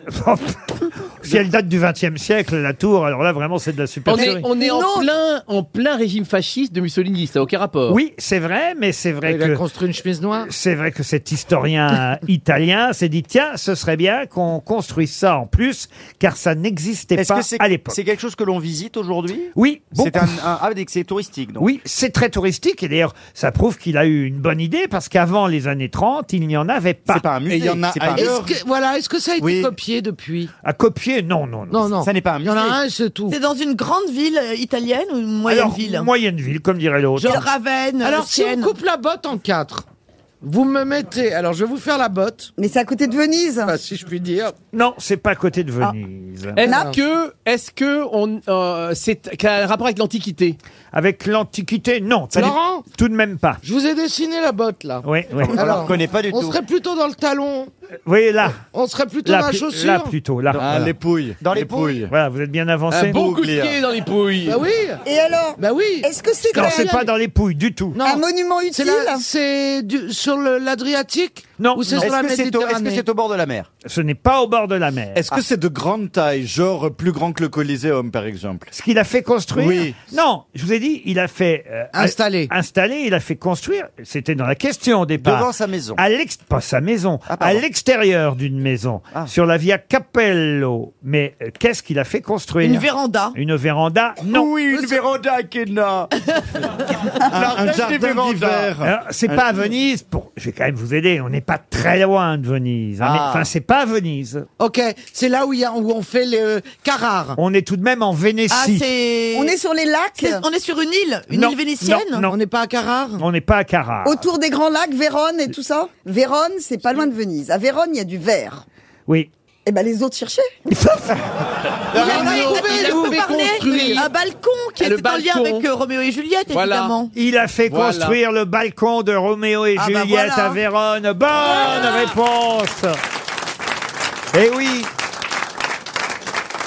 [SPEAKER 1] Si elle date du XXe siècle, la tour, alors là vraiment c'est de la
[SPEAKER 21] On est-
[SPEAKER 1] supercherie.
[SPEAKER 21] on est en Non.
[SPEAKER 1] plein, en plein régime fasciste de Mussolini, ça n'a aucun rapport. Oui, c'est vrai, mais c'est vrai
[SPEAKER 2] Il
[SPEAKER 1] que
[SPEAKER 2] a construit une chemise noire.
[SPEAKER 1] c'est vrai que cet historien italien s'est dit tiens, ce serait bien qu'on construise ça en plus, car ça n'existait
[SPEAKER 3] Est-ce
[SPEAKER 1] pas
[SPEAKER 3] que c'est
[SPEAKER 1] à l'époque.
[SPEAKER 3] c'est quelque chose que l'on visite aujourd'hui
[SPEAKER 1] Oui,
[SPEAKER 3] C'est un,
[SPEAKER 1] beaucoup.
[SPEAKER 3] un- ah, dès que c'est touristique. Donc.
[SPEAKER 1] Oui, c'est très touristique et d'ailleurs, ça prouve qu'il a eu une bonne idée parce qu'avant les années 30, il n'y en avait pas. C'est pas un
[SPEAKER 3] musée, il y en a c'est pas un- ailleurs.
[SPEAKER 2] Est-ce que- voilà, est-ce que ça a été
[SPEAKER 1] Oui.
[SPEAKER 2] copié depuis
[SPEAKER 1] À copier, non, non, non.
[SPEAKER 2] Non, non. Ça n'est pas un Il y en a un, c'est tout.
[SPEAKER 21] C'est dans une grande ville euh, italienne ou une moyenne
[SPEAKER 1] Alors,
[SPEAKER 21] ville
[SPEAKER 1] moyenne ville, comme dirait l'autre.
[SPEAKER 21] Genre Ravenne,
[SPEAKER 2] Alors, si on
[SPEAKER 21] Sienne.
[SPEAKER 2] coupe la botte en quatre, vous me mettez. Alors, je vais vous faire la botte. Mais c'est à côté de Venise. si je puis dire.
[SPEAKER 1] Non, c'est pas à côté de Venise.
[SPEAKER 2] euh,
[SPEAKER 7] Est-ce que, est-ce que on, euh, c'est quel a un rapport avec l'Antiquité
[SPEAKER 1] Avec l'Antiquité, non. Ça
[SPEAKER 2] Laurent
[SPEAKER 1] Tout de même pas.
[SPEAKER 2] Je vous ai dessiné la botte, là.
[SPEAKER 1] Oui, oui.
[SPEAKER 2] on serait plutôt dans le talon.
[SPEAKER 1] Oui, là.
[SPEAKER 2] On serait plutôt dans la
[SPEAKER 1] plu-
[SPEAKER 2] chaussure.
[SPEAKER 1] Là, plutôt, là.
[SPEAKER 2] Ah, les
[SPEAKER 1] pouilles.
[SPEAKER 2] Dans les Les pouilles. pouilles.
[SPEAKER 1] Voilà, vous êtes bien avancé.
[SPEAKER 2] Un beau coup de Bouclier. pied
[SPEAKER 7] dans les pouilles.
[SPEAKER 2] Bah oui.
[SPEAKER 21] Et alors
[SPEAKER 2] Bah oui.
[SPEAKER 21] Est-ce que c'est
[SPEAKER 1] Non,
[SPEAKER 21] dans-
[SPEAKER 1] c'est pas dans les pouilles du tout.
[SPEAKER 3] Ah
[SPEAKER 2] Un monument utile C'est du- sur le- l'Adriatique
[SPEAKER 1] Non.
[SPEAKER 2] Ou c'est
[SPEAKER 1] non.
[SPEAKER 2] sur la Méditerranée
[SPEAKER 3] bord de la mer
[SPEAKER 1] Ce n'est pas au bord de la mer. Ah.
[SPEAKER 3] Est-ce que c'est de grande taille, genre plus grand que le Coliseum par exemple
[SPEAKER 1] Ce qu'il a fait construire
[SPEAKER 3] Oui.
[SPEAKER 1] Non, je vous ai dit, il a fait... installer. Installer, il a fait construire, c'était dans la question au départ.
[SPEAKER 3] Devant sa maison. Ah,
[SPEAKER 1] À l'ex- pas sa maison, à l'extérieur d'une maison, sur la via Capello. Mais euh, qu'est-ce qu'il a fait construire
[SPEAKER 21] Une véranda.
[SPEAKER 1] Une véranda, non.
[SPEAKER 3] Oui, une véranda, Kenna
[SPEAKER 1] Un- un
[SPEAKER 3] jardin d'hiver.
[SPEAKER 1] Alors, C'est pas à Venise, pour... je vais quand même vous aider, on n'est pas très loin de Venise. hein, mais-
[SPEAKER 2] Ah.
[SPEAKER 1] Enfin, c'est pas à Venise.
[SPEAKER 2] Ok, c'est là où, il y a- où on fait le carrare.
[SPEAKER 1] On est tout de même en Vénétie.
[SPEAKER 21] Ah, c'est.
[SPEAKER 2] On est sur les lacs
[SPEAKER 21] C'est- On est sur une île, une
[SPEAKER 1] Non,
[SPEAKER 21] île vénitienne
[SPEAKER 1] non, non. Ah.
[SPEAKER 2] On n'est pas à Carrare
[SPEAKER 1] On n'est pas à Carrare.
[SPEAKER 30] Autour des grands lacs, Vérone et tout ça Vérone, c'est pas loin de Venise. À Vérone, il y a du verre.
[SPEAKER 1] Oui.
[SPEAKER 30] Eh ben, les autres cherchaient.
[SPEAKER 21] Il a,
[SPEAKER 30] Arnaud,
[SPEAKER 21] il a-
[SPEAKER 30] il
[SPEAKER 21] il a
[SPEAKER 30] a
[SPEAKER 21] pu
[SPEAKER 30] fait
[SPEAKER 21] parler
[SPEAKER 30] construire.
[SPEAKER 21] un balcon qui
[SPEAKER 1] Ah,
[SPEAKER 21] était
[SPEAKER 1] le
[SPEAKER 21] en lien
[SPEAKER 1] balcon.
[SPEAKER 21] avec euh, Roméo et Juliette, évidemment.
[SPEAKER 1] Il a fait
[SPEAKER 21] Voilà.
[SPEAKER 1] construire le balcon de Roméo et
[SPEAKER 21] Ah, bah
[SPEAKER 1] Juliette
[SPEAKER 21] voilà.
[SPEAKER 1] à Vérone. Bonne réponse. Eh oui.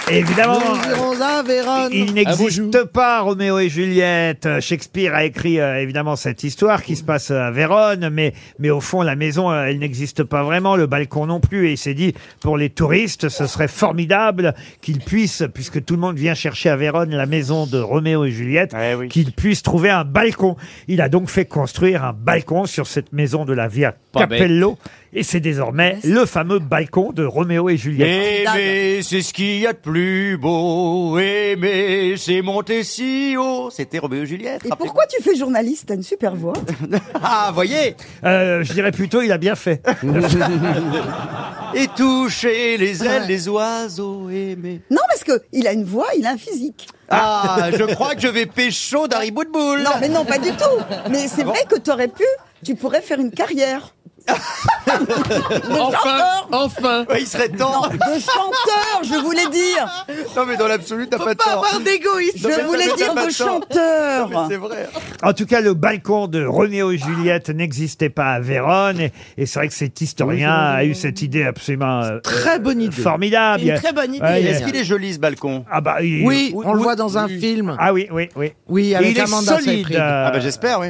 [SPEAKER 1] Évidemment.
[SPEAKER 21] Nous irons à Vérone.
[SPEAKER 1] Il n'existe pas Roméo et Juliette. Euh, Shakespeare a écrit euh, évidemment cette histoire qui se passe euh, à Vérone, mais, mais au fond, la maison, euh, elle n'existe pas vraiment, le balcon non plus. Et il s'est dit, pour les touristes, ce serait formidable qu'ils puissent, puisque tout le monde vient chercher à Vérone la maison de Roméo et Juliette,
[SPEAKER 31] Eh
[SPEAKER 1] qu'ils puissent trouver un balcon. Il a donc fait construire un balcon sur cette maison de la Via
[SPEAKER 31] Pas bête.
[SPEAKER 1] Capello. Et c'est désormais le fameux balcon de Roméo et
[SPEAKER 31] Eh
[SPEAKER 1] Juliette.
[SPEAKER 31] Aimer, c'est ce qu'il y a de plus beau. Aimer, c'est monter si haut. C'était Roméo et Juliette.
[SPEAKER 21] Et pourquoi tu fais journaliste T'as une super voix.
[SPEAKER 31] Ah, voyez
[SPEAKER 1] Euh, Je dirais plutôt, il a bien fait.
[SPEAKER 31] Et toucher les ailes
[SPEAKER 21] Ouais.
[SPEAKER 31] des oiseaux. Aimer.
[SPEAKER 21] Non, parce que il a une voix, il a un physique.
[SPEAKER 31] Ah, je crois que je vais pécho d'Haribou de boule.
[SPEAKER 21] Non, mais non, pas du tout. Mais
[SPEAKER 1] Ah
[SPEAKER 21] c'est vrai que t'aurais pu, tu pourrais faire une carrière.
[SPEAKER 31] Enfin, enfin. il serait temps.
[SPEAKER 21] De chanteur, je voulais dire.
[SPEAKER 31] Non, mais dans l'absolu, t'as
[SPEAKER 21] pas tort. avoir d'égoïsme. Je voulais dire de chanteur.
[SPEAKER 31] Non, mais c'est vrai.
[SPEAKER 1] En tout cas, le balcon de Roméo et Juliette n'existait pas à Vérone. Et, et c'est vrai que cet historien a eu cette idée absolument euh,
[SPEAKER 3] Très bonne idée.
[SPEAKER 1] formidable.
[SPEAKER 3] Une très bonne idée.
[SPEAKER 1] Ouais, il-
[SPEAKER 3] Est-ce qu'il
[SPEAKER 31] est joli ce balcon
[SPEAKER 1] Ah bah, il-
[SPEAKER 3] Oui, on le voit dans un film.
[SPEAKER 1] Ah oui, oui, oui.
[SPEAKER 3] Oui,
[SPEAKER 1] Et
[SPEAKER 3] avec
[SPEAKER 1] il est
[SPEAKER 3] Amanda
[SPEAKER 1] solide.
[SPEAKER 3] Seyfried.
[SPEAKER 1] euh,
[SPEAKER 3] Ah bah, j'espère, oui.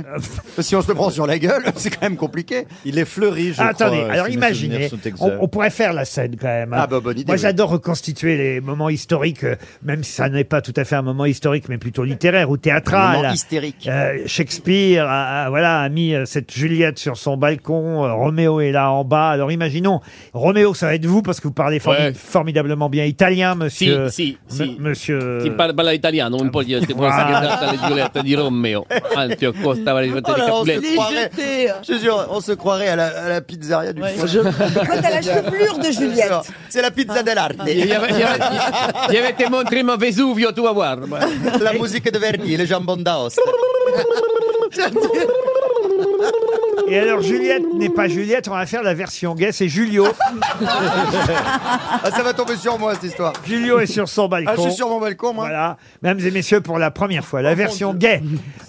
[SPEAKER 1] si on se le prend sur la gueule,
[SPEAKER 3] c'est quand même compliqué.
[SPEAKER 32] Il est fleuri, je
[SPEAKER 1] Ah, Attendez,
[SPEAKER 32] crois,
[SPEAKER 1] alors
[SPEAKER 32] si mes
[SPEAKER 1] imaginez,
[SPEAKER 32] souvenirs sont exacts.
[SPEAKER 1] on, on pourrait faire la scène quand même. hein.
[SPEAKER 32] Ah bah, bonne idée,
[SPEAKER 1] Moi
[SPEAKER 32] oui.
[SPEAKER 1] j'adore reconstituer les moments historiques, euh, même si ça n'est pas tout à fait un moment historique, mais plutôt littéraire ou théâtral.
[SPEAKER 31] Un moment hystérique.
[SPEAKER 1] Euh, Shakespeare a, a- voilà, a mis euh, cette Juliette sur son balcon, euh, Roméo est là en bas. Alors imaginons, Roméo ça va être vous parce que vous parlez formi-
[SPEAKER 9] Ouais.
[SPEAKER 1] formidablement bien italien, monsieur.
[SPEAKER 9] Si, si,
[SPEAKER 1] m-
[SPEAKER 9] si.
[SPEAKER 1] Monsieur.
[SPEAKER 9] Ti parla, parla italiano, un po' di
[SPEAKER 1] Ah.
[SPEAKER 9] Giulietta di Romeo. Anzi, Costa va
[SPEAKER 3] Oh là là, on se
[SPEAKER 9] Capuletti.
[SPEAKER 3] croirait, je te jure, on se croirait à la, à la pizzeria du fond.
[SPEAKER 21] Quand t'as la chevelure de Juliette.
[SPEAKER 3] C'est la pizza dell'arte.
[SPEAKER 9] Gli ave- gli ave- gli avete montrimo Vesuvio, tu a guarda.
[SPEAKER 3] La musique de Verdi, le jambon d'Aos.
[SPEAKER 1] Et alors Juliette n'est pas Juliette, on va faire la version gay, c'est Julio.
[SPEAKER 3] Ah, ça va tomber sur moi cette histoire.
[SPEAKER 1] Julio est sur son balcon.
[SPEAKER 3] Ah, je suis sur mon Oh, balcon, moi.
[SPEAKER 1] Voilà, mesdames et messieurs, pour la première fois, la version gay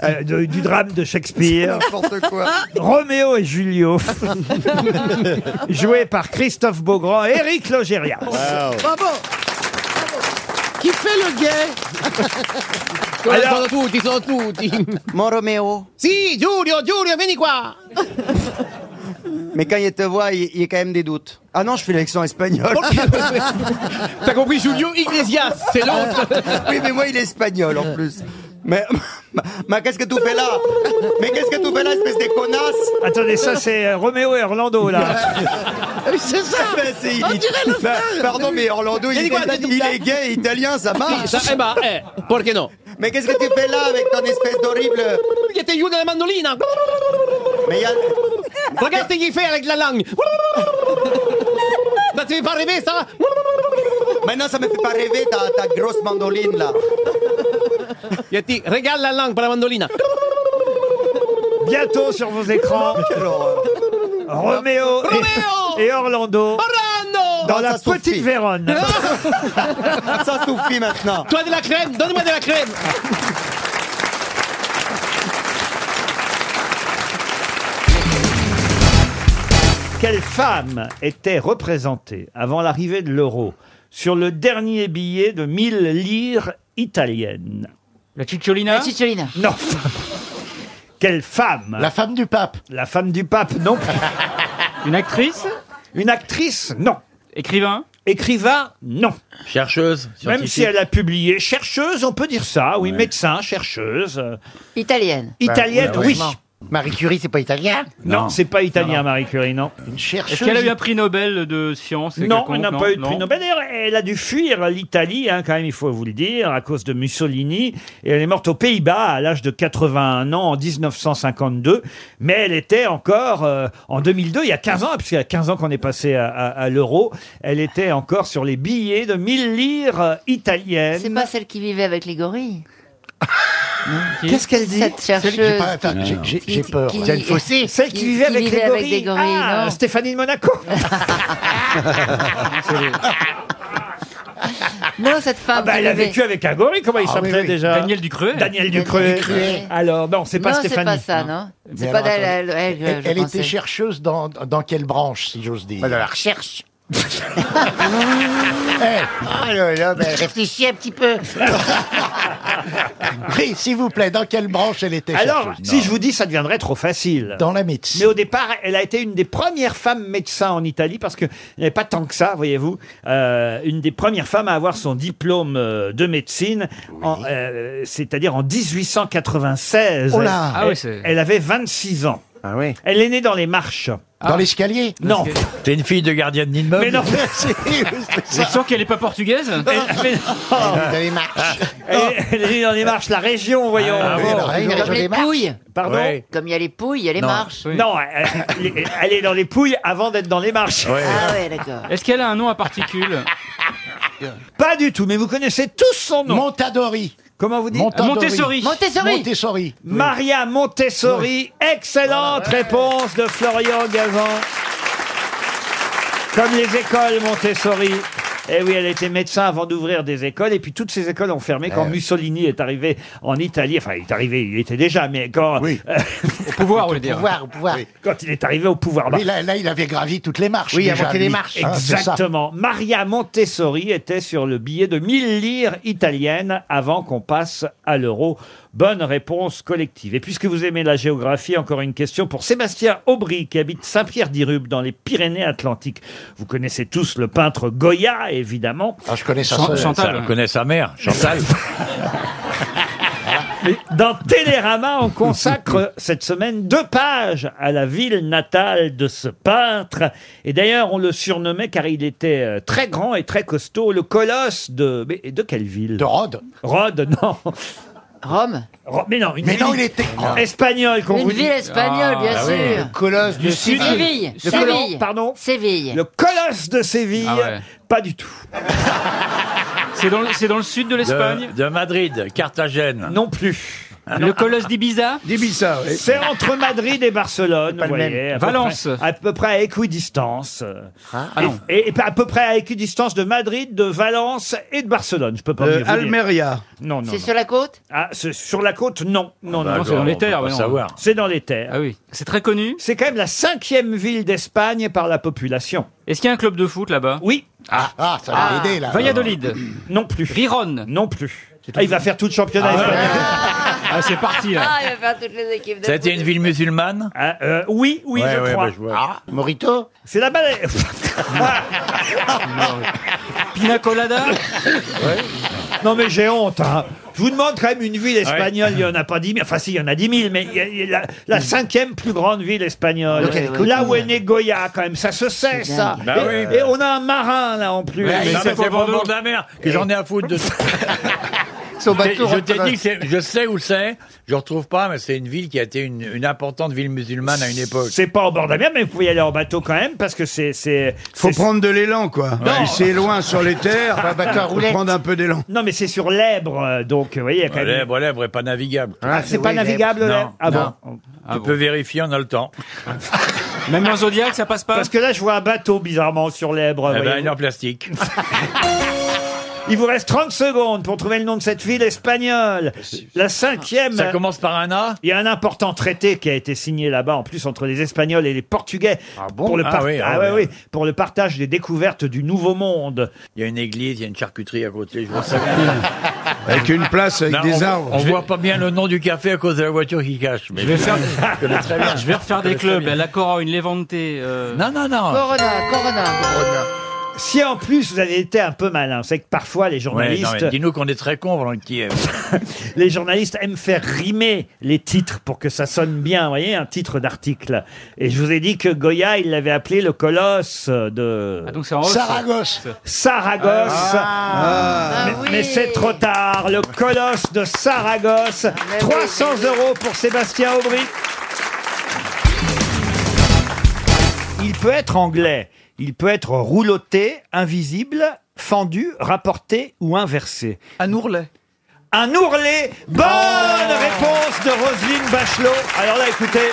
[SPEAKER 1] euh, de- du drame de Shakespeare.
[SPEAKER 3] N'importe quoi.
[SPEAKER 1] Roméo et Julio, joué par Christophe Beaugrand et Eric Logérias.
[SPEAKER 9] Ah.
[SPEAKER 3] Bravo. Qui fait le gay
[SPEAKER 9] Sono tutti, sono tutti.
[SPEAKER 3] Mon Roméo.
[SPEAKER 9] Sì, Giulio, Giulio, vieni qua.
[SPEAKER 3] Mais quand il te voit, il il y a quand même des doutes. Ah non, je fais l'accent espagnol.
[SPEAKER 9] T'as compris, Giulio Iglesias, c'est l'autre.
[SPEAKER 3] oui, mais moi, il est espagnol en plus. Mais, mais qu'est-ce que tu fais là Mais qu'est-ce que tu fais là, espèce de connasse
[SPEAKER 1] Attendez, ça c'est euh, Roméo et Orlando là.
[SPEAKER 3] Ben, C'est ça On dirait le Pardon, mais Orlando, il,
[SPEAKER 9] Vieni qua,
[SPEAKER 3] est,
[SPEAKER 9] dai, tu,
[SPEAKER 3] il
[SPEAKER 9] dai.
[SPEAKER 3] est gay, italien, ça marche
[SPEAKER 9] Sì, sa- eh, ma, eh, perché no?
[SPEAKER 3] Ah, Mais qu'est-ce que tu fais là avec ton espèce d'horrible...
[SPEAKER 9] Gli ti aiuta la hein. mandolina.
[SPEAKER 3] Mais il y a...
[SPEAKER 9] Ragazzi, gli fai la langue. Ma ti fa rêver, ça?
[SPEAKER 3] Maintenant, ça me fait pas rêver ta, ta grosse mandoline, là.
[SPEAKER 9] Gli ti regala la langue per la mandolina.
[SPEAKER 1] Bientôt sur vos écrans, Roméo et, et Orlando
[SPEAKER 9] Orlando!
[SPEAKER 1] dans la
[SPEAKER 3] ça suffit.
[SPEAKER 1] petite Vérone.
[SPEAKER 3] Ça suffit maintenant.
[SPEAKER 9] Toi de la crème, donne-moi de la crème.
[SPEAKER 1] Quelle femme était représentée avant l'arrivée de l'euro sur le dernier billet de 1000 lire italiennes
[SPEAKER 11] La Cicciolina
[SPEAKER 1] Non. Quelle femme La femme du pape. La femme du pape, non.
[SPEAKER 11] Une actrice
[SPEAKER 1] Une actrice, non.
[SPEAKER 11] Écrivain
[SPEAKER 1] Écrivain, non.
[SPEAKER 2] Chercheuse.
[SPEAKER 1] Même si elle a publié chercheuse, on peut dire ça. Oui, médecin, chercheuse. euh,
[SPEAKER 2] Italienne.
[SPEAKER 1] italienne,
[SPEAKER 2] ouais,
[SPEAKER 1] oui.
[SPEAKER 2] ouais.
[SPEAKER 7] Marie Curie, c'est pas italien
[SPEAKER 1] Non,
[SPEAKER 2] Non.
[SPEAKER 1] c'est pas italien, Marie Curie, non. Une
[SPEAKER 11] Est-ce qu'elle a eu un prix Nobel de science
[SPEAKER 1] Non, elle n'a
[SPEAKER 11] quelconque,
[SPEAKER 1] pas eu de
[SPEAKER 11] non
[SPEAKER 1] prix Nobel. D'ailleurs, elle a dû fuir l'Italie, hein, quand même, il faut vous le dire, à cause de Mussolini. Et elle est morte aux Pays-Bas à l'âge de 81 ans, en 1952. Mais elle était encore, euh, en 2002, il y a 15 ans, puisqu'il y a 15 ans qu'on est passé à, à- à l'euro, elle était encore sur les billets de 1000 lires euh, italiennes.
[SPEAKER 2] C'est pas celle qui vivait avec les gorilles.
[SPEAKER 7] Qu'est-ce qu'elle dit
[SPEAKER 2] Cette chercheuse.
[SPEAKER 7] Celle qui- pas- attends, j'ai- j'ai- j'ai peur.
[SPEAKER 2] Qui-
[SPEAKER 7] Diane Fossé
[SPEAKER 1] Celle qui,
[SPEAKER 2] qui-
[SPEAKER 1] vivait
[SPEAKER 2] qui
[SPEAKER 1] avec
[SPEAKER 2] vivait
[SPEAKER 1] les
[SPEAKER 2] avec
[SPEAKER 1] gorilles.
[SPEAKER 2] des gorilles,
[SPEAKER 1] Ah,
[SPEAKER 2] non.
[SPEAKER 1] Stéphanie de Monaco.
[SPEAKER 2] Non, cette femme.
[SPEAKER 1] Ah bah,
[SPEAKER 2] qui
[SPEAKER 1] elle a
[SPEAKER 2] vivait-
[SPEAKER 1] vécu avec un gorille. Comment il
[SPEAKER 2] Ah oui,
[SPEAKER 1] s'appelait
[SPEAKER 2] oui.
[SPEAKER 1] déjà
[SPEAKER 2] Daniel
[SPEAKER 11] Ducreux.
[SPEAKER 1] Daniel
[SPEAKER 2] Daniel
[SPEAKER 1] Ducreux.
[SPEAKER 2] Ducreux.
[SPEAKER 1] Alors, non, c'est pas
[SPEAKER 2] Non,
[SPEAKER 1] Stéphanie.
[SPEAKER 2] C'est pas ça, non.
[SPEAKER 7] Mais
[SPEAKER 2] C'est pas
[SPEAKER 7] alors,
[SPEAKER 2] d'elle. Elle, elle,
[SPEAKER 7] attendez. Elle-
[SPEAKER 2] je
[SPEAKER 7] elle
[SPEAKER 2] pensais.
[SPEAKER 7] était Bah, chercheuse dans, dans quelle branche, si j'ose dire
[SPEAKER 2] Dans
[SPEAKER 7] la recherche.
[SPEAKER 9] Eh,
[SPEAKER 25] Ah là là, ben, réfléchis un petit peu. oui, s'il vous plaît, dans quelle branche elle était
[SPEAKER 1] Alors,
[SPEAKER 25] chercheuse
[SPEAKER 1] si je vous dis, ça deviendrait trop facile.
[SPEAKER 25] Dans la médecine.
[SPEAKER 1] Mais au départ, elle a été une des premières femmes médecins en Italie, parce qu'il n'y avait pas tant que ça, voyez-vous. Euh, une des premières femmes à avoir son diplôme euh, de médecine, en, euh, c'est-à-dire en 1896.
[SPEAKER 25] Oh là
[SPEAKER 1] Elle-
[SPEAKER 25] Ah oui, c'est-
[SPEAKER 1] Elle avait 26 ans. Elle est née dans les marches.
[SPEAKER 25] Dans Ah. l'escalier
[SPEAKER 1] Non.
[SPEAKER 25] T'es une fille de gardienne d'immeuble
[SPEAKER 1] Mais non.
[SPEAKER 11] Vous êtes sûr qu'elle n'est pas portugaise
[SPEAKER 1] Dans les marches. Elle, elle est née dans les marches, la région, voyons.
[SPEAKER 10] Ah, oui, la région Comme des les marches. pouilles.
[SPEAKER 1] Pardon
[SPEAKER 10] Ouais. Comme il y a les pouilles, il y a les
[SPEAKER 1] Non.
[SPEAKER 10] marches.
[SPEAKER 1] Non, elle, elle- elle est dans les pouilles avant d'être dans les marches.
[SPEAKER 10] Ah ouais, d'accord.
[SPEAKER 11] Est-ce qu'elle a un nom à particules
[SPEAKER 1] Pas du tout, mais vous connaissez tous son nom. Montadori. Comment vous dites
[SPEAKER 11] Montadori. Montessori. Montessori.
[SPEAKER 1] Montessori. Maria Montessori. Excellente réponse de Florian Gazan. Comme les écoles Montessori. Eh oui, elle était médecin avant d'ouvrir des écoles, et puis toutes ces écoles ont fermé quand Mussolini est arrivé en Italie. Enfin, il est arrivé, il y était déjà, mais quand... euh, au pouvoir,
[SPEAKER 25] Au pouvoir, au pouvoir.
[SPEAKER 1] Quand il est arrivé au pouvoir.
[SPEAKER 25] Oui, là, là, il avait gravi toutes les marches.
[SPEAKER 1] Oui,
[SPEAKER 25] déjà,
[SPEAKER 1] avant que les
[SPEAKER 25] lui.
[SPEAKER 1] marches.
[SPEAKER 25] Hein, c'est ça.
[SPEAKER 1] Exactement. Maria Montessori était sur le billet de 1000 lires italiennes avant qu'on passe à l'euro. Bonne réponse collective. Et puisque vous aimez la géographie, encore une question pour Sébastien Aubry, qui habite Saint-Pierre-d'Irube, dans les Pyrénées-Atlantiques. Vous connaissez tous le peintre Goya, évidemment.
[SPEAKER 25] Ah, je connais sa sœur. Ça, je connais sa mère, Chantal.
[SPEAKER 1] Mais Dans Télérama, on consacre cette semaine deux pages à la ville natale de ce peintre. Et d'ailleurs, on le surnommait, car il était euh, très grand et très costaud, le colosse de... Mais de quelle ville De Rhodes. Rhodes, non.
[SPEAKER 10] Rome
[SPEAKER 1] Mais non, une
[SPEAKER 10] Mais non,
[SPEAKER 1] ville Ah.
[SPEAKER 10] il était grand.
[SPEAKER 1] espagnole qu'on
[SPEAKER 10] Une
[SPEAKER 1] vous dit.
[SPEAKER 10] ville espagnole, bien sûr.
[SPEAKER 1] Le colosse
[SPEAKER 10] De Séville.
[SPEAKER 1] Le colosse-
[SPEAKER 10] Séville.
[SPEAKER 1] Pardon
[SPEAKER 10] Séville.
[SPEAKER 1] Le colosse de Séville.
[SPEAKER 10] Ah ouais.
[SPEAKER 1] Pas du tout.
[SPEAKER 11] C'est dans, le- c'est dans le sud de l'Espagne
[SPEAKER 4] De Madrid, Ah. Carthagène.
[SPEAKER 1] Non plus.
[SPEAKER 11] Le colosse d'Ibiza
[SPEAKER 1] D'Ibiza, C'est entre Madrid et Barcelone,
[SPEAKER 11] pas
[SPEAKER 1] vous
[SPEAKER 11] le même.
[SPEAKER 1] voyez, à peu
[SPEAKER 11] Valence.
[SPEAKER 1] près- à peu près à équidistance.
[SPEAKER 11] Ah
[SPEAKER 1] et,
[SPEAKER 11] non.
[SPEAKER 1] et- et à peu près à équidistance de Madrid, de Valence et de Barcelone. Je peux pas
[SPEAKER 4] Euh,
[SPEAKER 1] mieux vous dire.
[SPEAKER 4] Almeria.
[SPEAKER 1] Ah. Non, non.
[SPEAKER 10] C'est
[SPEAKER 1] non.
[SPEAKER 10] sur la côte
[SPEAKER 1] Ah, c'est sur la côte,
[SPEAKER 11] Ah
[SPEAKER 1] non. Non,
[SPEAKER 4] bah
[SPEAKER 1] non,
[SPEAKER 4] alors, on peut pas
[SPEAKER 1] voyons.
[SPEAKER 4] savoir.
[SPEAKER 1] C'est dans les terres. Ah oui. C'est très connu. C'est quand même la cinquième ville d'Espagne par la population.
[SPEAKER 11] Est-ce qu'il y a un club de foot là-bas
[SPEAKER 1] Oui.
[SPEAKER 4] Ah,
[SPEAKER 1] ça
[SPEAKER 11] va Ah. l'aider, là. Valladolid.
[SPEAKER 1] Non plus.
[SPEAKER 11] Riron.
[SPEAKER 1] Non plus. Ah, il va faire tout le championnat
[SPEAKER 4] Ah ouais.
[SPEAKER 1] espagnol.
[SPEAKER 4] Ah, c'est parti,
[SPEAKER 10] Ah, il va faire toutes les équipes de
[SPEAKER 4] C'était
[SPEAKER 10] foot.
[SPEAKER 4] une ville musulmane
[SPEAKER 1] Ah, euh, Oui, oui,
[SPEAKER 4] Ouais,
[SPEAKER 1] je
[SPEAKER 4] ouais,
[SPEAKER 1] crois.
[SPEAKER 4] bah, je vois.
[SPEAKER 1] Ah, Morito C'est là-bas.
[SPEAKER 11] Pina colada
[SPEAKER 1] Non, mais j'ai honte. hein. Je vous demande quand même une ville espagnole, il n'y en a pas 10 000. Enfin, si, il y en a 10 000, mais il y a- il y a la,
[SPEAKER 4] Mm.
[SPEAKER 1] la cinquième plus grande ville espagnole.
[SPEAKER 4] Donc, elle est
[SPEAKER 1] là où
[SPEAKER 4] connue.
[SPEAKER 1] est né Goya, quand même, ça se sait,
[SPEAKER 4] C'est
[SPEAKER 1] ça.
[SPEAKER 4] dingue. Bah
[SPEAKER 1] et,
[SPEAKER 4] oui.
[SPEAKER 1] et on a un marin, là, en plus.
[SPEAKER 4] Mais non, mais c'est pas au bord de la mer, que j'en ai à foutre de ça.
[SPEAKER 1] Son bateau
[SPEAKER 4] Je t'ai- je t'ai
[SPEAKER 1] rentre-
[SPEAKER 4] dit que c'est- je sais où c'est, je retrouve pas, mais c'est une ville qui a été une, une importante ville musulmane à une époque.
[SPEAKER 1] C'est pas au bord de la mer, mais vous pouvez y aller en bateau quand même, parce que c'est. c'est-
[SPEAKER 4] Faut
[SPEAKER 1] c'est-
[SPEAKER 4] prendre
[SPEAKER 33] de l'élan, quoi.
[SPEAKER 1] Non.
[SPEAKER 33] Si Ah c'est loin sur les terres,
[SPEAKER 1] Un bateau à
[SPEAKER 33] faut
[SPEAKER 1] roulettes.
[SPEAKER 33] prendre un peu d'élan.
[SPEAKER 1] Non, mais c'est sur l'Èbre, euh, donc, vous voyez, il y a quand même.
[SPEAKER 4] Lèbre, lèbre est pas navigable.
[SPEAKER 1] Ah, c'est pas navigable, l'Èbre
[SPEAKER 4] Non.
[SPEAKER 1] Ah bon Ah
[SPEAKER 4] Non. Tu peux vérifier, on a le temps.
[SPEAKER 1] Même en Zodiac, ça passe pas Parce que là, je vois un bateau bizarrement sur l'Èbre.
[SPEAKER 4] Eh ben,
[SPEAKER 1] voyez-vous.
[SPEAKER 4] il est en plastique.
[SPEAKER 1] Il vous reste 30 secondes pour trouver le nom de cette ville espagnole. La cinquième.
[SPEAKER 4] Ça commence par un A
[SPEAKER 1] Il y a un important traité qui a été signé là-bas, en plus, entre les Espagnols et les Portugais.
[SPEAKER 4] bon
[SPEAKER 1] pour le
[SPEAKER 4] Ah
[SPEAKER 1] par-
[SPEAKER 4] oui, ah
[SPEAKER 1] ouais,
[SPEAKER 4] oui.
[SPEAKER 1] oui, Pour le partage des découvertes du Nouveau Monde.
[SPEAKER 4] Il y a une église, il y a une charcuterie à côté, je vois ça.
[SPEAKER 33] Avec une place, avec
[SPEAKER 4] Non,
[SPEAKER 33] des
[SPEAKER 4] on-
[SPEAKER 33] arbres.
[SPEAKER 4] On
[SPEAKER 33] Je vais-
[SPEAKER 4] voit pas bien le nom du café à cause de la voiture qui cache. Mais
[SPEAKER 11] Je vais faire-
[SPEAKER 4] je connais très bien.
[SPEAKER 11] Ah, Je vais refaire des
[SPEAKER 4] Je connais très
[SPEAKER 11] clubs,
[SPEAKER 4] bien.
[SPEAKER 11] la Corogne, Levante. euh,
[SPEAKER 4] Non, non, non.
[SPEAKER 10] Corona, Corona.
[SPEAKER 1] Si en plus vous avez été un peu malin, c'est que parfois les
[SPEAKER 4] Ouais, non,
[SPEAKER 1] journalistes.
[SPEAKER 4] mais Dis-nous qu'on est très cons, pendant qui est.
[SPEAKER 1] Les journalistes aiment faire rimer les titres pour que ça sonne bien, vous voyez, un titre d'article. Et je vous ai dit que Goya, il l'avait appelé le colosse de...
[SPEAKER 11] Ah, donc c'est en hausse, Saragosse. ça.
[SPEAKER 1] Saragosse
[SPEAKER 11] Ah.
[SPEAKER 1] Mais,
[SPEAKER 11] Ah oui.
[SPEAKER 1] mais c'est trop tard, le colosse de
[SPEAKER 6] Ah,
[SPEAKER 1] Saragosse 300 euros pour Sébastien Aubry Il peut être anglais, il peut être rouloté, invisible, fendu, rapporté ou inversé. Un ourlet. Oh. Un ourlet Bonne réponse de Roselyne Bachelot. Alors là, écoutez,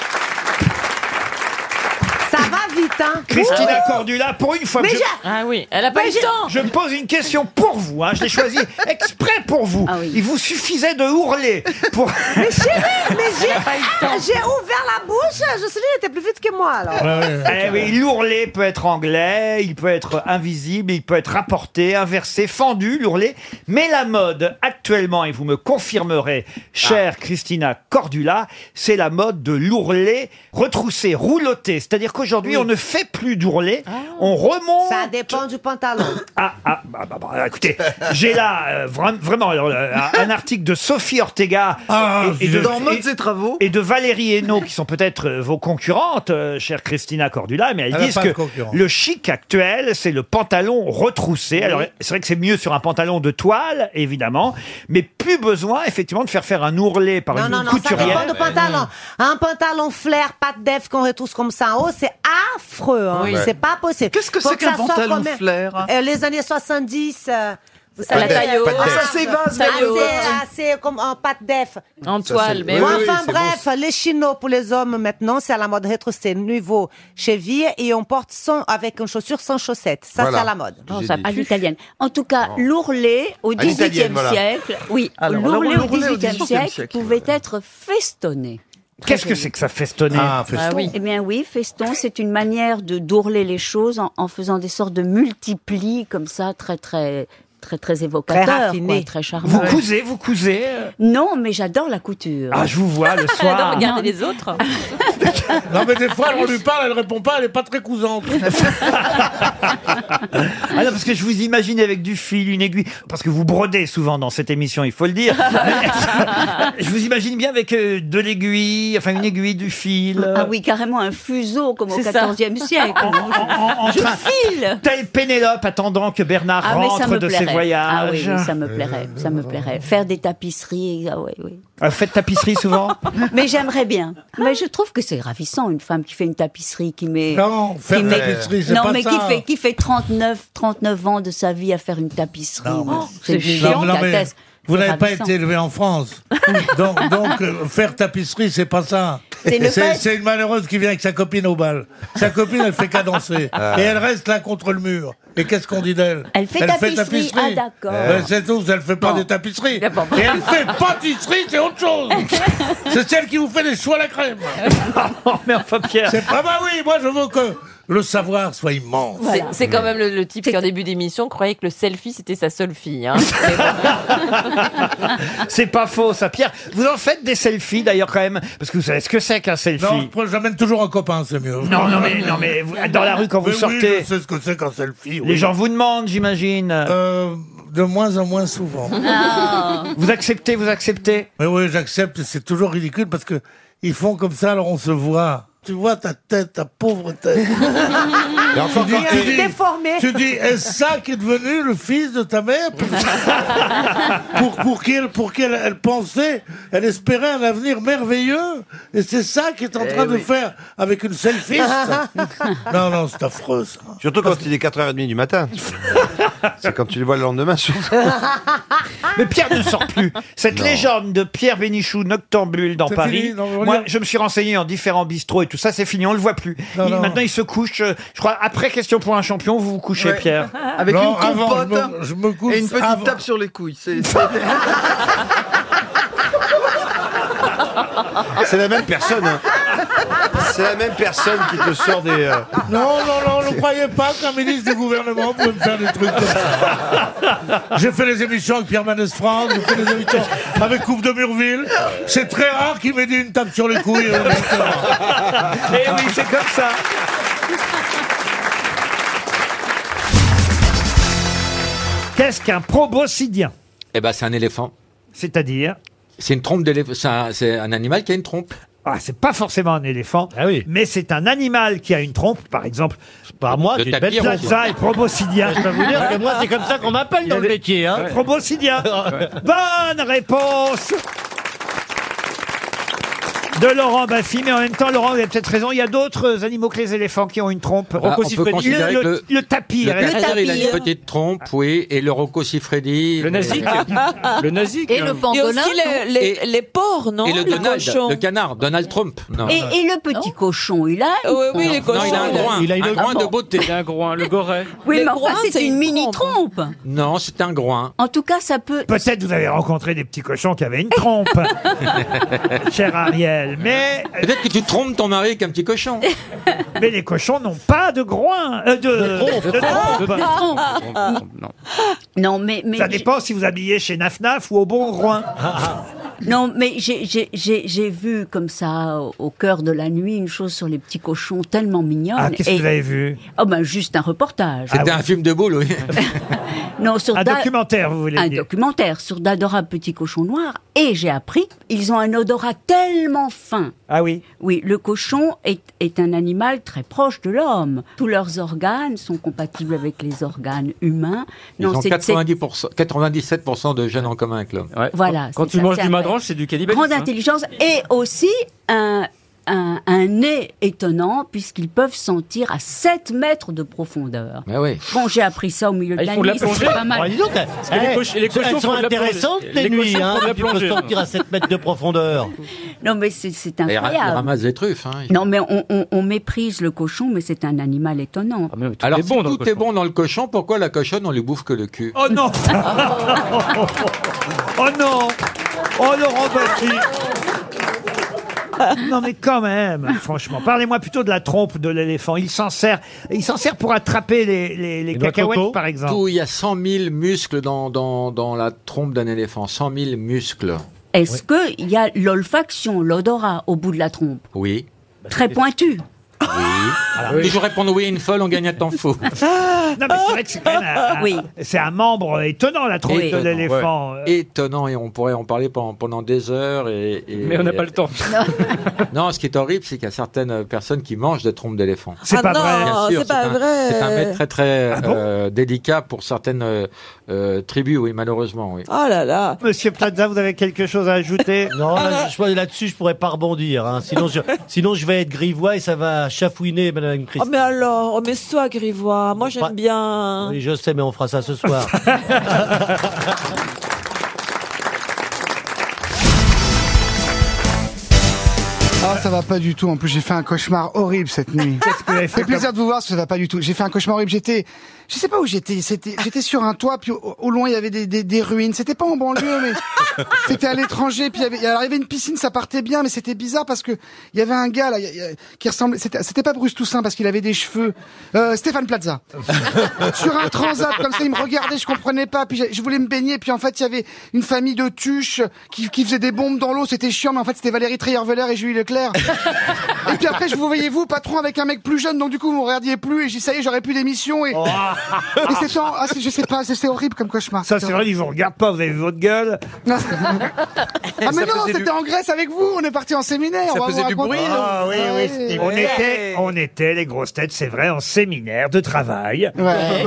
[SPEAKER 6] Ça va vite. matin.
[SPEAKER 1] Christina Cordula, pour une fois
[SPEAKER 6] Mais
[SPEAKER 1] que je...
[SPEAKER 6] j'ai- Ah oui, elle a pas
[SPEAKER 1] Mais
[SPEAKER 6] eu le
[SPEAKER 1] j'ai-
[SPEAKER 6] temps.
[SPEAKER 1] Je me pose une question pour vous, hein. je l'ai choisie exprès pour vous. Il vous suffisait de hurler pour...
[SPEAKER 6] Ah Mais chérie, mais j'ai
[SPEAKER 1] Elle a pas eu le temps.
[SPEAKER 6] Ah, j'ai ouvert la bouche, Jocelyne était plus vite que moi alors.
[SPEAKER 1] Eh oui, l'ourlet peut être anglais, il peut être invisible, il peut être rapporté, inversé, fendu, l'ourlet. Mais la mode actuellement, et vous me confirmerez,
[SPEAKER 6] Ah.
[SPEAKER 1] chère Christina Cordula, c'est la mode de l'ourlet retroussé, rouloté. C'est-à-dire qu'aujourd'hui, on ne fait plus
[SPEAKER 6] Ah.
[SPEAKER 1] d'ourlet, on remonte.
[SPEAKER 6] Ça dépend du pantalon.
[SPEAKER 1] Ah, ah, bah, bah, bah, écoutez, j'ai là euh, vra- vraiment alors, euh, un article de Sophie Ortega et, et de,
[SPEAKER 26] Ah, Dans Mode,
[SPEAKER 1] et-
[SPEAKER 26] ses travaux.
[SPEAKER 1] et de Valérie Hénaud, qui sont peut-être euh, vos concurrentes, euh, chère Christina Cordula, mais elles
[SPEAKER 26] Elle a
[SPEAKER 1] disent
[SPEAKER 26] pas de
[SPEAKER 1] que
[SPEAKER 26] concurrent.
[SPEAKER 1] le chic actuel, c'est le pantalon retroussé. Alors, c'est vrai que c'est mieux sur un pantalon de toile, évidemment, mais plus besoin, effectivement, de faire faire un ourlet par
[SPEAKER 6] Non,
[SPEAKER 1] bah, une
[SPEAKER 6] non, non, ça
[SPEAKER 1] couturière.
[SPEAKER 6] dépend du pantalon. Un pantalon flair, pas de def qu'on retrousse comme ça en haut, c'est affreux. hein.
[SPEAKER 1] Oui.
[SPEAKER 6] C'est pas possible. Qu'est-ce
[SPEAKER 1] que c'est qu'un pantalon hein
[SPEAKER 6] flair Euh, Les années 70... euh, vous
[SPEAKER 1] Pas de def, pas de def.
[SPEAKER 6] assez-
[SPEAKER 1] Ah,
[SPEAKER 6] assez,
[SPEAKER 1] c'est vaste, la taille haute.
[SPEAKER 6] assez comme en pâte def.
[SPEAKER 13] En Ça, toile, c'est- mais-
[SPEAKER 6] Bon,
[SPEAKER 13] ben oui, oui,
[SPEAKER 6] enfin
[SPEAKER 13] c'est
[SPEAKER 6] bref, les chinos pour les hommes maintenant, c'est à la mode retroussée, nouveau cheville, et on porte sans, avec une chaussure sans chaussette. Ça,
[SPEAKER 22] Voilà.
[SPEAKER 6] c'est à la mode.
[SPEAKER 22] Non, ça, à l'italienne. En tout cas, l'ourlet au À l'italienne, XVIIIe voilà. siècle, oui, Alors, l'ourlet au l'ourlet au XVIIIe siècle, siècle, pouvait être festonné.
[SPEAKER 1] Qu'est-ce que c'est que ça festonner
[SPEAKER 26] Ah,
[SPEAKER 6] Bah
[SPEAKER 22] Eh bien oui, feston, c'est une manière de d'ourler les choses en, en faisant des sortes de multiplis comme ça, très très très très évocateurs,
[SPEAKER 1] Très
[SPEAKER 22] quoi,
[SPEAKER 1] raffiné.
[SPEAKER 22] très charmant.
[SPEAKER 1] Vous cousez, vous cousez. euh.
[SPEAKER 22] Non, mais j'adore la couture.
[SPEAKER 1] Ah, je vous vois le soir.
[SPEAKER 22] les autres.
[SPEAKER 4] Non, mais des fois, on lui parle, elle répond pas, elle est pas très cousante.
[SPEAKER 1] Ah non, parce que je vous imagine avec du fil, une aiguille, parce que vous brodez souvent dans cette émission, il faut le dire. je vous imagine bien avec euh, de l'aiguille, enfin une aiguille, du fil.
[SPEAKER 22] Ah oui, carrément un fuseau comme au C'est ça. XIVe siècle.
[SPEAKER 1] euh, en
[SPEAKER 22] je
[SPEAKER 1] train-
[SPEAKER 22] file.
[SPEAKER 1] Telle Pénélope attendant que Bernard
[SPEAKER 22] Ah mais ça
[SPEAKER 1] rentre
[SPEAKER 22] me
[SPEAKER 1] de
[SPEAKER 22] plairait.
[SPEAKER 1] ses voyages.
[SPEAKER 22] Ah oui, oui, ça me plairait, ça me plairait. Faire des tapisseries, ah oui, oui.
[SPEAKER 1] Euh, faites tapisserie souvent
[SPEAKER 22] Mais j'aimerais bien. Mais je trouve que c'est ravissant une femme qui fait une tapisserie, qui met.
[SPEAKER 4] Non, faire
[SPEAKER 22] qui
[SPEAKER 4] une
[SPEAKER 22] met-
[SPEAKER 4] tapisserie, c'est
[SPEAKER 22] Non,
[SPEAKER 4] pas
[SPEAKER 22] mais
[SPEAKER 4] ça.
[SPEAKER 22] qui fait qui fait 39 39 ans de sa vie à faire une tapisserie. mais
[SPEAKER 4] Non,
[SPEAKER 22] C'est chiant.
[SPEAKER 4] non, mais Vous n'avez pas été élevé en France. donc, donc, euh, faire tapisserie, c'est pas ça.
[SPEAKER 22] C'est le
[SPEAKER 4] C'est
[SPEAKER 22] fait-
[SPEAKER 4] c'est une malheureuse qui vient avec sa copine au bal. Sa copine, elle fait qu'à danser.
[SPEAKER 22] Ah.
[SPEAKER 4] Et elle reste là contre le mur. Et qu'est-ce qu'on dit d'elle
[SPEAKER 22] Elle fait tapisserie. Ah, d'accord.
[SPEAKER 4] Ben, c'est tout, elle fait pas des tapisseries. Et elle fait pâtisserie, c'est autre chose. c'est celle qui vous fait des choux à la crème.
[SPEAKER 1] mais enfin, Pierre.
[SPEAKER 4] C'est pas, bah oui, moi je veux que le savoir soit immense.
[SPEAKER 13] C'est- C'est quand même le, le type qui, en début d'émission, croyait que le selfie, c'était sa seule fille. hein.
[SPEAKER 1] C'est pas faux, ça, Pierre. Vous en faites des selfies, d'ailleurs, quand même. Parce que vous savez ce que c'est qu'un selfie.
[SPEAKER 4] Non, je j'amène toujours un copain, c'est mieux.
[SPEAKER 1] Non, non, mais- non, mais vous- dans la rue, quand vous
[SPEAKER 4] Mais
[SPEAKER 1] sortez-
[SPEAKER 4] Oui, je sais ce que c'est qu'un selfie. Euh,
[SPEAKER 1] Les gens vous demandent, j'imagine.
[SPEAKER 4] de moins en moins souvent.
[SPEAKER 1] Vous acceptez, vous acceptez
[SPEAKER 4] Mais oui, j'accepte, et c'est toujours ridicule parce que ils font comme ça, alors on se voit. Tu vois ta tête, ta pauvre tête.
[SPEAKER 6] Et encore quand tu- Déformée.
[SPEAKER 4] tu dis, est-ce ça qui est devenu le fils de ta mère Pour, pour qu'elle pour qu'elle elle pensait, elle espérait un avenir merveilleux. Et c'est ça qui est en
[SPEAKER 26] Eh
[SPEAKER 4] train de
[SPEAKER 26] oui.
[SPEAKER 4] faire avec une selfie. non, non, c'est affreux ça.
[SPEAKER 26] Surtout quand il est 4h30 du matin. C'est quand tu les vois le lendemain, surtout.
[SPEAKER 1] Mais Pierre ne sort plus. Cette
[SPEAKER 26] Non.
[SPEAKER 1] légende de Pierre Bénichou, noctambule dans
[SPEAKER 26] C'est
[SPEAKER 1] Paris.
[SPEAKER 26] fini, non,
[SPEAKER 1] moi, je me suis renseigné en différents bistrots et tout ça, c'est fini, on le voit plus.
[SPEAKER 26] Non,
[SPEAKER 1] Il-
[SPEAKER 26] non.
[SPEAKER 1] Maintenant, il se couche. euh, Je crois, après question pour un champion, vous vous couchez,
[SPEAKER 26] Ouais.
[SPEAKER 1] Pierre.
[SPEAKER 26] Avec Non, une avant, compote je me-
[SPEAKER 4] je me couche
[SPEAKER 26] et une petite
[SPEAKER 4] avant.
[SPEAKER 26] tape sur les couilles. C'est
[SPEAKER 3] Ah,
[SPEAKER 26] C'est la même personne. hein. C'est la même personne qui te sort des. euh,
[SPEAKER 4] Non, non, non, ne croyez pas qu'un ministre du gouvernement pouvait me faire des trucs comme ça. J'ai fait les émissions avec Pierre Manès France, j'ai fait les émissions avec Coupe de Murville. C'est très rare qu'il m'ait dit une tape sur les couilles. euh, directement.
[SPEAKER 1] Eh oui, c'est comme ça. Qu'est-ce qu'un proboscidien
[SPEAKER 5] Eh ben, c'est un éléphant.
[SPEAKER 1] C'est-à-dire
[SPEAKER 5] C'est une trompe d'éléphant. C'est un, c'est un animal qui a une trompe.
[SPEAKER 1] Ah, c'est pas forcément un éléphant,
[SPEAKER 5] Ah
[SPEAKER 1] mais c'est un animal qui a une trompe, par exemple. Par moi,
[SPEAKER 5] Le j'ai une belle tapis rouge.
[SPEAKER 1] plaza et proboscidien.
[SPEAKER 5] Je peux vous dire que moi, c'est
[SPEAKER 1] comme ça qu'on m'appelle
[SPEAKER 5] dans le
[SPEAKER 1] métier.
[SPEAKER 5] hein.
[SPEAKER 1] Proboscidien. Bonne réponse de Laurent Baffy, mais en même temps, Laurent, vous avez peut-être raison, il y a d'autres animaux que les éléphants qui ont une trompe.
[SPEAKER 5] Ah, on peut considérer
[SPEAKER 1] le,
[SPEAKER 5] que
[SPEAKER 1] le- le tapir.
[SPEAKER 5] Le tapir, il a une petite trompe, oui, et le euh, rococifredi. Le
[SPEAKER 1] nasique.
[SPEAKER 5] le nasique.
[SPEAKER 17] Et le pangolin.
[SPEAKER 5] le- les-
[SPEAKER 17] porcs, non
[SPEAKER 5] Et le Donald, le canard, Donald Trump. Non.
[SPEAKER 22] Et, et le petit cochon, il a. une
[SPEAKER 5] Oh. Ah oui, les
[SPEAKER 22] trompe. Ah,
[SPEAKER 5] cochons, Non, il a un il a- groin, un groin de beauté.
[SPEAKER 11] Il a un groin, le goret.
[SPEAKER 22] Oui,
[SPEAKER 5] Le
[SPEAKER 22] mais enfin,
[SPEAKER 5] groin,
[SPEAKER 22] c'est une mini trompe.
[SPEAKER 5] Non, c'est un groin.
[SPEAKER 22] En tout cas, ça peut.
[SPEAKER 1] Peut-être vous avez rencontré des petits cochons qui avaient une trompe, cher Ariel, mais...
[SPEAKER 11] euh,
[SPEAKER 5] Peut-être que tu trompes ton mari avec un petit cochon.
[SPEAKER 22] Ah
[SPEAKER 1] Mais les cochons n'ont pas de groin, euh, de,
[SPEAKER 5] trompe, de trompe.
[SPEAKER 1] trompe.
[SPEAKER 22] Non. Non, mais. Ah, mais
[SPEAKER 1] Ça dépend si vous habillez chez Nafnaf ou au bon groin.
[SPEAKER 22] Non, mais j'ai- j'ai- j'ai j'ai vu comme ça, au- au cœur de la nuit, une chose sur les petits cochons tellement mignonne.
[SPEAKER 1] Ah, qu'est-ce que
[SPEAKER 22] Et-
[SPEAKER 1] vous avez vu
[SPEAKER 22] Oh, ben, juste un reportage.
[SPEAKER 5] C'était un film de boule, oui.
[SPEAKER 22] Non, sur
[SPEAKER 1] Un
[SPEAKER 22] d'a-
[SPEAKER 1] documentaire, vous voulez
[SPEAKER 22] Un
[SPEAKER 1] dire.
[SPEAKER 22] documentaire sur d'adorables petits cochons noirs. Et j'ai appris, ils ont un odorat tellement fin.
[SPEAKER 1] Ah oui
[SPEAKER 22] Oui, le cochon est, est un animal très proche de l'homme. Tous leurs organes sont compatibles avec les organes humains.
[SPEAKER 5] Ils ont
[SPEAKER 22] c'est- c'est-
[SPEAKER 5] 90%, 97% de jeunes en commun avec l'homme.
[SPEAKER 22] Voilà,
[SPEAKER 11] Quand
[SPEAKER 22] c'est
[SPEAKER 11] tu
[SPEAKER 22] ça,
[SPEAKER 11] manges
[SPEAKER 22] c'est
[SPEAKER 11] du
[SPEAKER 22] incroyable.
[SPEAKER 11] madrange, c'est du cannibalisme.
[SPEAKER 22] grande
[SPEAKER 11] hein.
[SPEAKER 22] intelligence et aussi un, un, un nez étonnant puisqu'ils peuvent sentir à 7 mètres de profondeur.
[SPEAKER 5] Mais oui.
[SPEAKER 22] Bon, j'ai appris ça au milieu
[SPEAKER 11] Ah,
[SPEAKER 22] de
[SPEAKER 11] ils
[SPEAKER 22] la
[SPEAKER 11] font de
[SPEAKER 22] nuit,
[SPEAKER 11] la plongée.
[SPEAKER 22] c'est pas mal.
[SPEAKER 11] Oh, dis donc, Parce que les eh, cochons- les elles cochons sont font de la intéressantes, plongée. les Les nuits, cochons hein, font de la tu peux plongée. sortir à
[SPEAKER 26] 7 mètres de profondeur.
[SPEAKER 22] Non, mais c'est- c'est
[SPEAKER 5] Et ils ra- ils
[SPEAKER 22] incroyable.
[SPEAKER 5] ramassent des truffes. hein.
[SPEAKER 22] Non, mais on, on- on méprise le cochon, mais c'est un animal étonnant.
[SPEAKER 11] Ah,
[SPEAKER 5] Alors, si tout est bon dans le cochon, pourquoi la cochonne, on lui bouffe que le cul
[SPEAKER 1] Oh non Oh non Oh Laurent Baffy non mais quand même, franchement, parlez-moi plutôt de la trompe de l'éléphant. Il s'en sert, il s'en sert pour attraper les, les, les cacahuètes, par exemple.
[SPEAKER 5] Tout, il y a 100 000 muscles dans, dans, dans la trompe d'un éléphant. 100 000 muscles.
[SPEAKER 22] Est-ce qu'il y a l'olfaction, l'odorat au bout de la trompe
[SPEAKER 5] Oui.
[SPEAKER 11] Bah,
[SPEAKER 22] Très pointu.
[SPEAKER 5] Oui. Toujours répondre oui à une folle, on gagne un temps fou.
[SPEAKER 1] Ah, Non mais c'est vrai que c'est quand même un, un-
[SPEAKER 22] Oui.
[SPEAKER 1] c'est un membre étonnant la trompe de
[SPEAKER 5] Étonnant,
[SPEAKER 1] l'éléphant. euh.
[SPEAKER 5] ouais. Étonnant, et on pourrait en parler pendant, pendant des heures. Et, et-
[SPEAKER 11] Mais on n'a pas le temps.
[SPEAKER 5] Non, ce qui est horrible, c'est qu'il y a certaines personnes qui mangent des trompes d'éléphant.
[SPEAKER 1] C'est Ah pas non, vrai. Ah
[SPEAKER 5] Bien sûr,
[SPEAKER 1] c'est pas
[SPEAKER 5] un-
[SPEAKER 1] vrai.
[SPEAKER 5] C'est un maître très très euh, délicat pour certaines euh, euh, tribus, oui, malheureusement, oui.
[SPEAKER 1] Oh là là Monsieur Plaza, vous avez quelque chose à ajouter
[SPEAKER 26] Non, là, je- je- là-dessus, je pourrais pas rebondir. hein. Sinon, je, sinon, je vais être grivois et ça va chafouiner, Madame
[SPEAKER 8] Oh
[SPEAKER 26] Christine.
[SPEAKER 8] mais alors, oh mais sois grivois, moi
[SPEAKER 26] Pas-
[SPEAKER 8] j'aime bien.
[SPEAKER 26] Oui, je sais, mais on fera ça ce soir.
[SPEAKER 14] Ah, ça va pas du tout. En plus, j'ai fait un cauchemar horrible cette nuit.
[SPEAKER 1] Qu'est-ce que vous avez fait
[SPEAKER 14] fait plaisir de vous voir, parce que ça va pas du tout. J'ai fait un cauchemar horrible. J'étais, je sais pas où j'étais. C'était, j'étais sur un toit, puis au, au loin il y avait des, des, des ruines. C'était pas en banlieue, mais c'était à l'étranger. Puis il y avait, il y arrivait une piscine, ça partait bien, mais c'était bizarre parce que il y avait un gars là il y a- qui ressemblait. C'était, c'était pas Bruce Toussaint parce qu'il avait des cheveux. Euh, Stéphane Plaza. sur un transat comme ça, il me regardait, je comprenais pas. Puis j'ai- je voulais me baigner, puis en fait il y avait une famille de tuches qui, qui faisait des bombes dans l'eau. C'était chiant, mais en fait c'était Valérie Trierweiler et Julie Leclerc. et puis après je vous voyais vous patron avec un mec plus jeune, donc du coup vous me regardiez plus et j'ai ça y est j'aurais plus d'émission
[SPEAKER 1] Oh.
[SPEAKER 14] et. et c'est tant- ah, c'est- je sais pas, c'est c'est horrible comme cauchemar.
[SPEAKER 1] Ça c'est vrai, ils vous regardent pas, vous avez vu votre gueule.
[SPEAKER 14] Ah mais
[SPEAKER 1] Ça
[SPEAKER 14] non,
[SPEAKER 1] faisait
[SPEAKER 14] c'était
[SPEAKER 1] du-
[SPEAKER 14] en Grèce avec vous, on est parti en séminaire. Eh, on va vous raconter.
[SPEAKER 1] Ah oui, oui,
[SPEAKER 14] Ouais.
[SPEAKER 1] On était, on était les grosses têtes, c'est vrai, en séminaire de travail.
[SPEAKER 14] Ouais.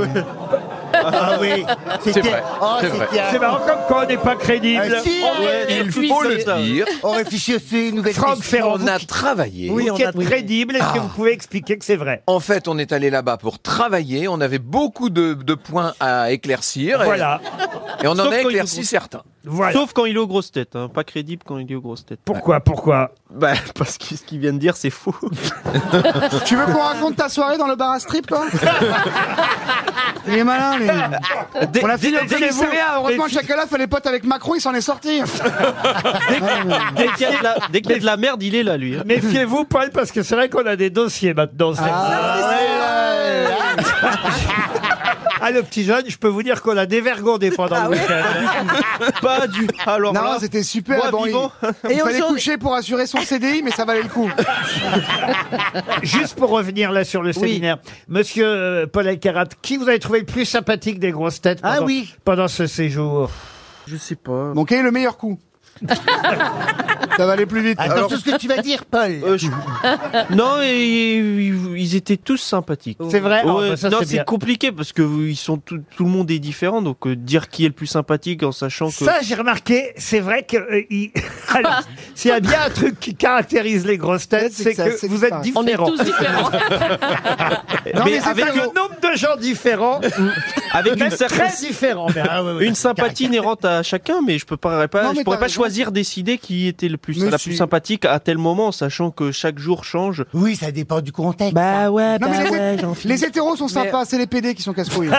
[SPEAKER 1] ah oui,
[SPEAKER 14] c'était- C'est vrai,
[SPEAKER 7] oh, c'est c'était vrai. un-
[SPEAKER 1] C'est marrant comme quoi on n'est pas crédible.
[SPEAKER 7] Ah, si,
[SPEAKER 1] On
[SPEAKER 7] ouais,
[SPEAKER 1] est
[SPEAKER 7] il
[SPEAKER 1] cuit,
[SPEAKER 7] faut
[SPEAKER 1] ça
[SPEAKER 7] le
[SPEAKER 1] y est.
[SPEAKER 7] dire.
[SPEAKER 14] On réfléchit aussi une nouvelle
[SPEAKER 1] Franck Ferrand,
[SPEAKER 18] on a
[SPEAKER 1] vous-
[SPEAKER 18] travaillé.
[SPEAKER 1] Vous qui êtes crédible, est-ce que
[SPEAKER 3] Ah.
[SPEAKER 1] vous pouvez expliquer que c'est vrai
[SPEAKER 18] En fait, on est allé là-bas pour travailler. On avait beaucoup de, de points à éclaircir. et-
[SPEAKER 1] Voilà.
[SPEAKER 18] Et, on en
[SPEAKER 1] Sauf
[SPEAKER 18] a
[SPEAKER 1] quand il
[SPEAKER 18] éclairci
[SPEAKER 1] nous-
[SPEAKER 18] certains.
[SPEAKER 1] Voilà.
[SPEAKER 16] Sauf quand il est aux grosses têtes, hein. pas crédible quand il est aux grosses têtes.
[SPEAKER 1] Pourquoi Pourquoi
[SPEAKER 16] Bah parce que ce qu'il vient de dire c'est faux.
[SPEAKER 14] Tu veux qu'on raconte ta soirée dans le bar à strip, toi Il est malin, lui.
[SPEAKER 16] Dé-
[SPEAKER 14] on a fini
[SPEAKER 16] dé-
[SPEAKER 14] au commissariat.
[SPEAKER 16] dé-
[SPEAKER 14] Heureusement,
[SPEAKER 16] dé-
[SPEAKER 14] chacun là fait les potes avec Macron, il s'en est sorti.
[SPEAKER 16] Dès qu'il y a de la, dès qu'il y a de la merde, il est là lui. hein.
[SPEAKER 1] Méfiez-vous, Paul, parce que c'est vrai qu'on a des dossiers maintenant. c'est-
[SPEAKER 14] Ah.
[SPEAKER 9] Ah
[SPEAKER 1] Ah, le petit jeune, je peux vous dire qu'on a dévergondé pendant le week-end.
[SPEAKER 16] Pas du. Alors
[SPEAKER 14] Ah non,
[SPEAKER 16] là,
[SPEAKER 14] c'était super.
[SPEAKER 16] moi,
[SPEAKER 14] bon, il-
[SPEAKER 16] vivant.
[SPEAKER 14] il,
[SPEAKER 16] Et
[SPEAKER 14] fallait
[SPEAKER 16] aujourd'hui- Ah
[SPEAKER 14] coucher pour assurer son CDI, mais ça valait le coup.
[SPEAKER 1] Juste pour revenir là sur le séminaire, Monsieur euh, Paul Alcarat, qui vous avez trouvé le plus sympathique des grosses têtes
[SPEAKER 14] Ah
[SPEAKER 1] pendant,
[SPEAKER 14] oui.
[SPEAKER 1] pendant ce séjour
[SPEAKER 16] Je sais pas.
[SPEAKER 14] Bon, quel est le meilleur coup
[SPEAKER 25] Ça va aller plus
[SPEAKER 26] Ah,
[SPEAKER 25] vite.
[SPEAKER 7] Attention ce que tu vas dire, Paul.
[SPEAKER 26] Euh,
[SPEAKER 16] Non, et- ils ils étaient tous sympathiques.
[SPEAKER 7] C'est vrai Ah,
[SPEAKER 16] Ouais,
[SPEAKER 7] bah ça,
[SPEAKER 16] Non,
[SPEAKER 7] c'est bien.
[SPEAKER 16] c'est compliqué parce que vous- ils sont tout, tout le monde est différent, donc euh, dire qui est le plus sympathique en sachant que.
[SPEAKER 1] Ça, j'ai remarqué, c'est vrai que. euh, il- Alors, s'il y a bien un truc qui caractérise les grosses têtes, c'est
[SPEAKER 16] c'est que
[SPEAKER 1] que
[SPEAKER 16] c'est
[SPEAKER 1] vous êtes
[SPEAKER 16] pareil. On est
[SPEAKER 1] différents.
[SPEAKER 16] tous différents.
[SPEAKER 1] Non, mais,
[SPEAKER 16] Mais
[SPEAKER 1] c'est
[SPEAKER 16] avec
[SPEAKER 1] avec le
[SPEAKER 16] un-
[SPEAKER 1] nombre de gens différents,
[SPEAKER 16] Avec
[SPEAKER 1] même
[SPEAKER 16] une certaine-
[SPEAKER 1] très différents. mais- ah, ouais, ouais.
[SPEAKER 16] Une sympathie inhérente à chacun, mais je ne pourrais pas,
[SPEAKER 1] Non, mais
[SPEAKER 16] je pourrais
[SPEAKER 1] t'as
[SPEAKER 16] pas
[SPEAKER 1] raison.
[SPEAKER 16] choisir, décider qui était le plus,
[SPEAKER 7] Mais
[SPEAKER 16] la
[SPEAKER 7] si.
[SPEAKER 16] plus sympathique à tel moment, sachant que chaque jour change.
[SPEAKER 7] Oui, ça dépend du contexte.
[SPEAKER 16] Bah ouais,
[SPEAKER 14] Non, mais les, hé- les hétéros sont
[SPEAKER 16] Mais- Ah,
[SPEAKER 14] sympas, c'est les PD qui sont casse-couilles.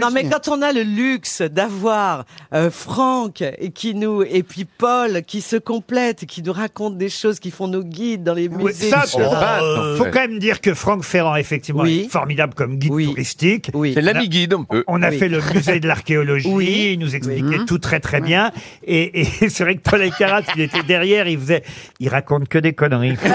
[SPEAKER 9] non mais quand on a le luxe d'avoir euh, Franck et qui nous et puis Paul qui se complètent, qui nous racontent des choses, qui font nos guides dans les
[SPEAKER 1] Oui,
[SPEAKER 9] musées.
[SPEAKER 1] ça, pour- euh, faut quand même dire que Franck Ferrand, effectivement, est formidable comme guide touristique.
[SPEAKER 18] C'est l'ami guide, un peu.
[SPEAKER 1] On a
[SPEAKER 18] Oui.
[SPEAKER 1] fait le musée de l'archéologie, il nous expliquait tout très très bien. Et, et c'est vrai que Paul Alcarat, il était derrière, il faisait, il raconte que des conneries.
[SPEAKER 12] non.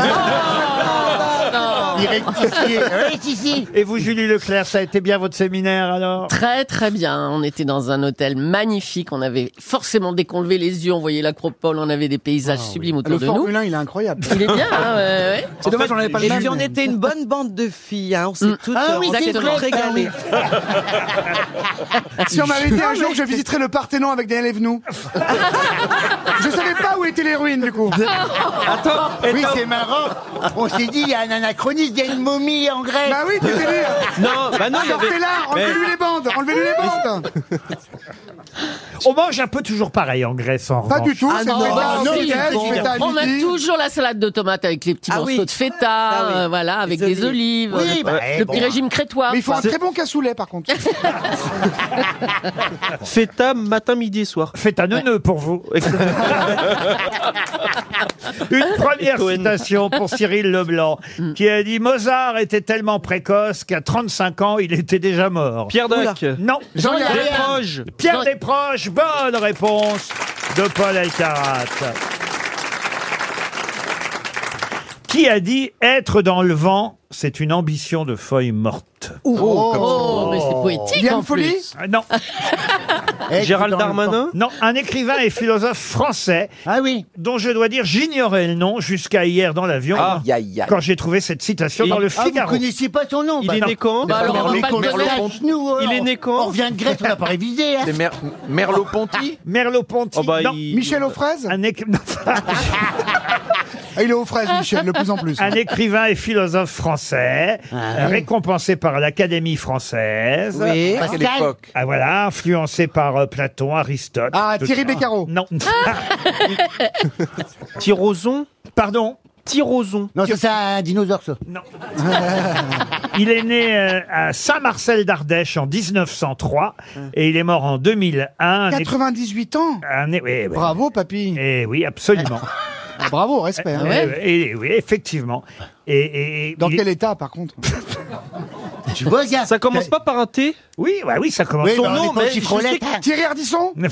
[SPEAKER 1] Il rectifiait, rectifiait. Et vous, Julie Leclerc, ça a été bien votre séminaire alors
[SPEAKER 12] Très très bien. On était dans un hôtel magnifique. On avait forcément dès qu'on levait les yeux, on voyait l'acropole, on avait des paysages sublimes autour
[SPEAKER 14] Ah Le
[SPEAKER 12] de
[SPEAKER 14] Formule
[SPEAKER 12] nous.
[SPEAKER 14] 1, il est incroyable.
[SPEAKER 12] Il est bien, hein, ouais, ouais.
[SPEAKER 14] C'est dommage, on n'avait pas le
[SPEAKER 9] Et
[SPEAKER 14] même.
[SPEAKER 9] puis on était une bonne bande de filles, hein, on
[SPEAKER 12] Mm.
[SPEAKER 9] s'est toutes
[SPEAKER 14] Ah oui,
[SPEAKER 9] on s'est
[SPEAKER 14] c'est
[SPEAKER 9] toutes
[SPEAKER 14] vrai, Ah
[SPEAKER 9] régalées.
[SPEAKER 14] Si on m'avait dit un jour que je visiterais le Parthénon avec Daniel Evenou. je savais pas où étaient les ruines, du coup.
[SPEAKER 7] Attends, oui, c'est marrant. On s'est dit, il y a un anachronisme, il y a une momie en Grèce.
[SPEAKER 14] Bah oui, tu délire.
[SPEAKER 16] Non, bah non, il y avait-
[SPEAKER 14] Sortez-la, enlevez-lui
[SPEAKER 16] Mais-
[SPEAKER 14] les bandes, enlevez-lui les bandes.
[SPEAKER 1] On mange un peu toujours pareil en Grèce, en
[SPEAKER 14] Pas du
[SPEAKER 1] revanche.
[SPEAKER 14] tout, Ah c'est non, vrai.
[SPEAKER 12] Ah,
[SPEAKER 14] non,
[SPEAKER 12] si,
[SPEAKER 14] tu fais-
[SPEAKER 12] bon.
[SPEAKER 14] tu fais ta
[SPEAKER 12] on a
[SPEAKER 14] Lydie.
[SPEAKER 12] toujours la salade de tomates avec les petits
[SPEAKER 14] Ah
[SPEAKER 12] morceaux
[SPEAKER 14] oui.
[SPEAKER 12] de feta,
[SPEAKER 14] Ah oui.
[SPEAKER 12] euh, voilà, avec
[SPEAKER 14] Les
[SPEAKER 12] des olives, euh,
[SPEAKER 14] Oui,
[SPEAKER 12] le,
[SPEAKER 14] bah,
[SPEAKER 12] le
[SPEAKER 14] bon.
[SPEAKER 12] petit régime crétois.
[SPEAKER 14] Mais il faut un
[SPEAKER 12] quoi.
[SPEAKER 14] très bon cassoulet, par contre.
[SPEAKER 16] Feta matin, midi et soir.
[SPEAKER 1] Feta neuneu pour vous. Une première citation pour Cyril Leblanc, qui a dit Mozart était tellement précoce qu'à 35 ans, il était déjà mort.
[SPEAKER 16] Pierre Dac.
[SPEAKER 1] Oula. Non.
[SPEAKER 16] Jean-Yann. Desproges.
[SPEAKER 1] Pierre Desproges, bonne réponse de Paul Alcarat. Qui a dit être dans le vent, c'est une ambition de feuille morte
[SPEAKER 12] Oh, oh, mais c'est poétique
[SPEAKER 1] Liane
[SPEAKER 12] en
[SPEAKER 1] Folly
[SPEAKER 12] plus.
[SPEAKER 1] Ah, Non.
[SPEAKER 14] Eh,
[SPEAKER 16] Gérald Darmanin
[SPEAKER 1] Non, un écrivain et philosophe français. Ah oui. Dont je dois dire, j'ignorais le nom jusqu'à hier dans l'avion.
[SPEAKER 18] Aïe, aïe, aïe.
[SPEAKER 1] Quand j'ai trouvé cette citation dans le
[SPEAKER 7] Ah, vous
[SPEAKER 1] Figaro.
[SPEAKER 7] connaissiez pas son nom
[SPEAKER 1] Il est né quand Bah, alors, on parle de Merleau.
[SPEAKER 7] Il est né quand On revient de Grèce, on n'a pas révisé. hein. Oh, bah,
[SPEAKER 18] C'est Mer- Merleau-Ponty
[SPEAKER 1] Ah, Merleau-Ponty. non.
[SPEAKER 14] Michel aux fraises
[SPEAKER 1] Un éc-
[SPEAKER 14] Ah, Il est aux fraises, Michel, de plus en plus.
[SPEAKER 1] Un écrivain et philosophe français, euh, récompensé par l'Académie française.
[SPEAKER 14] Oui. À quelle Pascal. époque
[SPEAKER 1] Ah voilà, influencé par euh, Platon, Aristote.
[SPEAKER 14] Ah,
[SPEAKER 1] tout
[SPEAKER 14] Thierry
[SPEAKER 1] ça.
[SPEAKER 14] Beccaro.
[SPEAKER 1] Non.
[SPEAKER 16] Tirozon
[SPEAKER 1] Pardon
[SPEAKER 16] Tirozon.
[SPEAKER 7] Non, ça, c'est un dinosaure, ça.
[SPEAKER 1] Non. Il est né euh, à Saint-Marcel d'Ardèche en 1903 et il est mort en 2001.
[SPEAKER 14] 98 ans
[SPEAKER 1] Bravo,
[SPEAKER 14] papy.
[SPEAKER 1] Et Eh oui, absolument.
[SPEAKER 14] Bravo, respect. hein.
[SPEAKER 1] Eh oui, eh oui, effectivement. Et, et- et-
[SPEAKER 14] Dans
[SPEAKER 1] il-
[SPEAKER 14] quel état, par contre
[SPEAKER 1] Tu vois, il y a-
[SPEAKER 16] Ça commence pas par un T
[SPEAKER 1] Oui, bah oui, ça commence.
[SPEAKER 16] Oui, Son bah, on nom, est pas mais au chiffre je sais lettre. que-
[SPEAKER 14] Thierry Ardisson
[SPEAKER 7] hein.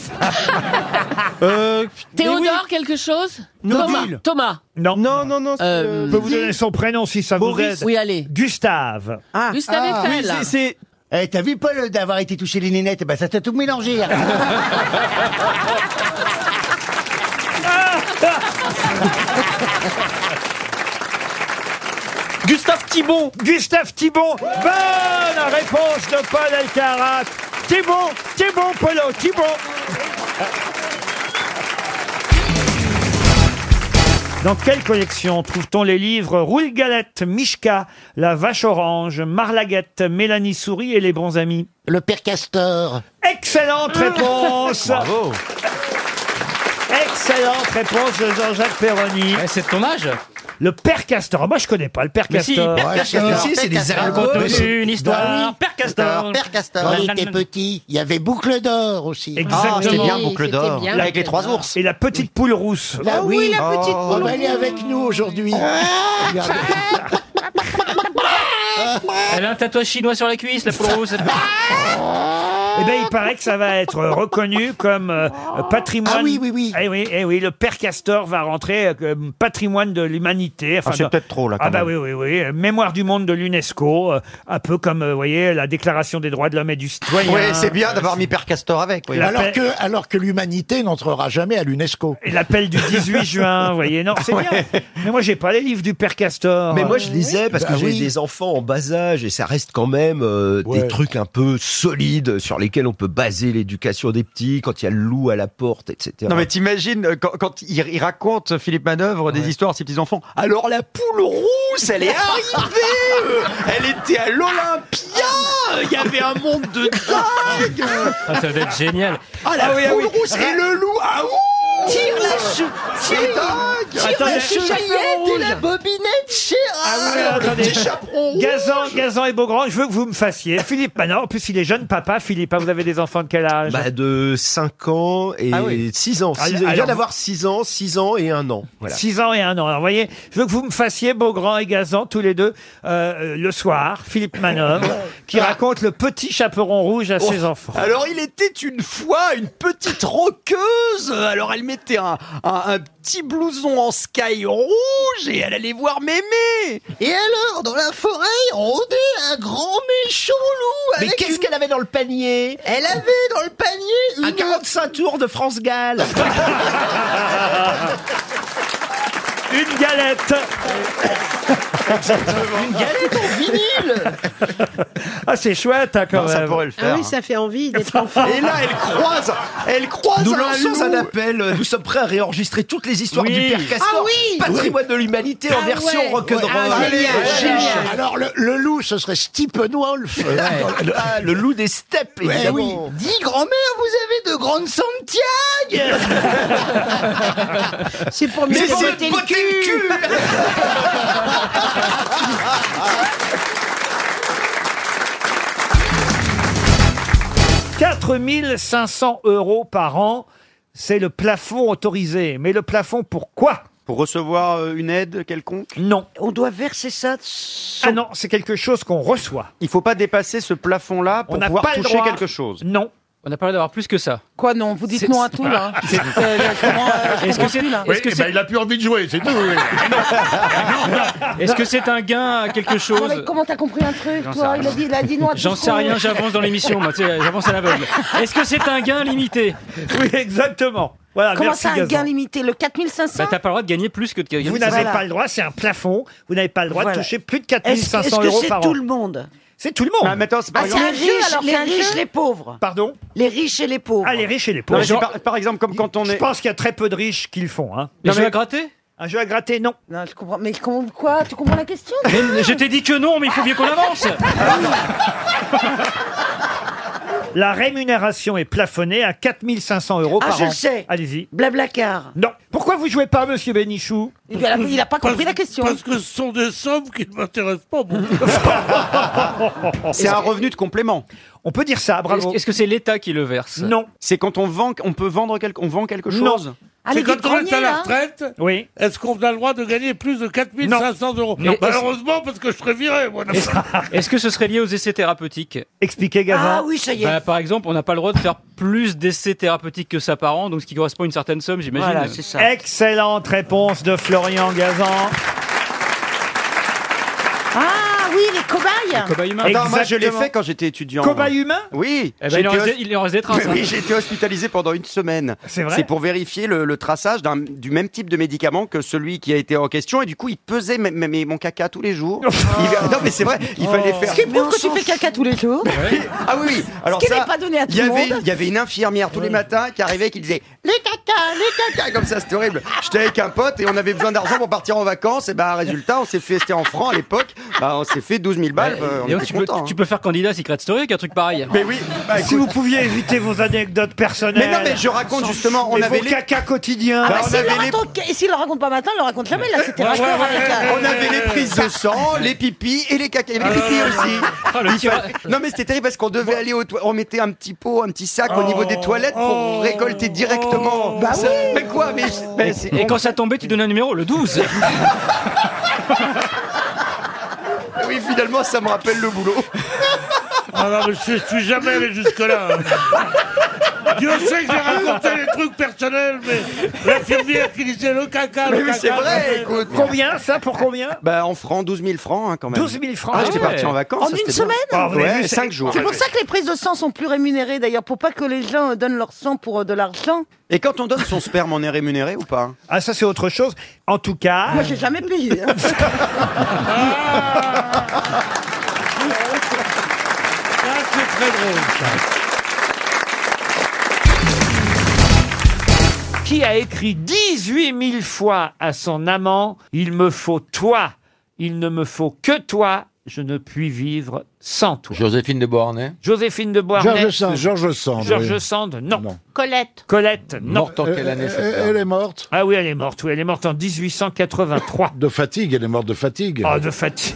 [SPEAKER 16] Euh,
[SPEAKER 12] Théodore quelque chose Thomas.
[SPEAKER 1] Odile.
[SPEAKER 12] Thomas.
[SPEAKER 1] Non,
[SPEAKER 16] non, non, non. c'est,
[SPEAKER 1] Je
[SPEAKER 16] euh,
[SPEAKER 1] peux vous donner son prénom si ça
[SPEAKER 16] Boris.
[SPEAKER 1] vous aide.
[SPEAKER 12] Oui, allez.
[SPEAKER 1] Gustave.
[SPEAKER 12] Ah. Gustave
[SPEAKER 7] Ah.
[SPEAKER 12] Eiffel.
[SPEAKER 7] Oui, Eh, t'as vu, Paul, d'avoir été touché les nénettes Eh ben, ça t'a tout mélangé. hein.
[SPEAKER 16] Gustave Thibon.
[SPEAKER 1] Gustave Thibon. Bonne réponse de Paul Alcarat. Thibon, Thibon, Polo, Thibon. Dans quelle collection trouve-t-on les livres Roule Galette, Mishka, La Vache Orange, Marlaguette, Mélanie Souris et Les Bons Amis Le Père Castor. Ah. Excellente réponse
[SPEAKER 11] Bravo.
[SPEAKER 1] Excellente réponse de Jean-Jacques Perroni.
[SPEAKER 11] C'est de ton âge
[SPEAKER 1] Le Père Castor. Moi, je connais pas le Père
[SPEAKER 11] Mais si,
[SPEAKER 1] Castor.
[SPEAKER 11] Père Ouais, Castor. mais si, c'est des
[SPEAKER 1] Castor.
[SPEAKER 11] animaux.
[SPEAKER 1] Raconte-nous
[SPEAKER 11] Mais c'est-
[SPEAKER 1] une histoire.
[SPEAKER 11] Oui. Père Castor.
[SPEAKER 7] Bah Père Castor. Quand il était petit, il y avait Boucle d'Or aussi. Ah,
[SPEAKER 1] Exactement.
[SPEAKER 7] Avec les trois ours.
[SPEAKER 1] Et la petite poule rousse.
[SPEAKER 7] Ah oui, la petite
[SPEAKER 25] Oh.
[SPEAKER 7] poule. ben, Ah. Elle est avec nous aujourd'hui. Regardez.
[SPEAKER 11] Elle a un tatouage chinois sur la cuisse, la poule rousse.
[SPEAKER 1] Eh ben, il paraît que ça va être reconnu comme euh, patrimoine. Ah oui, oui, oui. Eh oui, eh oui, le père Castor va rentrer euh, comme patrimoine de l'humanité.
[SPEAKER 34] Ah, c'est
[SPEAKER 1] non.
[SPEAKER 34] peut-être trop, là, quand
[SPEAKER 1] Ah bah
[SPEAKER 34] même.
[SPEAKER 1] oui, oui, oui. Euh, Mémoire du monde de l'UNESCO, euh, un peu comme, euh, vous voyez, la Déclaration des droits de l'homme et du citoyen.
[SPEAKER 35] Oui, c'est bien d'avoir
[SPEAKER 1] mis
[SPEAKER 35] père Castor avec. oui.
[SPEAKER 1] La
[SPEAKER 7] alors
[SPEAKER 1] paix-
[SPEAKER 7] que, alors que l'humanité n'entrera jamais à l'UNESCO.
[SPEAKER 1] Et l'appel du 18 juin, vous voyez. Non, c'est bien. Mais moi, j'ai pas les livres du père Castor.
[SPEAKER 16] Mais moi, je lisais parce que
[SPEAKER 1] Bah
[SPEAKER 16] j'ai
[SPEAKER 1] oui.
[SPEAKER 16] des enfants en bas âge et ça reste quand même euh, des trucs un peu solides sur lesquels on peut baser l'éducation des petits quand il y a le loup à la porte, etc.
[SPEAKER 9] Non mais t'imagines euh, quand, quand il, il raconte Philippe Manœuvre des histoires à ses petits enfants. Alors la poule rousse, elle est arrivée. euh, elle était à l'Olympia. Il y avait un monde de dingue.
[SPEAKER 11] Ah, ça doit être génial.
[SPEAKER 16] Ah, la poule rousse et le loup, ah ouh
[SPEAKER 11] Tire la
[SPEAKER 16] chou C'est
[SPEAKER 11] tire-
[SPEAKER 16] dingue
[SPEAKER 11] tire Attends, la la cheville
[SPEAKER 1] chaufferette et la rouge.
[SPEAKER 16] bobinette
[SPEAKER 1] Ah oui, attendez. Gazan, Gazan et Beaugrand, je veux que vous me fassiez. Philippe Manon, en plus il est jeune papa, Philippe, Ah, vous avez des enfants de quel âge
[SPEAKER 16] Bah de 5 ans et
[SPEAKER 1] Ah oui.
[SPEAKER 16] 6 ans. Six-
[SPEAKER 1] Alors-
[SPEAKER 16] il vient
[SPEAKER 1] alors-
[SPEAKER 16] d'avoir 6 ans, 6 ans et 1 an. Voilà.
[SPEAKER 1] 6 ans et 1 an. Alors, vous voyez, je veux que vous me fassiez, Beaugrand et Gazan, tous les deux, euh, euh, le soir, Philippe Manœuvre,
[SPEAKER 3] Ah.
[SPEAKER 1] qui raconte le petit chaperon rouge à ses enfants.
[SPEAKER 16] Oh. Alors il était une fois une petite roqueuse. Alors elle mettait un, un- un petit blouson en sky rouge et elle allait voir mémé. Et alors dans la forêt rôdait un grand méchant loup. Mais qu'est-ce qu'elle avait dans le panier Elle avait dans le panier un 45 tours de France Gall.
[SPEAKER 1] Une galette
[SPEAKER 16] Une galette en vinyle
[SPEAKER 1] Ah, c'est chouette, hein, quand
[SPEAKER 16] Non,
[SPEAKER 1] même.
[SPEAKER 16] ça pourrait le faire, Ah oui, hein.
[SPEAKER 36] ça fait envie d'être
[SPEAKER 16] Et là, elle croise, elle croise
[SPEAKER 35] Nous
[SPEAKER 16] un
[SPEAKER 35] lançons
[SPEAKER 16] loup.
[SPEAKER 35] un appel. euh, Nous sommes prêts à réenregistrer toutes les histoires
[SPEAKER 16] Oui.
[SPEAKER 35] du père Castor,
[SPEAKER 16] Ah oui.
[SPEAKER 35] patrimoine de l'humanité en
[SPEAKER 16] Ah
[SPEAKER 35] version
[SPEAKER 16] ouais.
[SPEAKER 35] rock'n'roll.
[SPEAKER 16] Ah,
[SPEAKER 35] Allez,
[SPEAKER 16] génial,
[SPEAKER 35] ouais.
[SPEAKER 16] génial.
[SPEAKER 7] Alors le, le loup, ce serait Stephen Wolf.
[SPEAKER 16] Ah, le loup des steppes,
[SPEAKER 35] Ouais,
[SPEAKER 16] évidemment.
[SPEAKER 35] oui.
[SPEAKER 16] Dis, grand-mère, vous avez de grandes Santiago
[SPEAKER 36] C'est pour
[SPEAKER 16] Oh, Mais
[SPEAKER 36] mieux
[SPEAKER 16] c'est
[SPEAKER 36] botter
[SPEAKER 16] de botter le cul
[SPEAKER 1] €4 500 euros par an, c'est le plafond autorisé. Mais le plafond pour quoi
[SPEAKER 3] Pour recevoir euh, une aide quelconque
[SPEAKER 1] Non.
[SPEAKER 3] On doit verser ça.
[SPEAKER 1] Ah non, c'est quelque chose qu'on reçoit.
[SPEAKER 3] Il faut pas dépasser ce plafond-là pour
[SPEAKER 1] On n'a
[SPEAKER 3] pouvoir
[SPEAKER 1] pas le
[SPEAKER 3] toucher
[SPEAKER 1] droit.
[SPEAKER 3] quelque chose.
[SPEAKER 1] Non.
[SPEAKER 3] On n'a pas le droit d'avoir plus que ça.
[SPEAKER 11] Quoi non Vous
[SPEAKER 3] dites non à tout, là.
[SPEAKER 11] Ah.
[SPEAKER 2] Euh,
[SPEAKER 11] Est-ce que c'est eh ben, est-ce que c'est-
[SPEAKER 34] eh ben, il a plus envie de jouer, c'est tout.
[SPEAKER 11] est-ce que c'est un gain à quelque
[SPEAKER 2] Non, mais
[SPEAKER 11] chose
[SPEAKER 2] Ah comment t'as compris un truc,
[SPEAKER 11] J'en
[SPEAKER 2] toi
[SPEAKER 11] sais
[SPEAKER 2] il a, dit, il a dit non à tout
[SPEAKER 11] J'en
[SPEAKER 2] ce
[SPEAKER 11] sais
[SPEAKER 2] qu'on-
[SPEAKER 11] rien, j'avance dans l'émission, moi, tu sais, j'avance à l'aveugle. Est-ce que c'est un gain limité
[SPEAKER 1] Oui, exactement. Voilà,
[SPEAKER 2] Comment
[SPEAKER 11] Ah, merci,
[SPEAKER 2] ça, un gain
[SPEAKER 11] Gazan.
[SPEAKER 2] limité Le 4500
[SPEAKER 11] Bah, t'as pas le droit de gagner plus que de gagner.
[SPEAKER 1] Vous n'avez pas le droit, c'est un plafond. Vous n'avez pas le droit
[SPEAKER 11] Voilà.
[SPEAKER 1] de toucher plus de
[SPEAKER 11] Est-ce que-
[SPEAKER 1] 4500
[SPEAKER 11] est-ce que
[SPEAKER 1] euros
[SPEAKER 11] c'est
[SPEAKER 1] par an.
[SPEAKER 11] tout le
[SPEAKER 2] monde
[SPEAKER 1] C'est tout le monde.
[SPEAKER 3] Ah, mais attends, c'est par
[SPEAKER 2] Ah, c'est un
[SPEAKER 3] exemple-
[SPEAKER 2] jeu, alors les c'est un riches, jeu les pauvres.
[SPEAKER 1] Pardon
[SPEAKER 2] Les riches et les pauvres.
[SPEAKER 1] Ah, les riches et les
[SPEAKER 3] Non,
[SPEAKER 1] pauvres.
[SPEAKER 3] mais c'est par, par exemple, comme quand on
[SPEAKER 1] Je
[SPEAKER 3] est.
[SPEAKER 1] pense qu'il y a très peu de riches qui le font. Hein.
[SPEAKER 3] Les jeux à
[SPEAKER 11] gratter
[SPEAKER 1] Un jeu à gratter, non.
[SPEAKER 2] Non, je comprends. Mais comment, quoi Tu comprends la question
[SPEAKER 11] Mais je t'ai dit que non, mais il faut bien qu'on avance.
[SPEAKER 1] La rémunération est plafonnée à 4500 euros
[SPEAKER 2] Ah,
[SPEAKER 1] par
[SPEAKER 2] je
[SPEAKER 1] an.
[SPEAKER 2] le sais.
[SPEAKER 1] Allez-y.
[SPEAKER 2] Blablacar.
[SPEAKER 1] Non. Pourquoi vous jouez pas, monsieur Bénichou
[SPEAKER 2] Il a- il a pas compris la question.
[SPEAKER 4] Parce que ce sont des sommes qui ne m'intéressent pas beaucoup.
[SPEAKER 3] C'est un revenu de complément.
[SPEAKER 1] On peut dire ça,
[SPEAKER 3] bravo.
[SPEAKER 11] Est-ce que c'est l'État qui le verse
[SPEAKER 1] Non.
[SPEAKER 3] C'est quand on vend, on peut vendre quelque, on vend quelque chose.
[SPEAKER 4] C'est quand on est à
[SPEAKER 16] hein.
[SPEAKER 4] la retraite,
[SPEAKER 1] Oui.
[SPEAKER 4] est-ce qu'on a le droit de gagner plus de 4500 euros
[SPEAKER 11] Non.
[SPEAKER 4] Malheureusement, parce que je serais viré, moi.
[SPEAKER 11] Est-ce est-ce que ce serait lié aux essais thérapeutiques
[SPEAKER 1] Expliquez,
[SPEAKER 2] Gazan. Ah oui, ça y est.
[SPEAKER 11] Bah, par exemple, on n'a pas le droit de faire plus d'essais thérapeutiques que ça par an, donc ce qui correspond à une certaine somme, j'imagine. Eh,
[SPEAKER 2] Voilà, c'est ça.
[SPEAKER 1] Excellente réponse de Florian Gazan.
[SPEAKER 2] Ah oui, les cobayes.
[SPEAKER 11] Cobaye humain.
[SPEAKER 3] Attends, moi je l'ai
[SPEAKER 1] Exactement.
[SPEAKER 3] fait quand j'étais étudiant.
[SPEAKER 1] Cobaye humain
[SPEAKER 3] Oui.
[SPEAKER 11] Eh ben, il en
[SPEAKER 3] J'étais
[SPEAKER 11] reste-
[SPEAKER 3] hos-
[SPEAKER 11] il en reste des traces,
[SPEAKER 3] Mais Oui,
[SPEAKER 11] hein.
[SPEAKER 3] j'ai été hospitalisé pendant une semaine.
[SPEAKER 1] C'est vrai
[SPEAKER 3] pour vérifier le, le traçage d'un- du même type de médicament que celui qui a été en question. Et du coup, il pesait m- m- mes- mon caca tous les jours.
[SPEAKER 1] Oh.
[SPEAKER 3] Il- Non, mais c'est vrai, il fallait faire.
[SPEAKER 2] Ce qui prouve que tu fais caca tous les jours.
[SPEAKER 3] Ah oui, oui. Alors
[SPEAKER 2] Ce qui
[SPEAKER 3] ça,
[SPEAKER 2] n'est pas donné à tout
[SPEAKER 3] il y
[SPEAKER 2] le
[SPEAKER 3] avait-
[SPEAKER 2] monde.
[SPEAKER 3] Il y avait une infirmière tous les matins qui arrivait qui disait les caca, les caca, comme ça, c'était horrible. J'étais avec un pote et on avait besoin d'argent pour partir en vacances. Et bah, résultat, on s'est fait, c'était en francs à l'époque, bah, on s'est fait 12 000 balles. bah, on
[SPEAKER 11] Et donc,
[SPEAKER 3] était
[SPEAKER 11] tu, peux,
[SPEAKER 3] contents,
[SPEAKER 11] tu
[SPEAKER 3] hein.
[SPEAKER 11] peux faire candidat à Secret Story avec un truc pareil.
[SPEAKER 3] Mais oui, bah,
[SPEAKER 1] si vous pouviez éviter vos anecdotes personnelles.
[SPEAKER 3] Mais non, mais je raconte justement, on
[SPEAKER 1] Et
[SPEAKER 3] avait
[SPEAKER 1] vos
[SPEAKER 3] les-
[SPEAKER 1] caca quotidiens.
[SPEAKER 2] Ah bah,
[SPEAKER 3] on
[SPEAKER 2] s'il
[SPEAKER 3] avait
[SPEAKER 2] le
[SPEAKER 3] les-
[SPEAKER 2] raconte- Et s'il le raconte pas maintenant, il le raconte jamais. Là, c'était raccord avec un-
[SPEAKER 3] On avait les prises
[SPEAKER 11] Ah.
[SPEAKER 3] de sang, les pipis et les caca, et les pipis aussi. Il fallait- Non mais c'était terrible parce qu'on devait aller aux toilettes, on mettait un petit pot, un petit
[SPEAKER 11] Oh.
[SPEAKER 3] sac au niveau des toilettes pour récolter directement.
[SPEAKER 2] Bah
[SPEAKER 3] Ça-
[SPEAKER 2] oui.
[SPEAKER 3] Mais quoi Mais, mais c'est-
[SPEAKER 11] Et quand ça tombait, tu donnais un numéro, le 12.
[SPEAKER 3] Oui, finalement, ça me rappelle le boulot.
[SPEAKER 9] Ah non, mais je, je suis jamais allé jusque-là. hein. Dieu sait que j'ai raconté des trucs personnels, mais l'infirmière qui disait le caca,
[SPEAKER 3] Mais
[SPEAKER 9] le
[SPEAKER 3] oui,
[SPEAKER 9] caca.
[SPEAKER 3] c'est vrai, écoute.
[SPEAKER 1] Combien, ça, pour combien
[SPEAKER 3] Bah, en francs, 12 000 francs, hein, quand même.
[SPEAKER 1] 12 000 francs.
[SPEAKER 3] Ah, j'étais
[SPEAKER 1] Ouais.
[SPEAKER 3] parti en vacances.
[SPEAKER 37] En
[SPEAKER 3] ça,
[SPEAKER 37] une
[SPEAKER 3] c'était
[SPEAKER 37] semaine
[SPEAKER 3] bien. Oh, Ouais, 5 jours.
[SPEAKER 37] C'est pour ça que les prises de sang sont plus rémunérées d'ailleurs, pour pas que les gens euh, donnent leur sang pour euh, de l'argent.
[SPEAKER 3] Et quand on donne son sperme, on est rémunéré ou pas
[SPEAKER 1] Ah, ça, c'est autre chose. En tout cas.
[SPEAKER 37] Moi, j'ai jamais payé. hein.
[SPEAKER 1] très drôle, Qui a écrit 18 000 fois à son amant Il me faut toi, il ne me faut que toi, je ne puis vivre sans toi.
[SPEAKER 4] Joséphine de Beauharnais
[SPEAKER 1] Joséphine de Beauharnais.
[SPEAKER 4] Georges Sand. Georges Sand,
[SPEAKER 1] Georges
[SPEAKER 4] oui.
[SPEAKER 1] Sand, non. Colette. Colette, non.
[SPEAKER 4] Morte en quelle année, cette dame
[SPEAKER 1] est morte. Ah oui, elle est morte. Oui, elle est morte en 1883.
[SPEAKER 4] De fatigue, elle est morte de fatigue.
[SPEAKER 1] Ah, de fatigue.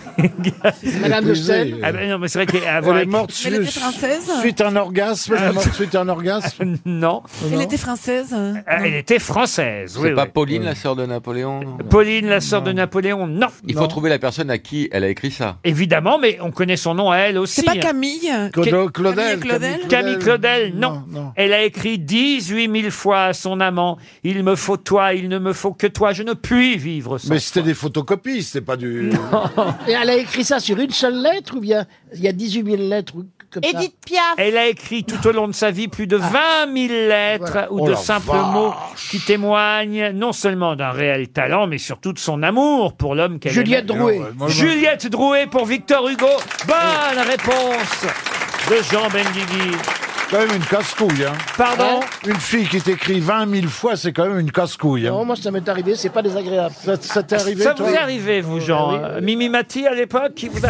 [SPEAKER 4] Madame de Staël
[SPEAKER 1] Ah ben non, mais c'est vrai qu'avoir
[SPEAKER 4] Elle est
[SPEAKER 1] écrit-
[SPEAKER 4] morte
[SPEAKER 2] Mais elle
[SPEAKER 4] su-
[SPEAKER 2] était française
[SPEAKER 4] suite à un orgasme. Elle est morte suite à un orgasme.
[SPEAKER 1] Non.
[SPEAKER 2] Elle était française. euh,
[SPEAKER 1] Ah, Elle était française.
[SPEAKER 4] C'est pas
[SPEAKER 1] Pauline,
[SPEAKER 4] la
[SPEAKER 1] sœur de Napoléon. Pauline, la sœur de Napoléon, non.
[SPEAKER 4] Il faut Non.
[SPEAKER 1] trouver la personne à qui elle a écrit ça. Évidemment, mais on connaît son nom à elle aussi.
[SPEAKER 2] C'est pas Camille euh,
[SPEAKER 1] Claude-
[SPEAKER 2] Camille Claudel.
[SPEAKER 1] Camille Claudel, non. Elle a écrit 18 000 fois à son amant Il me faut toi, il ne me faut que toi, je ne puis vivre sans.
[SPEAKER 4] Mais c'était des photocopies, c'était pas du.
[SPEAKER 7] Et elle a écrit ça sur une seule lettre ou bien il y a 18 000 lettres ou comme ça
[SPEAKER 1] Edith Piaf. Elle a écrit tout au long de sa vie plus de 20 000 lettres
[SPEAKER 7] Voilà.
[SPEAKER 1] ou
[SPEAKER 4] Oh
[SPEAKER 1] de
[SPEAKER 4] la
[SPEAKER 1] simples
[SPEAKER 4] vache.
[SPEAKER 1] mots qui témoignent non seulement d'un réel talent, mais surtout de son amour pour l'homme qu'elle
[SPEAKER 7] Juliette
[SPEAKER 1] aimait.
[SPEAKER 7] Drouet. Non, ouais,
[SPEAKER 1] Juliette Drouet pour Victor Hugo. Bonne réponse de Jean Benguigui.
[SPEAKER 4] Quand même une casse-couille. Hein.
[SPEAKER 1] Pardon
[SPEAKER 4] Une fille qui t'écrit 20 000 fois, c'est quand même une casse-couille. hein.
[SPEAKER 7] Non, moi ça m'est arrivé, c'est pas désagréable.
[SPEAKER 4] Ça, ça t'est arrivé
[SPEAKER 1] Ça
[SPEAKER 4] toi
[SPEAKER 1] vous est arrivé,
[SPEAKER 4] Oh,
[SPEAKER 1] vous, Jean
[SPEAKER 4] ben
[SPEAKER 1] Euh, Mimi Mati, à l'époque, qui vous a...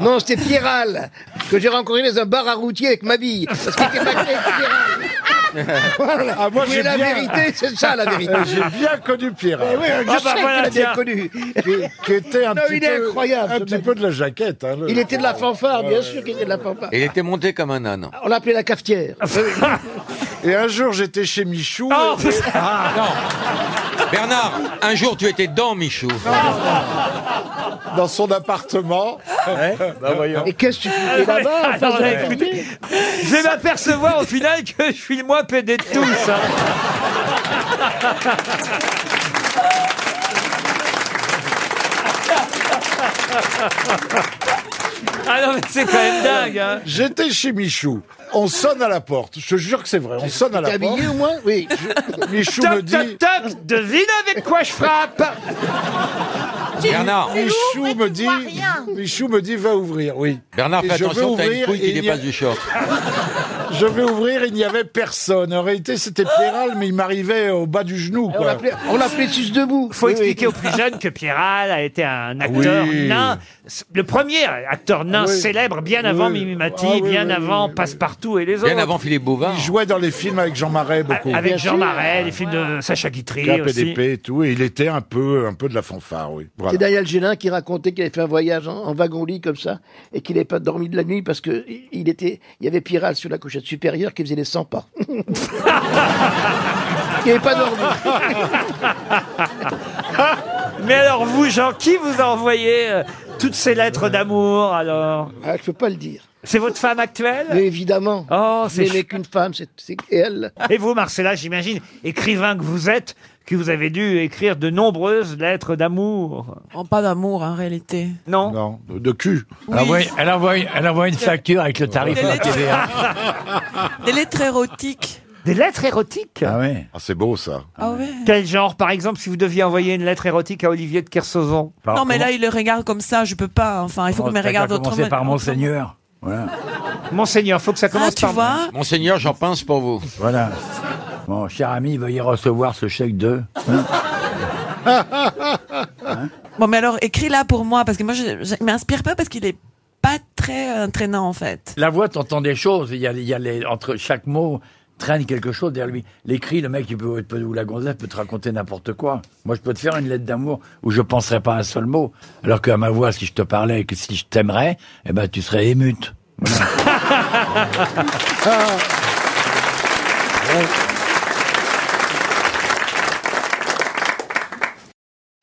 [SPEAKER 7] Non, c'était Pierral que j'ai rencontré dans un bar à routier avec ma bille. Parce qu'il était maqué avec Pierral. Voilà.
[SPEAKER 4] Ah, moi,
[SPEAKER 7] Mais
[SPEAKER 4] j'ai
[SPEAKER 7] la
[SPEAKER 4] bien-
[SPEAKER 7] vérité, c'est ça la vérité.
[SPEAKER 4] Euh, J'ai bien connu Pierre.
[SPEAKER 7] Eh oui, je Ah, bah, sais voilà, qu'il a bien tiens. connu.
[SPEAKER 4] Qui, qui était un
[SPEAKER 7] Non,
[SPEAKER 4] petit
[SPEAKER 7] il est
[SPEAKER 4] peu,
[SPEAKER 7] incroyable,
[SPEAKER 4] un
[SPEAKER 7] ce
[SPEAKER 4] petit
[SPEAKER 7] mec.
[SPEAKER 4] peu de la jaquette. hein, le-
[SPEAKER 7] Il était de la fanfare, bien
[SPEAKER 4] Ouais.
[SPEAKER 7] sûr qu'il était de la fanfare.
[SPEAKER 4] Il était monté comme un âne.
[SPEAKER 7] On l'appelait la cafetière.
[SPEAKER 1] Ah,
[SPEAKER 4] Et un jour, j'étais chez Michou. et-
[SPEAKER 5] Bernard, un jour tu étais dans Michou.
[SPEAKER 4] dans son appartement.
[SPEAKER 7] Et qu'est-ce que tu
[SPEAKER 1] Ah,
[SPEAKER 7] fais là-bas
[SPEAKER 1] mais-
[SPEAKER 7] en face
[SPEAKER 1] alors
[SPEAKER 7] de la
[SPEAKER 1] là, écoutez, je vais m'apercevoir au final que je suis le moins pédé de tous. hein. Ah non, mais c'est quand même dingue. hein.
[SPEAKER 4] J'étais chez Michou. On sonne à la porte. Je te jure que c'est vrai. On sonne à la
[SPEAKER 7] T'es
[SPEAKER 4] porte.
[SPEAKER 7] habillé au moins Oui.
[SPEAKER 4] Michou
[SPEAKER 1] Top,
[SPEAKER 4] me dit.
[SPEAKER 1] top, top Devine avec quoi je frappe
[SPEAKER 4] Bernard. Michou me dit. Michou me dit va ouvrir. Oui.
[SPEAKER 5] Bernard,
[SPEAKER 4] Et
[SPEAKER 5] fais
[SPEAKER 4] je vais
[SPEAKER 5] attention, t'as une
[SPEAKER 4] ouvrir,
[SPEAKER 5] couille qui
[SPEAKER 4] il y a-
[SPEAKER 5] dépasse du short.
[SPEAKER 4] Je vais ouvrir, il n'y avait personne. En réalité, c'était Pierral, mais il m'arrivait au bas du genou.
[SPEAKER 7] On
[SPEAKER 4] Quoi.
[SPEAKER 7] l'appelait- on l'appelait Sus debout.
[SPEAKER 1] faut
[SPEAKER 7] Oui, oui.
[SPEAKER 1] expliquer aux plus jeunes que Pierral a été un acteur
[SPEAKER 4] Ah Oui. Ah
[SPEAKER 1] nain, le premier acteur nain
[SPEAKER 4] Oui.
[SPEAKER 1] célèbre, bien avant
[SPEAKER 4] Oui.
[SPEAKER 1] Mimi Mati,
[SPEAKER 4] Ah oui,
[SPEAKER 1] bien
[SPEAKER 4] oui,
[SPEAKER 1] avant Passepartout et les autres.
[SPEAKER 5] Bien avant Philippe Bouvard.
[SPEAKER 4] Il jouait dans les films avec Jean Marais beaucoup.
[SPEAKER 1] Ah, Avec Jean Marais, les films de Sacha Guitry
[SPEAKER 4] Cap
[SPEAKER 1] aussi.
[SPEAKER 4] PDP et tout, et il était un peu, un peu de la fanfare, oui.
[SPEAKER 7] C'est
[SPEAKER 4] Voilà.
[SPEAKER 7] Daniel Gélin qui racontait qu'il avait fait un voyage en, en wagon-lit comme ça et qu'il n'avait pas dormi de la nuit parce que i- il était, il y avait Piral sur la couchette supérieure qui faisait les 100 pas. il n'avait pas
[SPEAKER 1] Ah,
[SPEAKER 7] dormi.
[SPEAKER 1] Mais alors vous, Jean, qui vous a envoyé euh, toutes ces lettres d'amour alors
[SPEAKER 7] Ah, je peux pas le dire.
[SPEAKER 1] C'est votre femme actuelle
[SPEAKER 7] Mais évidemment.
[SPEAKER 1] Oh,
[SPEAKER 7] je
[SPEAKER 1] c'est
[SPEAKER 7] n'aimais qu'une femme, c'est c'est elle.
[SPEAKER 1] Et vous, Marcella, j'imagine, écrivain que vous êtes, que vous avez dû écrire de nombreuses lettres d'amour.
[SPEAKER 2] Oh, pas d'amour en réalité.
[SPEAKER 1] Non
[SPEAKER 4] Non, de, de cul.
[SPEAKER 2] Oui.
[SPEAKER 13] envoie, elle, envoie, elle envoie une facture avec le tarif
[SPEAKER 2] Des
[SPEAKER 13] à la
[SPEAKER 2] lettres.
[SPEAKER 13] TVA.
[SPEAKER 2] Des lettres érotiques.
[SPEAKER 1] Des lettres érotiques
[SPEAKER 13] Ah oui.
[SPEAKER 4] Ah, c'est beau ça.
[SPEAKER 2] Ah ouais.
[SPEAKER 1] Quel genre, par exemple, si vous deviez envoyer une lettre érotique à Olivier de Kersauzon
[SPEAKER 2] non mais là il le regarde comme ça, je peux pas. Enfin il faut
[SPEAKER 13] On
[SPEAKER 2] qu'il me regarde
[SPEAKER 13] commencer
[SPEAKER 2] autrement.
[SPEAKER 13] par Monseigneur. Voilà.
[SPEAKER 1] Monseigneur, faut que ça
[SPEAKER 2] Ah
[SPEAKER 1] commence
[SPEAKER 2] tu
[SPEAKER 1] par...
[SPEAKER 2] vois.
[SPEAKER 5] Monseigneur, j'en pince pour vous.
[SPEAKER 13] Voilà. Mon cher ami, veuillez recevoir ce chèque de. hein
[SPEAKER 2] Bon mais alors écris-la pour moi parce que moi je, je- il m'inspire pas parce qu'il est pas très euh, traînant en fait.
[SPEAKER 13] La voix, t'entends des choses. Il y a, il y a les, entre chaque mot traîne quelque chose derrière lui. Les cris, le mec, il peut, peut- ou la gonzesse peut te raconter n'importe quoi. Moi, je peux te faire une lettre d'amour où je penserais pas un seul mot. Alors qu'à ma voix, si je te parlais et que si je t'aimerais, eh ben, tu serais émute. Voilà.